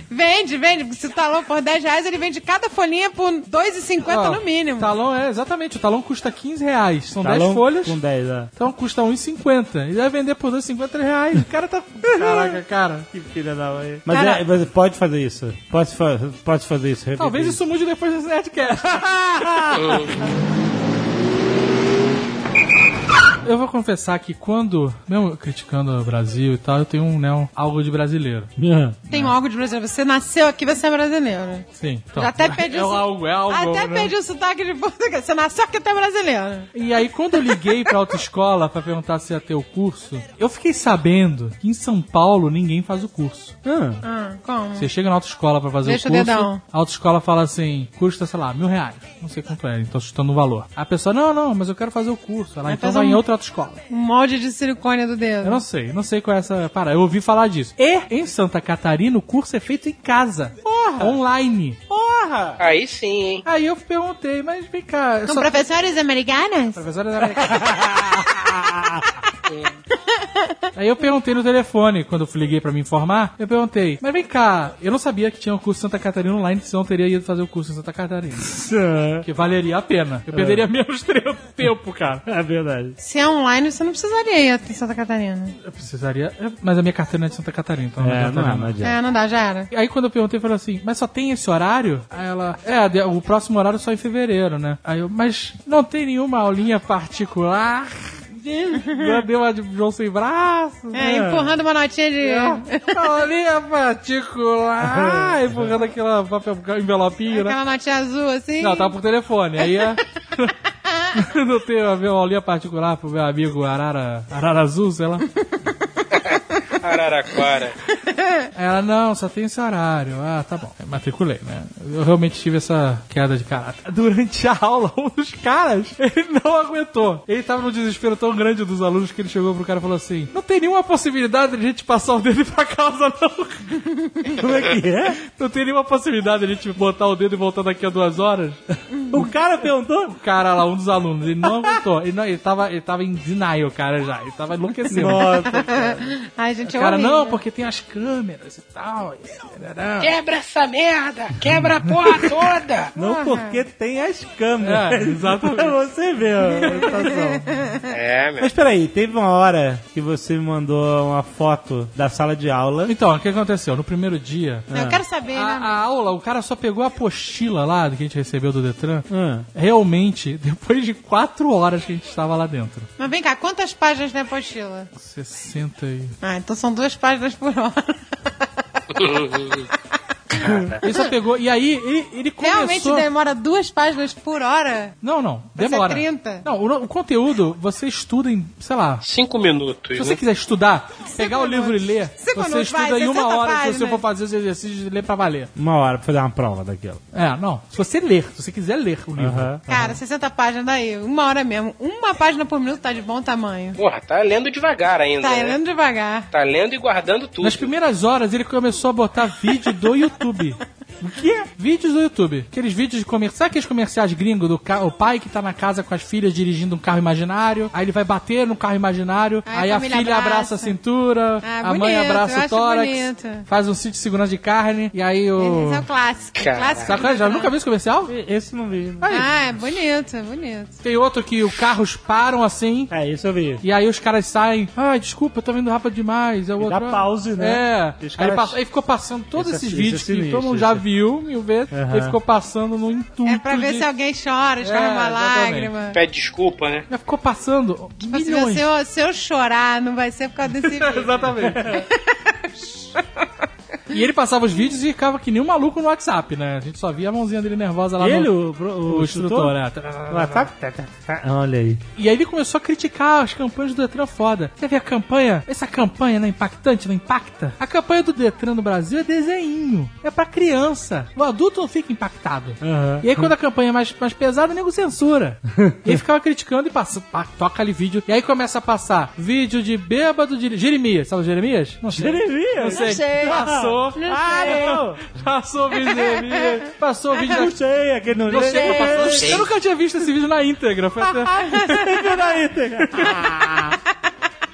Speaker 4: Vende, vende. porque Se tá o talão for 10 reais, ele vende cada folhinha por 2,50
Speaker 5: Ó,
Speaker 4: no mínimo.
Speaker 5: Talão é, exatamente. O talão custa 15 reais. São
Speaker 2: Talão
Speaker 5: 10 folhas.
Speaker 2: Tá Com 10, ah.
Speaker 5: Então custa 1,50. Ele vai vender por 2,50 reais. O cara tá. Caraca, cara.
Speaker 2: Que filha da mãe. Mas
Speaker 4: Cara-
Speaker 2: é, você pode fazer isso. Pode, fa pode fazer isso. repetir.
Speaker 5: Talvez isso mude
Speaker 4: <laughs>
Speaker 5: depois desse Nerdcast. Eu vou confessar que quando, mesmo criticando o Brasil e tal, eu tenho um, né, um- algo de brasileiro.
Speaker 4: Tem algo de brasileiro. Você nasceu aqui, você é brasileiro.
Speaker 5: Sim. então.
Speaker 4: Já
Speaker 5: <laughs>
Speaker 4: até perdi
Speaker 5: é
Speaker 4: o
Speaker 5: algo, é algo.
Speaker 4: Até
Speaker 5: né?
Speaker 4: perdi o sotaque de português. Você nasceu aqui, até é brasileiro.
Speaker 5: E aí, quando eu liguei pra autoescola pra perguntar se ia ter o curso, eu fiquei sabendo que em São Paulo ninguém faz o curso.
Speaker 2: Ah,
Speaker 4: Ah, como?
Speaker 5: Você chega na autoescola pra fazer
Speaker 4: Deixa
Speaker 5: o
Speaker 4: o
Speaker 5: curso,
Speaker 4: dedão.
Speaker 5: a autoescola fala assim, custa, sei lá, mil reais. Não sei quanto é, então chutando o valor. A pessoa, não, não, mas eu quero fazer o curso. Ela, então
Speaker 4: faz
Speaker 5: vai
Speaker 4: um-
Speaker 5: em outra autoescola.
Speaker 4: Um molde de silicone do
Speaker 5: Eu
Speaker 4: dedo.
Speaker 5: não sei, não sei qual é essa parada. Eu ouvi falar disso. E em Santa Catarina o curso é feito em casa. Porra! Online.
Speaker 2: porra!
Speaker 3: Aí sim, hein?
Speaker 5: Aí eu perguntei, mas vem cá, eu
Speaker 4: Com
Speaker 5: só...
Speaker 4: professores americanas?
Speaker 5: Professora da América. <laughs> Aí eu perguntei no telefone, quando eu liguei pra me informar, eu perguntei, mas vem cá, eu não sabia que tinha um curso em Santa Catarina online, senão eu teria ido fazer o curso em Santa Catarina. que valeria a pena. Eu perderia menos tre- tempo, cara.
Speaker 2: É verdade.
Speaker 4: Se é online, você não precisaria ir até Santa Catarina.
Speaker 5: Eu precisaria. Mas a minha carteira não é de Santa Catarina, então não é,
Speaker 2: É,
Speaker 5: Catarina.
Speaker 2: não, é, não adianta.
Speaker 4: É, não dá, já era.
Speaker 5: Aí quando eu perguntei, eu falei assim, mas só tem esse horário? Aí ela, é, de- o próximo horário só em fevereiro, né? Aí eu, mas não tem nenhuma aulinha particular? <laughs> Já deu a de João sem né? braço?
Speaker 4: É, empurrando uma notinha de.
Speaker 5: É. Aulinha particular! Empurrando aquela papel, envelopinho, né?
Speaker 4: <laughs> Aquela notinha azul assim.
Speaker 5: Não, tá- tava por telefone. Aí é... <laughs> não tem a ver uma aulinha particular pro meu amigo Arara, Arara Azul, sei lá.
Speaker 3: Araraquara.
Speaker 5: Aí Ela, não, só tem esse horário. Ah, tá bom. Eu matriculei, né? Eu realmente tive essa queda de caráter. Durante a aula, <laughs> um dos caras, ele não aguentou. Ele tava num desespero tão grande dos alunos que ele chegou pro cara e falou assim: Não tem nenhuma possibilidade de a gente passar o dedo pra casa, não.
Speaker 2: Como é que é?
Speaker 5: <laughs> Não tem nenhuma possibilidade de a gente botar o dedo e voltar daqui a duas horas.
Speaker 2: O cara perguntou?
Speaker 5: O cara lá, um dos alunos, ele não aguentou. Ele, não, ele, tava, ele tava em denial, cara, já. Ele tava enlouquecendo.
Speaker 2: Nossa.
Speaker 4: Ai, gente,
Speaker 5: O
Speaker 4: eu né?
Speaker 5: cara,
Speaker 4: horrível.
Speaker 5: não, porque tem as câmeras e tal. E...
Speaker 4: É.
Speaker 3: Quebra essa merda! Quebra a porra toda!
Speaker 2: Não porque tem as
Speaker 5: É,
Speaker 2: câmeras.
Speaker 5: exatamente.
Speaker 2: pra você ver a situação.
Speaker 5: <laughs>
Speaker 3: É, meu.
Speaker 2: Mas peraí, teve uma hora que você me mandou uma foto da sala de aula.
Speaker 5: Então, o que aconteceu? No primeiro dia,
Speaker 4: Eu quero saber,
Speaker 5: A,
Speaker 4: né?
Speaker 5: a aula, o cara só pegou a apostila lá que a gente recebeu do Detran.
Speaker 2: Ah,
Speaker 5: Realmente, <laughs> depois de quatro horas que a gente estava lá dentro.
Speaker 4: Mas vem cá, quantas páginas tem a apostila?
Speaker 5: 60 e...
Speaker 4: Ah, então são duas páginas por hora.
Speaker 5: Ele só pegou... E aí, ele, ele começou...
Speaker 4: Realmente demora duas páginas por hora?
Speaker 5: Não, não.
Speaker 4: Vai ser
Speaker 5: Demora.
Speaker 4: 30.
Speaker 5: Não, o, o conteúdo, você estuda em, sei lá...
Speaker 3: Cinco
Speaker 5: Se
Speaker 3: minutos.
Speaker 5: você
Speaker 3: né?
Speaker 5: quiser estudar, pegar o
Speaker 4: minutos.
Speaker 5: livro e ler,
Speaker 4: Cinco
Speaker 5: você
Speaker 4: minutos,
Speaker 5: estuda
Speaker 4: vai,
Speaker 5: em uma
Speaker 4: 60
Speaker 5: hora se você
Speaker 4: páginas.
Speaker 5: for fazer os exercícios de ler pra valer.
Speaker 2: uma hora pra fazer uma prova daquilo.
Speaker 5: É, não. Se você ler, se você quiser ler o livro.
Speaker 2: Aham.
Speaker 4: Cara, 60 páginas daí, uma hora mesmo. Uma página por minuto tá de bom tamanho.
Speaker 3: Porra, tá lendo devagar ainda.
Speaker 4: Tá
Speaker 5: é
Speaker 3: né?
Speaker 4: lendo devagar.
Speaker 3: Tá lendo e guardando tudo.
Speaker 5: Nas primeiras horas ele começou a botar vídeo
Speaker 2: <laughs>
Speaker 5: do YouTube. O quê? Vídeos do YouTube. Aqueles vídeos de comercial. Sabe aqueles comerciais gringos do ca... o pai que tá na casa com as filhas dirigindo um carro imaginário? Aí ele vai bater no carro imaginário.
Speaker 4: Aí a
Speaker 5: aí a,
Speaker 4: família
Speaker 5: filha abraça.
Speaker 4: abraça
Speaker 5: a cintura.
Speaker 4: Ah,
Speaker 5: a mãe
Speaker 4: bonito, eu
Speaker 5: abraça o
Speaker 4: acho
Speaker 5: tórax.
Speaker 4: bonito.
Speaker 5: Faz um sítio de segurança de carne. E aí o.
Speaker 4: Esse é o clássico.
Speaker 3: Cara.
Speaker 4: clássico
Speaker 5: Sacanagem, já nunca vi esse comercial?
Speaker 2: Esse não vi. né?
Speaker 5: Aí,
Speaker 4: Ah, é bonito, é bonito.
Speaker 5: Tem outro que os carros param assim.
Speaker 2: É, esse eu vi.
Speaker 5: E aí os caras saem, ai, desculpa, eu tô vendo rápido demais. É o outro.
Speaker 2: dá pause, né?
Speaker 5: É.
Speaker 2: E os
Speaker 5: Aí, ele
Speaker 2: caras-
Speaker 5: passa- aí ficou passando todos
Speaker 2: Esse é-
Speaker 5: esses
Speaker 2: esse
Speaker 5: vídeos
Speaker 2: é
Speaker 5: que
Speaker 2: sinistro,
Speaker 5: todo mundo já
Speaker 2: esse é-
Speaker 5: viu mil vezes.
Speaker 2: Aham.
Speaker 5: Ele ficou passando no intuito.
Speaker 4: É pra ver
Speaker 5: de-
Speaker 4: se alguém chora, escorre
Speaker 5: É,
Speaker 4: uma
Speaker 5: exatamente.
Speaker 4: lágrima.
Speaker 3: Pede desculpa, né?
Speaker 5: Ele É, ficou passando
Speaker 4: Tipo assim,
Speaker 5: milhões.
Speaker 4: se, eu, se eu chorar, não vai ser por causa
Speaker 5: <laughs>
Speaker 4: desse vídeo.
Speaker 5: Exatamente. e ele passava os vídeos e ficava que nem um maluco no WhatsApp, né? A gente só via a mãozinha dele nervosa lá
Speaker 2: Ele,
Speaker 5: no...
Speaker 2: o, pro- o,
Speaker 5: o
Speaker 2: instrutor?
Speaker 5: instrutor, é.
Speaker 2: Ah, tá- tá- tá- tá. Olha aí.
Speaker 5: E aí ele começou a criticar as campanhas do Detran foda. Você vê a campanha? Essa campanha não é impactante, não impacta? A campanha do Detran no Brasil é desenho. É pra criança. O adulto não fica impactado.
Speaker 2: Aham.
Speaker 5: E aí quando a campanha é mais, mais pesada, o
Speaker 2: <laughs>
Speaker 5: nego censura. e ele ficava criticando e passa, pá, toca ali vídeo. E aí começa a passar vídeo de bêbado de Jeremias. Sabe o Jeremias? Não sei.
Speaker 2: Jeremias?
Speaker 5: Não sei.
Speaker 2: Não sei.
Speaker 5: Passou.
Speaker 2: Não
Speaker 5: ah,
Speaker 2: sei.
Speaker 5: não. Passou o vídeo de Jeremias. Passou o vídeo da...
Speaker 2: Não sei, aquele não,
Speaker 5: Não sei,
Speaker 2: Não
Speaker 5: passou. Eu nunca tinha visto esse vídeo na íntegra. Foi até...
Speaker 2: sei daí, cara.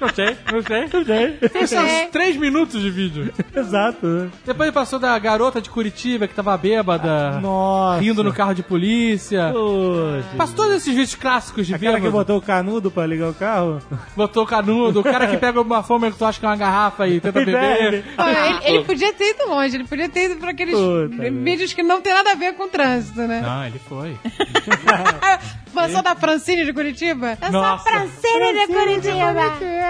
Speaker 5: Não sei, não sei.
Speaker 2: Não sei.
Speaker 5: Tem só
Speaker 4: É.
Speaker 5: uns 3 minutos de vídeo.
Speaker 2: <laughs> Exato. né?
Speaker 5: Depois ele passou da garota de Curitiba que tava bêbada,
Speaker 2: Nossa.
Speaker 5: rindo no carro de polícia.
Speaker 2: Poxa.
Speaker 5: Passou todos esses vídeos clássicos de
Speaker 2: O cara que
Speaker 5: bêbado.
Speaker 2: botou o canudo pra ligar o carro.
Speaker 5: Botou o canudo, o cara que pega uma fome que tu acha que é uma garrafa
Speaker 2: <laughs>
Speaker 5: e tenta
Speaker 2: E
Speaker 5: beber.
Speaker 2: bebe.
Speaker 4: Pô, ele, ele podia ter ido longe, ele podia ter ido pra aqueles
Speaker 2: Puta,
Speaker 4: vídeos que não tem nada a ver com o trânsito, né?
Speaker 5: Não, ele foi.
Speaker 4: Mansão da Francine de Curitiba? Eu sou a
Speaker 5: Nossa.
Speaker 4: Francine é de Curitiba.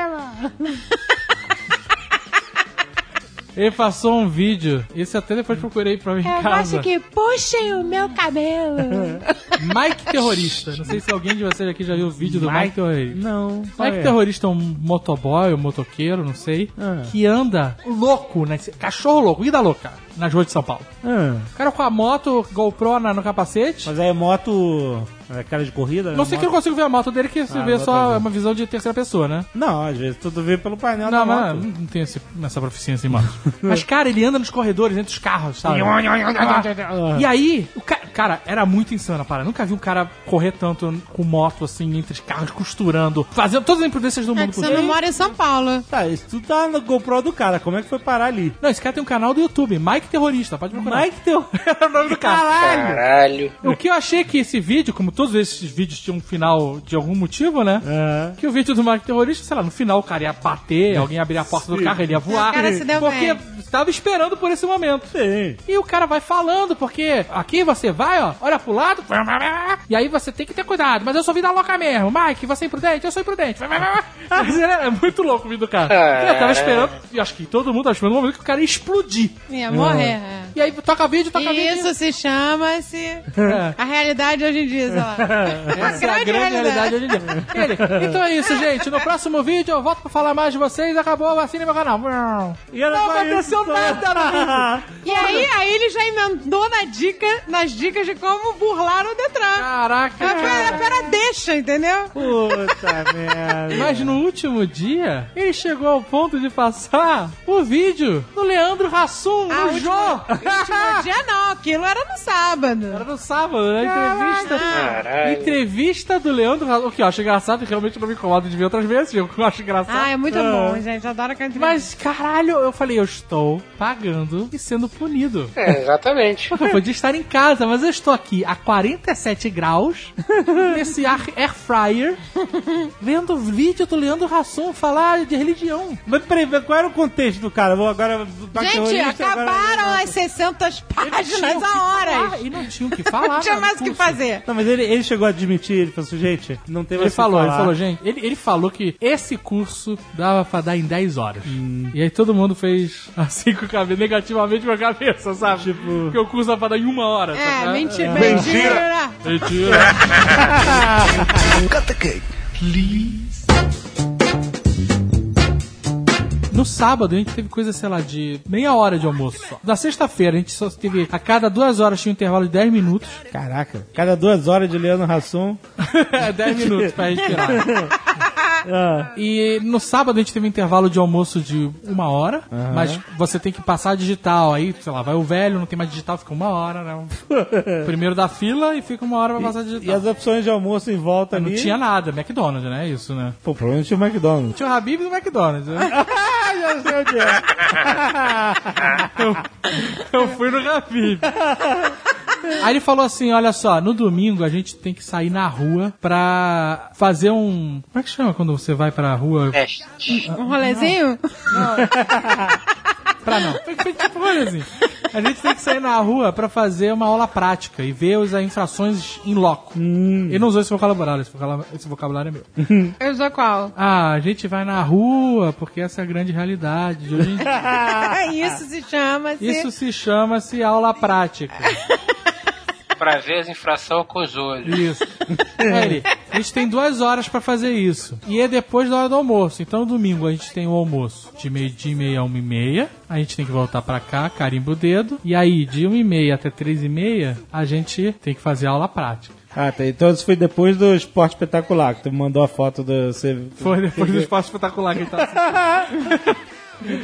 Speaker 5: Ele passou um vídeo, esse até depois procurei pra mim em
Speaker 4: Eu
Speaker 5: casa.
Speaker 4: acho que puxem o meu cabelo.
Speaker 5: Mike Terrorista. Não sei se alguém de vocês aqui já viu o vídeo do Mike Terrorista.
Speaker 2: Não.
Speaker 5: Mike Terrorista é um motoboy, um motoqueiro, não sei,
Speaker 2: Ah.
Speaker 5: que anda louco, né? Cachorro louco, vida louca, nas ruas de São Paulo. O cara com a moto, GoPro na- no capacete.
Speaker 2: Ah, Mas aí é moto. É cara de corrida? né?
Speaker 5: Não sei que eu
Speaker 2: moto...
Speaker 5: não consigo ver a moto dele, que você
Speaker 2: Ah,
Speaker 5: vê
Speaker 2: dá pra
Speaker 5: só
Speaker 2: ver.
Speaker 5: uma visão de terceira pessoa, né?
Speaker 2: Não, às vezes tudo vê pelo painel
Speaker 5: Não,
Speaker 2: da
Speaker 5: mas
Speaker 2: moto.
Speaker 5: não tem esse- essa
Speaker 2: <laughs>
Speaker 5: proficiência em moto. mas, cara, ele anda nos corredores, entre os carros, sabe? Ah. E aí, o ca- cara, era muito insano, para. Nunca vi um cara correr tanto com moto, assim, entre os carros, costurando, fazendo todas as imprudências do
Speaker 4: É
Speaker 5: mundo
Speaker 4: que você não mora em São Paulo.
Speaker 2: Tá, isso tudo tá no GoPro do cara. Como é que foi parar ali?
Speaker 5: Não, esse cara tem um canal do YouTube, Mike Terrorista, pode procurar.
Speaker 2: Mike <laughs> É Terrorista.
Speaker 5: Era o nome do cara.
Speaker 2: Caralho!
Speaker 3: Caralho.
Speaker 5: O que eu achei é que esse vídeo, como todos esses vídeos tinham um final de algum motivo, né?
Speaker 2: É.
Speaker 5: Que o vídeo do Mike Terrorista, sei lá, no final o cara ia bater, alguém ia abrir a porta do carro, ele ia voar.
Speaker 4: O cara se deu
Speaker 5: porque
Speaker 4: bem.
Speaker 5: tava esperando por esse momento.
Speaker 2: Sim.
Speaker 5: E o cara vai falando, porque aqui você vai, ó, olha pro lado, e aí você tem que ter cuidado, mas eu sou vida louca mesmo. Mike, você é imprudente, eu sou imprudente. É muito louco o vídeo do cara. Eu tava esperando, e acho que todo mundo tava esperando o momento que o cara ia explodir.
Speaker 4: Ia morrer. é.
Speaker 5: E aí toca vídeo, toca
Speaker 4: E
Speaker 5: vídeo.
Speaker 4: isso se chama <laughs> se
Speaker 5: É.
Speaker 4: a realidade hoje em dia, sei lá.
Speaker 5: Essa é a grande realidade hoje em dia. Ele, então é isso, gente. No próximo vídeo eu volto pra falar mais de vocês. Acabou, assine meu canal.
Speaker 2: E era
Speaker 5: Não
Speaker 2: só
Speaker 5: aconteceu
Speaker 2: isso,
Speaker 5: nada no vídeo.
Speaker 2: <laughs>
Speaker 4: E aí, aí ele já emendou na dica, nas dicas de como burlar o Detran.
Speaker 5: Caraca,
Speaker 4: Ah, pera,
Speaker 5: cara.
Speaker 4: pera, deixa, entendeu?
Speaker 2: Puta <laughs> merda.
Speaker 5: Mas no último dia, ele chegou ao ponto de passar o vídeo do Leandro Hassum,
Speaker 4: Ah,
Speaker 5: no
Speaker 4: último-
Speaker 5: Jô.
Speaker 4: Último dia não, aquilo era no
Speaker 5: <laughs> Era
Speaker 4: sábado.
Speaker 5: no sábado, né? Entrevista. Entrevista do Leandro Hassum. O que eu acho engraçado, que realmente eu não me incomodo de ver outras vezes, eu acho engraçado.
Speaker 4: Ah, é muito
Speaker 5: Ah.
Speaker 4: bom, gente. Adoro que eu entrei.
Speaker 5: Mas, caralho, eu falei, eu estou pagando e sendo punido.
Speaker 3: É, exatamente.
Speaker 5: Porque eu podia estar em casa, mas eu estou aqui a 47
Speaker 4: <laughs>
Speaker 5: graus, nesse ar, air fryer, vendo vídeo do Leandro Hassum falar de religião.
Speaker 2: Mas peraí, qual era o contexto do cara? Vou agora. Mike
Speaker 4: Gente,
Speaker 2: Terrorista, agora-
Speaker 4: acabaram as 600 páginas a horas.
Speaker 5: E não tinha o que falar.
Speaker 4: <laughs> Não tinha
Speaker 5: cara,
Speaker 4: mais o que
Speaker 5: curso.
Speaker 4: fazer.
Speaker 2: Não, mas ele, ele chegou a admitir, ele falou assim, gente, não tem
Speaker 5: Ele
Speaker 2: mais o que
Speaker 5: falou, ele
Speaker 2: falar.
Speaker 5: falou, gente, ele, ele falou que esse curso dava pra dar em 10 horas. E aí todo mundo fez assim com a cabeça, negativamente com a cabeça, sabe? Tipo... Porque o curso dava pra dar em uma
Speaker 4: É,
Speaker 5: hora. sabe?
Speaker 4: mentira. Mentira.
Speaker 5: né? Mentira. <laughs> No sábado a gente teve coisa, sei lá, de meia hora de almoço só. Na sexta-feira a gente só teve. A cada duas horas tinha um intervalo de 10 <laughs> minutos.
Speaker 2: Caraca, cada duas horas de Leandro Hassum. <laughs>
Speaker 5: É, 10 minutos pra respirar. <laughs> E no sábado a gente teve um intervalo de almoço de uma hora, mas você tem que passar digital. Aí, sei lá, vai o velho, não tem mais digital, fica uma hora, né? Primeiro da fila e fica uma hora pra passar
Speaker 2: E
Speaker 5: digital.
Speaker 2: as opções de Ah, almoço em volta ali.
Speaker 5: Não tinha nada, McDonald's, né? Isso, né?
Speaker 2: Pô, provavelmente o McDonald's.
Speaker 5: Tinha o Habib do McDonald's, né?
Speaker 2: <laughs> Já sei onde é.
Speaker 5: Eu fui no Habib. Aí ele falou assim, olha só, no domingo a gente tem que sair na rua pra fazer um... Como é que chama quando você vai pra rua?
Speaker 3: Teste.
Speaker 4: Um rolezinho?
Speaker 5: Pra não. Foi- foi tipo uma coisa assim. A gente tem que sair na rua pra fazer uma aula prática e ver as infrações em loco. Eu não usou esse vocabulário, esse vocabulário, esse vocabulário é meu.
Speaker 4: Eu sou qual?
Speaker 5: Ah, a gente vai na rua porque essa é a grande realidade de hoje em dia.
Speaker 4: <laughs> Isso se chama se...
Speaker 5: Isso se chama-se aula prática.
Speaker 3: Pra ver as infrações com os olhos.
Speaker 5: <laughs> Isso. Aí ele, a gente tem duas horas pra fazer isso. E é depois da hora do almoço. Então, domingo, a gente tem o almoço de meio-dia e meia a uma e meia. A gente tem que voltar pra cá, carimba o dedo. E aí, de uma e meia até três e meia, a gente tem que fazer aula prática.
Speaker 2: Ah, tá. Então isso foi depois do esporte espetacular, que tu mandou a foto do. Você
Speaker 5: Foi depois do espaço espetacular que ele tá assistindo.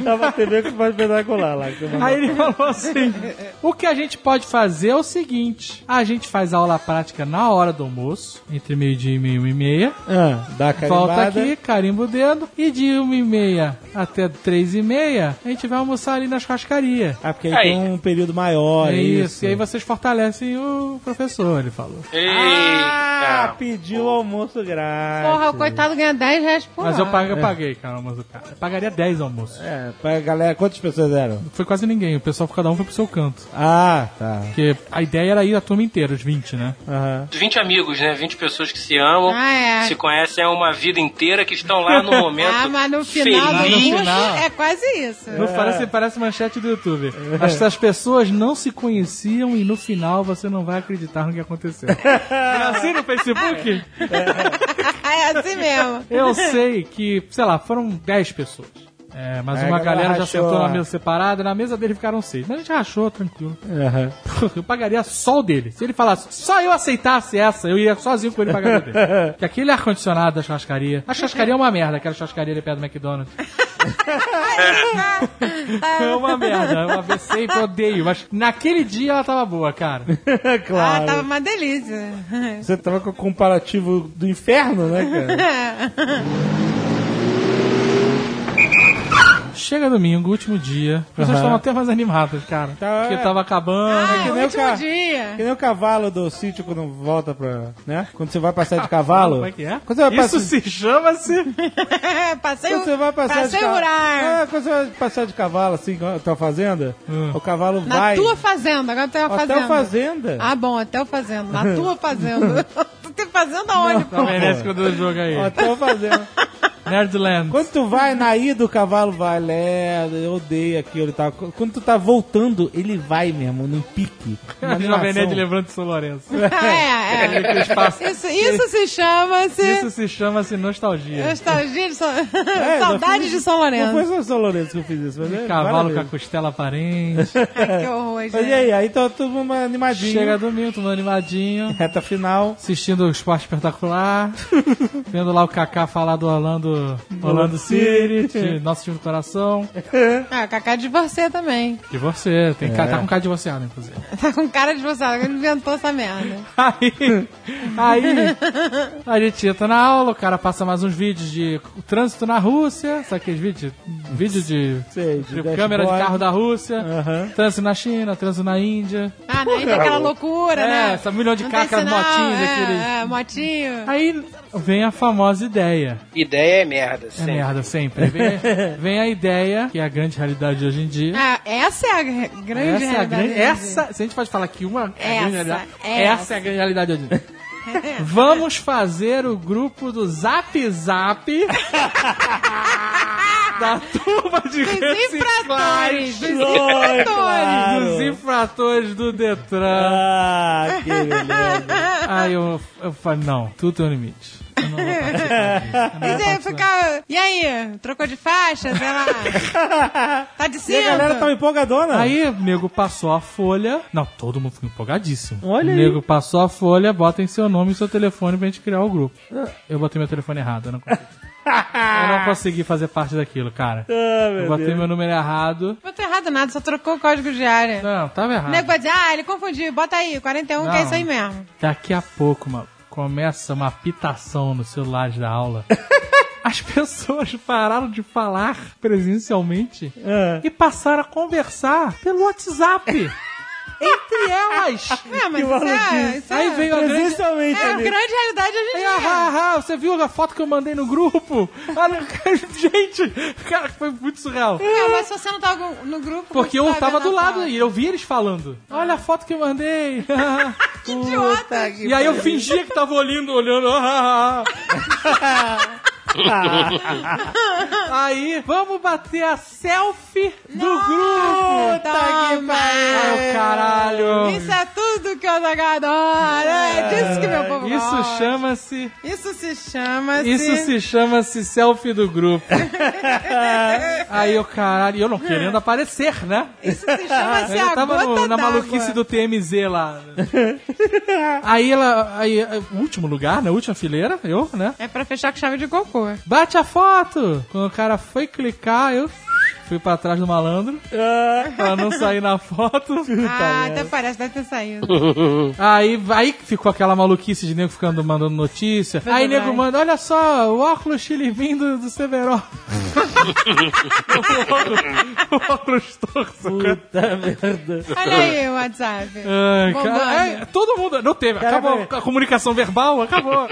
Speaker 2: tava TV com o esporte espetacular lá. Que tu mandou.
Speaker 5: Aí ele falou assim: o que a gente pode fazer é o seguinte: a gente faz a aula prática na hora do almoço, entre meio-dia e meia e uma e meia.
Speaker 2: Ah, dá a carimbada.
Speaker 5: Volta aqui, carimba o dedo. E de 1h30 até 3h30, a gente vai almoçar ali na churrascaria.
Speaker 2: Ah, porque aí,
Speaker 3: Aí.
Speaker 2: tem um período maior.
Speaker 5: é isso.
Speaker 2: isso.
Speaker 5: E aí vocês fortalecem o professor, ele falou.
Speaker 2: Ah,
Speaker 3: Eita.
Speaker 2: pediu almoço grátis.
Speaker 4: Porra, o coitado ganha 10 reais por
Speaker 5: Mas
Speaker 4: hora.
Speaker 5: eu, pago, eu paguei, cara, o almoço do cara. Eu pagaria 10 almoços.
Speaker 2: É, pra galera, quantas pessoas eram?
Speaker 5: Foi quase ninguém, o pessoal cada um foi pro seu canto.
Speaker 2: Ah, tá.
Speaker 5: Porque a ideia era ir a turma inteira, os 20, né?
Speaker 2: <laughs> Aham.
Speaker 3: 20 amigos, né? 20 pessoas que se amam,
Speaker 4: Ah, é.
Speaker 3: se conhecem há uma vida inteira, que estão lá
Speaker 5: <laughs>
Speaker 3: no momento.
Speaker 4: Ah, mas no final, do
Speaker 3: feliz.
Speaker 4: curso,
Speaker 5: final.
Speaker 4: é quase isso.
Speaker 5: Não Parece, parece manchete do YouTube. As,
Speaker 2: É.
Speaker 5: as pessoas não se conheciam e no final você não vai acreditar no que
Speaker 2: <laughs>
Speaker 5: aconteceu. Não é assim no Facebook?
Speaker 4: <laughs> É assim mesmo.
Speaker 5: Eu
Speaker 2: <laughs>
Speaker 5: sei que, sei lá, foram 10 pessoas. É, mas
Speaker 2: Aí a
Speaker 5: uma
Speaker 2: galera
Speaker 5: galera já
Speaker 2: rachou
Speaker 5: sentou
Speaker 2: lá.
Speaker 5: na mesa separada, na mesa dele ficaram seis. Mas a gente rachou, tranquilo. <laughs>
Speaker 2: Aham.
Speaker 5: Eu pagaria só o dele. Se ele falasse, só eu aceitasse essa, eu ia sozinho com ele pagar o dele.
Speaker 2: <laughs>
Speaker 5: Porque aquele ar-condicionado da churrascaria. A churrascaria é uma merda, aquela churrascaria ali perto
Speaker 2: <laughs>
Speaker 5: do McDonald's. é uma merda, é uma BC e eu odeio. Mas naquele dia ela tava boa, cara.
Speaker 2: É claro.
Speaker 4: Ah, tava uma delícia.
Speaker 2: Você tava com o comparativo do inferno, né, cara?
Speaker 4: <laughs>
Speaker 5: Chega domingo, último dia. As pessoas
Speaker 2: Aham.
Speaker 5: estavam até mais animadas, cara.
Speaker 2: Tá,
Speaker 5: Porque
Speaker 2: é.
Speaker 5: tava acabando.
Speaker 4: Ah,
Speaker 2: que
Speaker 4: é o
Speaker 2: nem o
Speaker 4: último
Speaker 2: ca-
Speaker 4: dia. <laughs>
Speaker 2: Que nem o cavalo do sítio quando volta pra. né? Quando você vai passar de cavalo.
Speaker 5: Como é que é?
Speaker 2: Quando você vai
Speaker 5: Isso
Speaker 2: passar.
Speaker 5: se chama-se.
Speaker 4: Passei
Speaker 2: Quando você vai passar
Speaker 4: passei
Speaker 2: de
Speaker 4: o
Speaker 2: cavalo.
Speaker 4: horário.
Speaker 2: É, quando você vai passar de cavalo, assim, na tua fazenda,
Speaker 5: Hum.
Speaker 2: o cavalo
Speaker 4: Na
Speaker 2: vai.
Speaker 4: tua fazenda, agora tu é a
Speaker 2: até
Speaker 4: fazenda.
Speaker 2: a fazenda.
Speaker 4: Ah, bom, até o fazenda. Na
Speaker 5: <laughs>
Speaker 4: tua fazenda. <laughs> tu tem fazenda aonde,
Speaker 5: Tá
Speaker 4: pô?
Speaker 5: merece quando eu jogo aí.
Speaker 2: Até a fazenda.
Speaker 5: Nerdland.
Speaker 2: Quando tu vai na ida, o cavalo vai, leva, eu odeio aquilo e tal. Quando tu tá voltando, ele vai mesmo, num pique.
Speaker 5: <laughs>
Speaker 2: Uma
Speaker 5: Jovem Nerd
Speaker 2: animação.
Speaker 5: lembrando de São Lourenço.
Speaker 4: Ah, é, é. Isso, isso se chama-se
Speaker 5: Isso se chama-se nostalgia.
Speaker 4: nostalgia
Speaker 5: <laughs>
Speaker 4: de São... <laughs>
Speaker 2: É, não
Speaker 4: Saudades
Speaker 2: foi-
Speaker 4: de São Lourenço.
Speaker 2: Não foi só São Lourenço que eu fiz isso, mas é
Speaker 5: Cavalo com a
Speaker 2: várias
Speaker 5: costela aparente.
Speaker 4: Ai, que horror,
Speaker 2: vezes. Mas e
Speaker 4: gente.
Speaker 2: aí, aí tá todo mundo animadinho.
Speaker 5: <laughs> Chega domingo, todo mundo animadinho.
Speaker 2: Reta final.
Speaker 5: Assistindo o esporte <laughs> espetacular. Vendo lá o Kaká falar do Orlando, Orlando City. de Nosso time do coração.
Speaker 4: Ah, Cacá de você também. <laughs>
Speaker 5: De você. Tem ca- Tá com cara de você, Ana, inclusive.
Speaker 4: Tá com cara de você, ele inventou essa merda.
Speaker 5: Aí, aí a gente entra na aula, o cara passa mais uns vídeos de trânsito na Rússia, sabe aqueles vídeos? Vídeo de,
Speaker 2: Sei, de
Speaker 5: de câmera de
Speaker 2: dashboard.
Speaker 5: carro da Rússia,
Speaker 2: Aham.
Speaker 5: trânsito na China, trânsito na Índia.
Speaker 4: Ah, na Índia é aquela loucura,
Speaker 5: É,
Speaker 4: né?
Speaker 5: essa milhão de
Speaker 4: Não
Speaker 5: cacas
Speaker 4: tem sinal,
Speaker 5: motinhos
Speaker 4: é,
Speaker 5: daqueles.
Speaker 4: É, motinho.
Speaker 5: Aí vem a famosa ideia.
Speaker 3: Ideia é merda,
Speaker 5: Ah. É
Speaker 3: sempre.
Speaker 5: merda sempre. Vem, vem a ideia, que é a grande realidade de hoje em dia.
Speaker 4: Ah, essa é a gr- grande
Speaker 5: Essa é a
Speaker 4: realidade
Speaker 5: grande.
Speaker 4: hoje em dia.
Speaker 5: Essa, se a gente pode falar que uma é a grande
Speaker 4: Essa,
Speaker 5: realidade,
Speaker 4: essa.
Speaker 5: essa é a grande
Speaker 4: <laughs>
Speaker 5: realidade hoje em dia. Vamos fazer o grupo do Zap
Speaker 4: <laughs>
Speaker 5: Zap da turma de
Speaker 4: Dos infratores,
Speaker 5: reciclagem
Speaker 4: dos
Speaker 2: Ai,
Speaker 4: infratores.
Speaker 2: claro.
Speaker 5: dos infratores do
Speaker 4: <laughs>
Speaker 5: Detran.
Speaker 2: Ah,
Speaker 5: <laughs>
Speaker 2: que beleza.
Speaker 5: Aí eu, eu falei, não, tudo tem um limite. Eu não vou participar disso. Eu não
Speaker 4: E
Speaker 5: vou
Speaker 4: aí,
Speaker 5: participar.
Speaker 4: é, fica- e aí, trocou de faixa, sei lá.
Speaker 5: <laughs>
Speaker 4: Tá de
Speaker 2: E a
Speaker 4: cinto?
Speaker 2: galera tá empolgadona.
Speaker 5: Aí, nego passou a folha. Ah. Não, todo mundo ficou empolgadíssimo.
Speaker 2: Olha aí.
Speaker 5: Nego passou a folha, botem seu nome e seu telefone pra gente criar o grupo.
Speaker 2: Ah.
Speaker 5: Eu botei meu telefone errado, eu não consegui. eu não consegui fazer parte daquilo, cara.
Speaker 2: Ah,
Speaker 5: eu
Speaker 2: meu
Speaker 5: botei
Speaker 2: Deus.
Speaker 5: meu número errado.
Speaker 4: Não tô errado nada, só trocou o código de área.
Speaker 5: Não, é tava
Speaker 4: O
Speaker 5: errado.
Speaker 4: nego vai dizer, ah, ele confundiu, bota aí, 41, que é
Speaker 5: Não.
Speaker 4: isso aí mesmo.
Speaker 5: Daqui a pouco, mano, começa uma apitação nos celulares da aula.
Speaker 2: <laughs>
Speaker 5: As pessoas pararam de falar presencialmente
Speaker 2: Ah.
Speaker 5: e passaram a conversar pelo
Speaker 2: <laughs>
Speaker 5: WhatsApp. Entre elas.
Speaker 4: É,
Speaker 2: Que
Speaker 4: mas isso é,
Speaker 2: maluquice.
Speaker 4: isso é,
Speaker 5: Aí veio a grande,
Speaker 2: Presencialmente
Speaker 4: é a
Speaker 2: ali.
Speaker 4: grande realidade hoje em
Speaker 5: Aí, ah,
Speaker 4: dia.
Speaker 5: ah, ah, você viu a foto que eu mandei no
Speaker 4: <laughs>
Speaker 5: grupo? Ah, não, <laughs> cara, gente, cara, foi muito surreal.
Speaker 4: É, mas se você não tava no grupo...
Speaker 5: Porque eu
Speaker 4: você tá
Speaker 5: tava
Speaker 4: vendo
Speaker 5: do
Speaker 4: a
Speaker 5: lado
Speaker 4: foto.
Speaker 5: e eu vi eles falando. Olha a foto que eu mandei. <laughs>
Speaker 4: Que idiota.
Speaker 5: e aí eu fingia que tava olhando, olhando. Ah, ah,
Speaker 4: <laughs>
Speaker 5: ah. aí, vamos bater a selfie do grupo. tá
Speaker 4: Toma.
Speaker 5: Ai, É caralho.
Speaker 4: Isso é tudo que eu adoro. É disso que meu povo
Speaker 5: Isso
Speaker 4: gosta.
Speaker 5: chama-se...
Speaker 4: Isso se chama. assim-
Speaker 5: Isso se chama-se selfie
Speaker 4: <laughs>
Speaker 5: do grupo. Aí eu, caralho, eu não querendo aparecer, né?
Speaker 4: Isso se chama assim, se
Speaker 5: Aí <laughs> eu tava no- na maluquice do TMZ lá. Aí ela, aí, é, o último lugar, né? Última fileira, eu, né?
Speaker 4: É pra fechar com chave de cocô.
Speaker 5: Bate a foto! Quando o cara foi clicar, eu fui pra trás do malandro pra não sair na foto.
Speaker 4: Ah, até parece, deve ter saído.
Speaker 5: Aí, aí ficou aquela maluquice de nego ficando mandando notícia. aí
Speaker 4: demais.
Speaker 5: nego manda, olha só, o óculos chilivim do, do Severo. <laughs> o óculos, o óculos torto.
Speaker 2: Puta merda.
Speaker 4: Olha aí o WhatsApp.
Speaker 5: Ai,
Speaker 4: Bom
Speaker 5: cara,
Speaker 4: nome.
Speaker 5: é, todo mundo. Não teve,
Speaker 2: Cara,
Speaker 5: acabou.
Speaker 2: velho.
Speaker 5: A comunicação verbal acabou.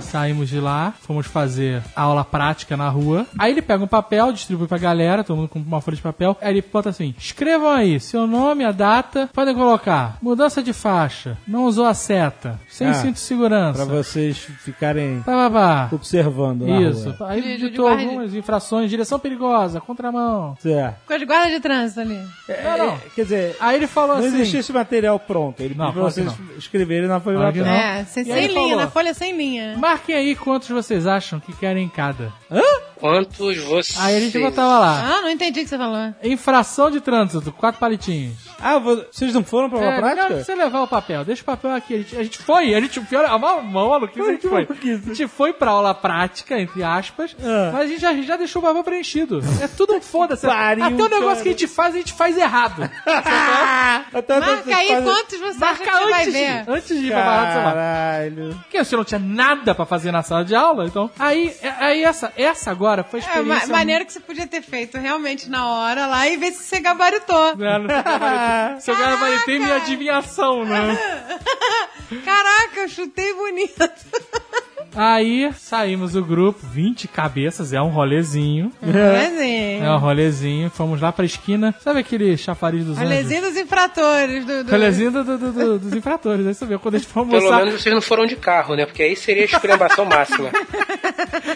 Speaker 5: Saímos de lá, fomos fazer aula prática na rua. Aí ele pega um papel, distribui pra galera, todo mundo compra uma folha de papel. Aí ele bota assim: escrevam aí, seu nome, a data, podem colocar. Mudança de faixa, não usou a seta, sem
Speaker 2: Ah,
Speaker 5: cinto de segurança.
Speaker 2: Pra vocês ficarem
Speaker 5: Pá, pá, pá.
Speaker 2: observando na
Speaker 5: Isso.
Speaker 2: rua.
Speaker 5: Aí
Speaker 4: De-
Speaker 5: ele
Speaker 4: de- de
Speaker 5: ditou
Speaker 4: guarda-
Speaker 5: algumas infrações, direção perigosa, contramão.
Speaker 2: Certo.
Speaker 4: Ficou de guarda de trânsito ali.
Speaker 2: É,
Speaker 5: não.
Speaker 2: é, Quer dizer,
Speaker 5: Aí ele falou
Speaker 2: não
Speaker 5: assim.
Speaker 2: existe esse material pronto. Ele
Speaker 5: Não,
Speaker 2: pediu pra
Speaker 5: claro que
Speaker 2: vocês escreverem na folha
Speaker 5: Claro que
Speaker 2: de papel.
Speaker 5: não.
Speaker 4: É, sem,
Speaker 5: E
Speaker 4: sem
Speaker 5: aí
Speaker 4: linha,
Speaker 5: falou.
Speaker 4: na folha sem linha.
Speaker 5: Marquem aí quantos vocês acham que querem cada.
Speaker 3: Quantos vocês?
Speaker 5: Aí a gente botava lá.
Speaker 4: Ah, não entendi o que você falou.
Speaker 5: Infração de trânsito, quatro palitinhos.
Speaker 2: Ah, vo- vocês não foram pra uma
Speaker 5: É, Não
Speaker 2: prática?
Speaker 5: precisa levar o papel, deixa o papel aqui. A gente, a gente foi, a gente. Pior, a mal, maluquice a gente foi. A gente foi pra aula prática, entre aspas,
Speaker 2: Ah.
Speaker 5: mas a gente já, já deixou o papel preenchido. É tudo um foda-se.
Speaker 2: Pariu,
Speaker 5: Até o negócio
Speaker 2: cara.
Speaker 5: que a gente faz, a gente faz errado.
Speaker 2: Até
Speaker 4: Marca
Speaker 2: vocês
Speaker 4: aí
Speaker 2: fazem-
Speaker 4: quantos você acha que
Speaker 5: Marca
Speaker 4: você vai
Speaker 5: antes,
Speaker 4: ver.
Speaker 5: de, antes de ir pra parada, tipo, sei lá.
Speaker 2: Caralho.
Speaker 5: Porque você não tinha nada pra fazer na sala de aula, então. Aí, é- aí essa, essa agora foi a
Speaker 4: É,
Speaker 5: experiência.
Speaker 4: ma maneiro que você podia ter feito realmente na hora lá e ver se você gabaritou.
Speaker 5: Né? Não, não sei gabaritei. Seu cara vai ter minha
Speaker 4: Caraca!
Speaker 5: adivinhação, né?
Speaker 4: Caraca, eu chutei bonito.
Speaker 5: Aí saímos do grupo, 20 cabeças, é um rolezinho.
Speaker 4: <laughs> Mas é.
Speaker 5: É um rolezinho, fomos lá pra esquina. Sabe aquele chafariz dos anjos?
Speaker 4: Rolezinho dos infratores. Do, do...
Speaker 5: Rolezinho do- do- do- do- dos infratores, aí sabia? Quando a gente foi
Speaker 3: Pelo
Speaker 5: almoçar,
Speaker 3: menos vocês não foram de carro, né? Porque aí seria a esculhambação
Speaker 5: <laughs>
Speaker 3: máxima.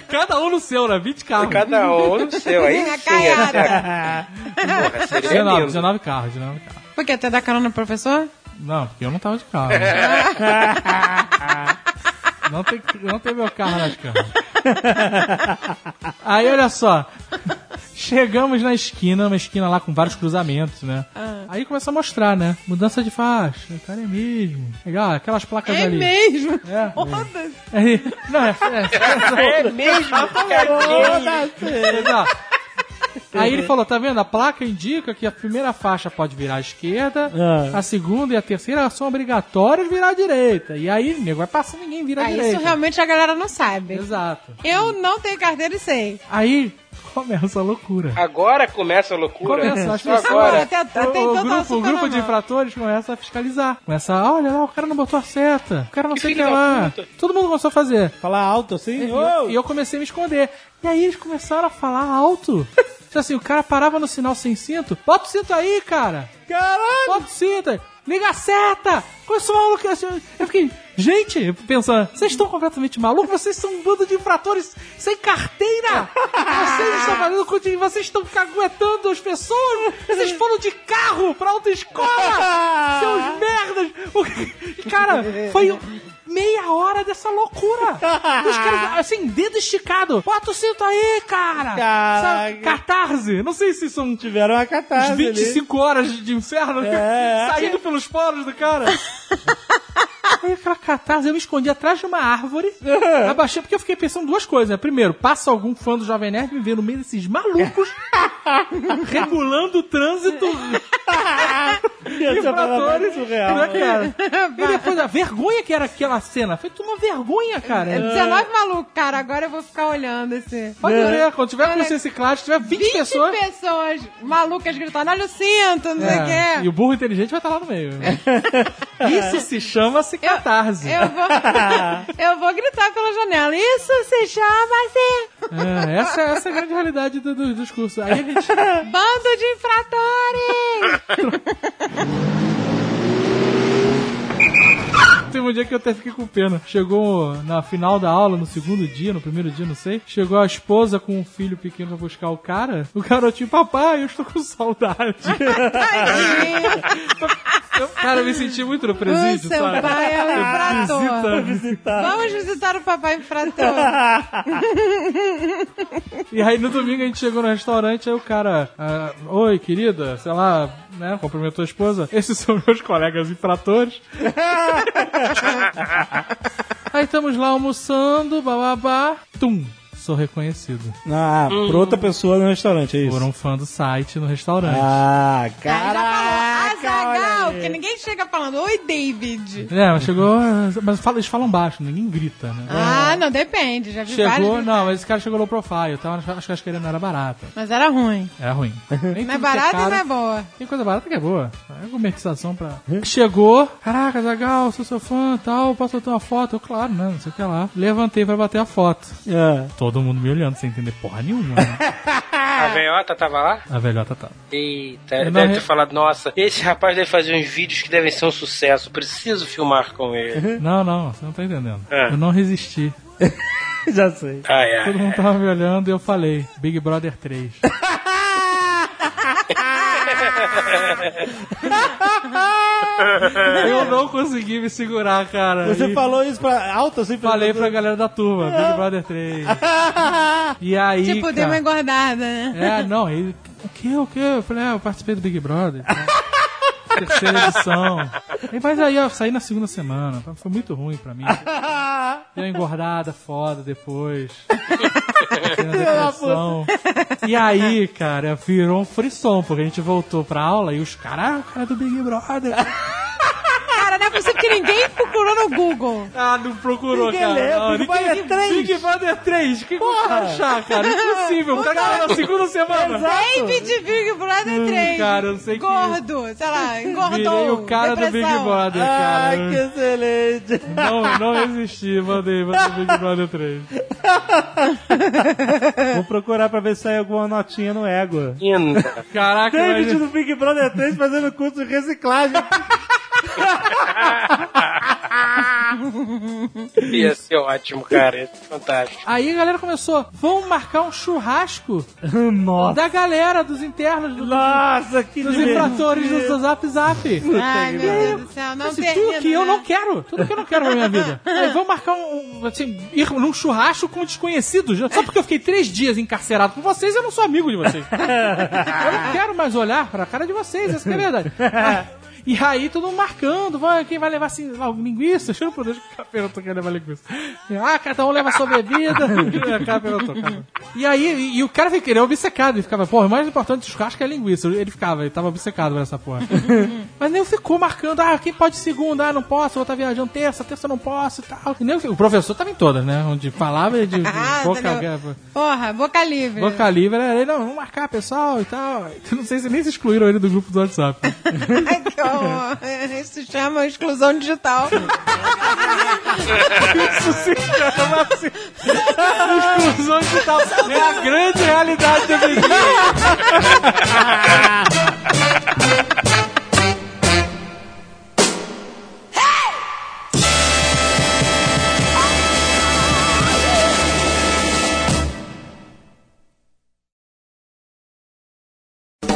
Speaker 5: cada um no seu, né? 20 carros.
Speaker 3: Cada um no seu. Aí
Speaker 4: É,
Speaker 3: sim, é
Speaker 4: caiada.
Speaker 3: Porra, seria
Speaker 5: 19,
Speaker 3: é lindo.
Speaker 5: 19 carros, né? 19 carros.
Speaker 4: Por quê? Até dar carona pro professor?
Speaker 5: Não, porque eu não tava de carro. né? não, tem, não tem meu carro nas câmeras. Aí, olha só. Chegamos na esquina, uma esquina lá com vários cruzamentos, né?
Speaker 4: Ah.
Speaker 5: Aí começa a mostrar, né? Mudança de faixa, cara, é mesmo. Legal, aquelas placas
Speaker 4: É
Speaker 5: ali.
Speaker 4: mesmo.
Speaker 5: É.
Speaker 4: Foda-se.
Speaker 5: Aí- não, é, é,
Speaker 3: É mesmo?
Speaker 5: Exato. Aí ele falou, tá vendo? A placa indica que a primeira faixa pode virar à esquerda,
Speaker 2: Ah.
Speaker 5: a segunda e a terceira são obrigatórias virar à direita. E aí, nego, vai passando ninguém vira à
Speaker 4: Ah, isso
Speaker 5: direita.
Speaker 4: realmente a galera não sabe.
Speaker 5: Exato.
Speaker 4: Eu não tenho carteira e sei.
Speaker 5: Aí começa a loucura.
Speaker 3: Agora começa a loucura.
Speaker 5: Começa, as
Speaker 3: Só
Speaker 5: pessoas-
Speaker 3: agora.
Speaker 4: Até, até
Speaker 5: o, o
Speaker 4: então tava
Speaker 5: grupo, o
Speaker 4: super
Speaker 5: grupo
Speaker 4: na
Speaker 5: de
Speaker 4: mão.
Speaker 5: infratores começa a fiscalizar. Começa, a, olha lá, o cara não botou a seta, o cara não
Speaker 3: Que
Speaker 5: sei o que
Speaker 3: filho da
Speaker 5: lá.
Speaker 3: puta.
Speaker 5: Todo mundo começou a fazer.
Speaker 2: Falar alto assim?
Speaker 5: E
Speaker 2: Ô!
Speaker 5: eu, É, e eu comecei a me esconder. E aí eles começaram a falar alto. Tipo assim, o cara parava no sinal sem cinto. Bota o cinto aí, cara.
Speaker 2: Caralho!
Speaker 5: Bota o cinto aí. Liga a seta. Começou maluco. assim, Eu fiquei, gente, pensando, vocês estão completamente malucos? Vocês são um bando de infratores sem carteira. Vocês estão fazendo com de- Vocês estão caguetando as pessoas. Vocês foram de carro pra autoescola. Seus merdas. O- Cara, foi... Meia hora dessa loucura! Os caras, assim, dedo esticado. Bota o cinto aí, cara!
Speaker 2: Caraca.
Speaker 5: Sabe, Catarse! Não sei se é um são
Speaker 2: Tiveram uma
Speaker 5: as
Speaker 2: catarse
Speaker 5: 25 horas de inferno
Speaker 2: É.
Speaker 5: <laughs> saindo pelos poros do cara. <laughs> Aí aquela catarse, eu me escondi atrás de uma árvore, <laughs> abaixei, porque eu fiquei pensando duas coisas, né? Primeiro, passa algum fã do Jovem Nerd me ver no meio desses <laughs> malucos regulando o <laughs> trânsito
Speaker 2: ali. Essa palavra é
Speaker 5: infratores.
Speaker 2: surreal.
Speaker 5: né, cara? E depois, a vergonha que era aquela cena. Foi tudo uma vergonha, cara.
Speaker 4: É 19 maluco, cara. Agora eu vou ficar olhando esse.
Speaker 5: Pode ver, quando tiver
Speaker 4: Cara,
Speaker 5: com reciclagem, tiver 20,
Speaker 4: 20
Speaker 5: pessoas...
Speaker 4: pessoas. malucas gritando, olha o cinto, não sei o
Speaker 5: É, E
Speaker 4: quê.
Speaker 5: o burro inteligente vai estar lá no <laughs> meio. Isso se chama-se catarse.
Speaker 4: Eu
Speaker 5: <laughs>
Speaker 4: vou, eu vou gritar pela janela. Isso se chama ser
Speaker 5: É, essa, essa é a grande realidade do, do- dos cursos. Aí a gente <laughs>
Speaker 4: bando de infratores.
Speaker 5: teve um dia que eu até fiquei com pena. Chegou na final da aula, no segundo dia, no primeiro dia, não sei. Chegou a esposa com um filho pequeno pra buscar o cara. O garotinho, papai, eu estou com saudade.
Speaker 4: Tadinho.
Speaker 5: Eu- <laughs> cara, eu me senti muito no
Speaker 4: O
Speaker 5: presídio,
Speaker 4: seu
Speaker 5: sabe?
Speaker 4: pai é um infrator.
Speaker 5: Visita-
Speaker 4: Vamos visitar o papai infrator.
Speaker 5: E aí no domingo a gente chegou no restaurante, aí o cara, ah, oi querida, sei lá, né, cumprimentou a esposa. Esses são meus colegas infratores. <laughs> aí estamos lá almoçando, bababá, tum, sou reconhecido.
Speaker 2: Ah, por outra pessoa no restaurante, é isso.
Speaker 5: Por um fã do site no restaurante.
Speaker 2: Ah,
Speaker 4: Aí já falou,
Speaker 2: caraca!
Speaker 4: Azagal, porque ninguém chega falando, oi, David.
Speaker 5: É, mas chegou. Mas fala- eles falam baixo, ninguém grita, né?
Speaker 4: Ah, não, depende. Já vi vários
Speaker 5: Chegou,
Speaker 4: gritar.
Speaker 5: não, mas esse cara chegou low profile, então acho que a asqueira não era barata.
Speaker 4: Mas era ruim.
Speaker 5: Era ruim.
Speaker 4: <laughs>
Speaker 5: Nem
Speaker 4: Não é
Speaker 5: tudo que
Speaker 4: barato e
Speaker 5: caro-
Speaker 4: não é boa.
Speaker 5: Tem coisa barata que é boa. É gourmetização pra. Chegou. Caraca, Zagal, sou seu fã tal. Posso ter uma foto? Eu, claro, né? Não sei o que lá. Levantei pra bater a foto.
Speaker 2: É.
Speaker 5: Todo mundo me olhando sem entender porra nenhuma.
Speaker 2: <laughs>
Speaker 5: Né?
Speaker 3: A velhota tava lá?
Speaker 5: a velhota tá.
Speaker 3: Eita,
Speaker 5: Eu não
Speaker 3: deve
Speaker 5: re-
Speaker 3: ter falado, nossa, esse rapaz deve fazer uns vídeos que devem ser um sucesso, preciso filmar com
Speaker 5: <laughs>
Speaker 3: ele.
Speaker 5: Não, não, você não tá entendendo.
Speaker 3: É.
Speaker 5: Eu não resisti.
Speaker 2: Já sei.
Speaker 3: Ai, ai.
Speaker 5: Todo mundo tava me olhando e eu falei: Big Brother
Speaker 2: <laughs>
Speaker 5: 3. eu não consegui me segurar, cara.
Speaker 2: Você
Speaker 5: E-
Speaker 2: falou isso pra alto assim?
Speaker 5: Falei pra galera da
Speaker 2: <laughs>
Speaker 5: turma, Big Brother 3. <laughs> E aí.
Speaker 4: Tipo, deu uma
Speaker 5: cara,
Speaker 4: engordada, né?
Speaker 5: É, não, ele. O que, o que? Eu falei, ah, eu participei do Big Brother. tá? Terceira edição. E, mas aí eu saí na segunda semana. tá? Foi muito ruim pra <laughs> mim. Deu uma engordada foda depois. Fiquei na depressão. E aí, cara, virou um frisson, porque a gente voltou pra aula e os caras, ah, o cara do Big Brother.
Speaker 4: Cara, não é possível que ninguém procurou no Google.
Speaker 5: Ah, não procurou,
Speaker 2: Ninguém
Speaker 5: cara.
Speaker 2: lembra,
Speaker 5: Não,
Speaker 2: Big Brother
Speaker 5: ninguém-
Speaker 2: 3.
Speaker 5: Big Brother 3. O que que eu vou achar, cara? Impossível. O cara tá na segunda semana.
Speaker 4: David Big Brother 3.
Speaker 5: Hum, cara, eu não sei que-
Speaker 4: Gordo, sei lá, engordou.
Speaker 5: Virei o cara do Big
Speaker 4: depressão.
Speaker 5: Brother,
Speaker 2: Ai, que
Speaker 5: cara.
Speaker 2: excelente.
Speaker 5: Não, não resisti, mandei, mandei o Big Brother 3.
Speaker 2: Vou procurar pra ver se sai alguma notinha no ego.
Speaker 5: <laughs>
Speaker 3: Ainda.
Speaker 5: Caraca,
Speaker 2: David
Speaker 5: mas...
Speaker 2: do Big Brother 3 fazendo curso de reciclagem.
Speaker 3: Ia ser ótimo, cara. Ia ser fantástico.
Speaker 5: Aí a galera começou, vamos marcar um <laughs> churrasco
Speaker 2: Nossa.
Speaker 5: da galera, dos internos, do-
Speaker 2: Nossa, que
Speaker 5: dos
Speaker 2: divertido.
Speaker 5: infratores do Zap Zap.
Speaker 4: Ai, meu Deus do céu, não
Speaker 5: Assim,
Speaker 4: termina.
Speaker 5: tudo que eu
Speaker 4: né?
Speaker 5: não quero, tudo que eu não quero na
Speaker 4: <laughs>
Speaker 5: minha vida. Aí vamos marcar um, um, assim, ir num churrasco com desconhecidos.
Speaker 4: É.
Speaker 5: Só porque eu fiquei três dias encarcerado com vocês, eu não sou amigo
Speaker 4: <laughs>
Speaker 5: de vocês. Eu não quero mais olhar pra cara de vocês, essa que é a verdade. E aí, todo mundo marcando, vai, quem vai levar assim, lá, linguiça? Juro por Deus que capiroto quer levar linguiça. Ah, cada um leva sua bebida. É, capiroto, capiroto. E aí, e, e o cara fica, ele é obcecado, ele ficava, porra, o mais importante do churrasco é a linguiça. Ele ficava, ele tava obcecado nessa porra. Mas nem ficou marcando, ah, quem pode segunda, ah, não posso, eu tá viajando terça, terça eu não posso e tal. E nem o professor tava em todas, né? Onde falava de, de
Speaker 4: Ah,
Speaker 5: boca,
Speaker 4: entendeu? Porra, boca livre.
Speaker 5: É. Boca livre, era ele, não, vamos marcar, pessoal, e tal. <laughs> Eu não sei se nem se excluíram ele do grupo do WhatsApp. <laughs>
Speaker 4: Ai, que horror. Isso se chama exclusão digital.
Speaker 5: Isso se chama assim. Exclusão digital. É a grande realidade do Big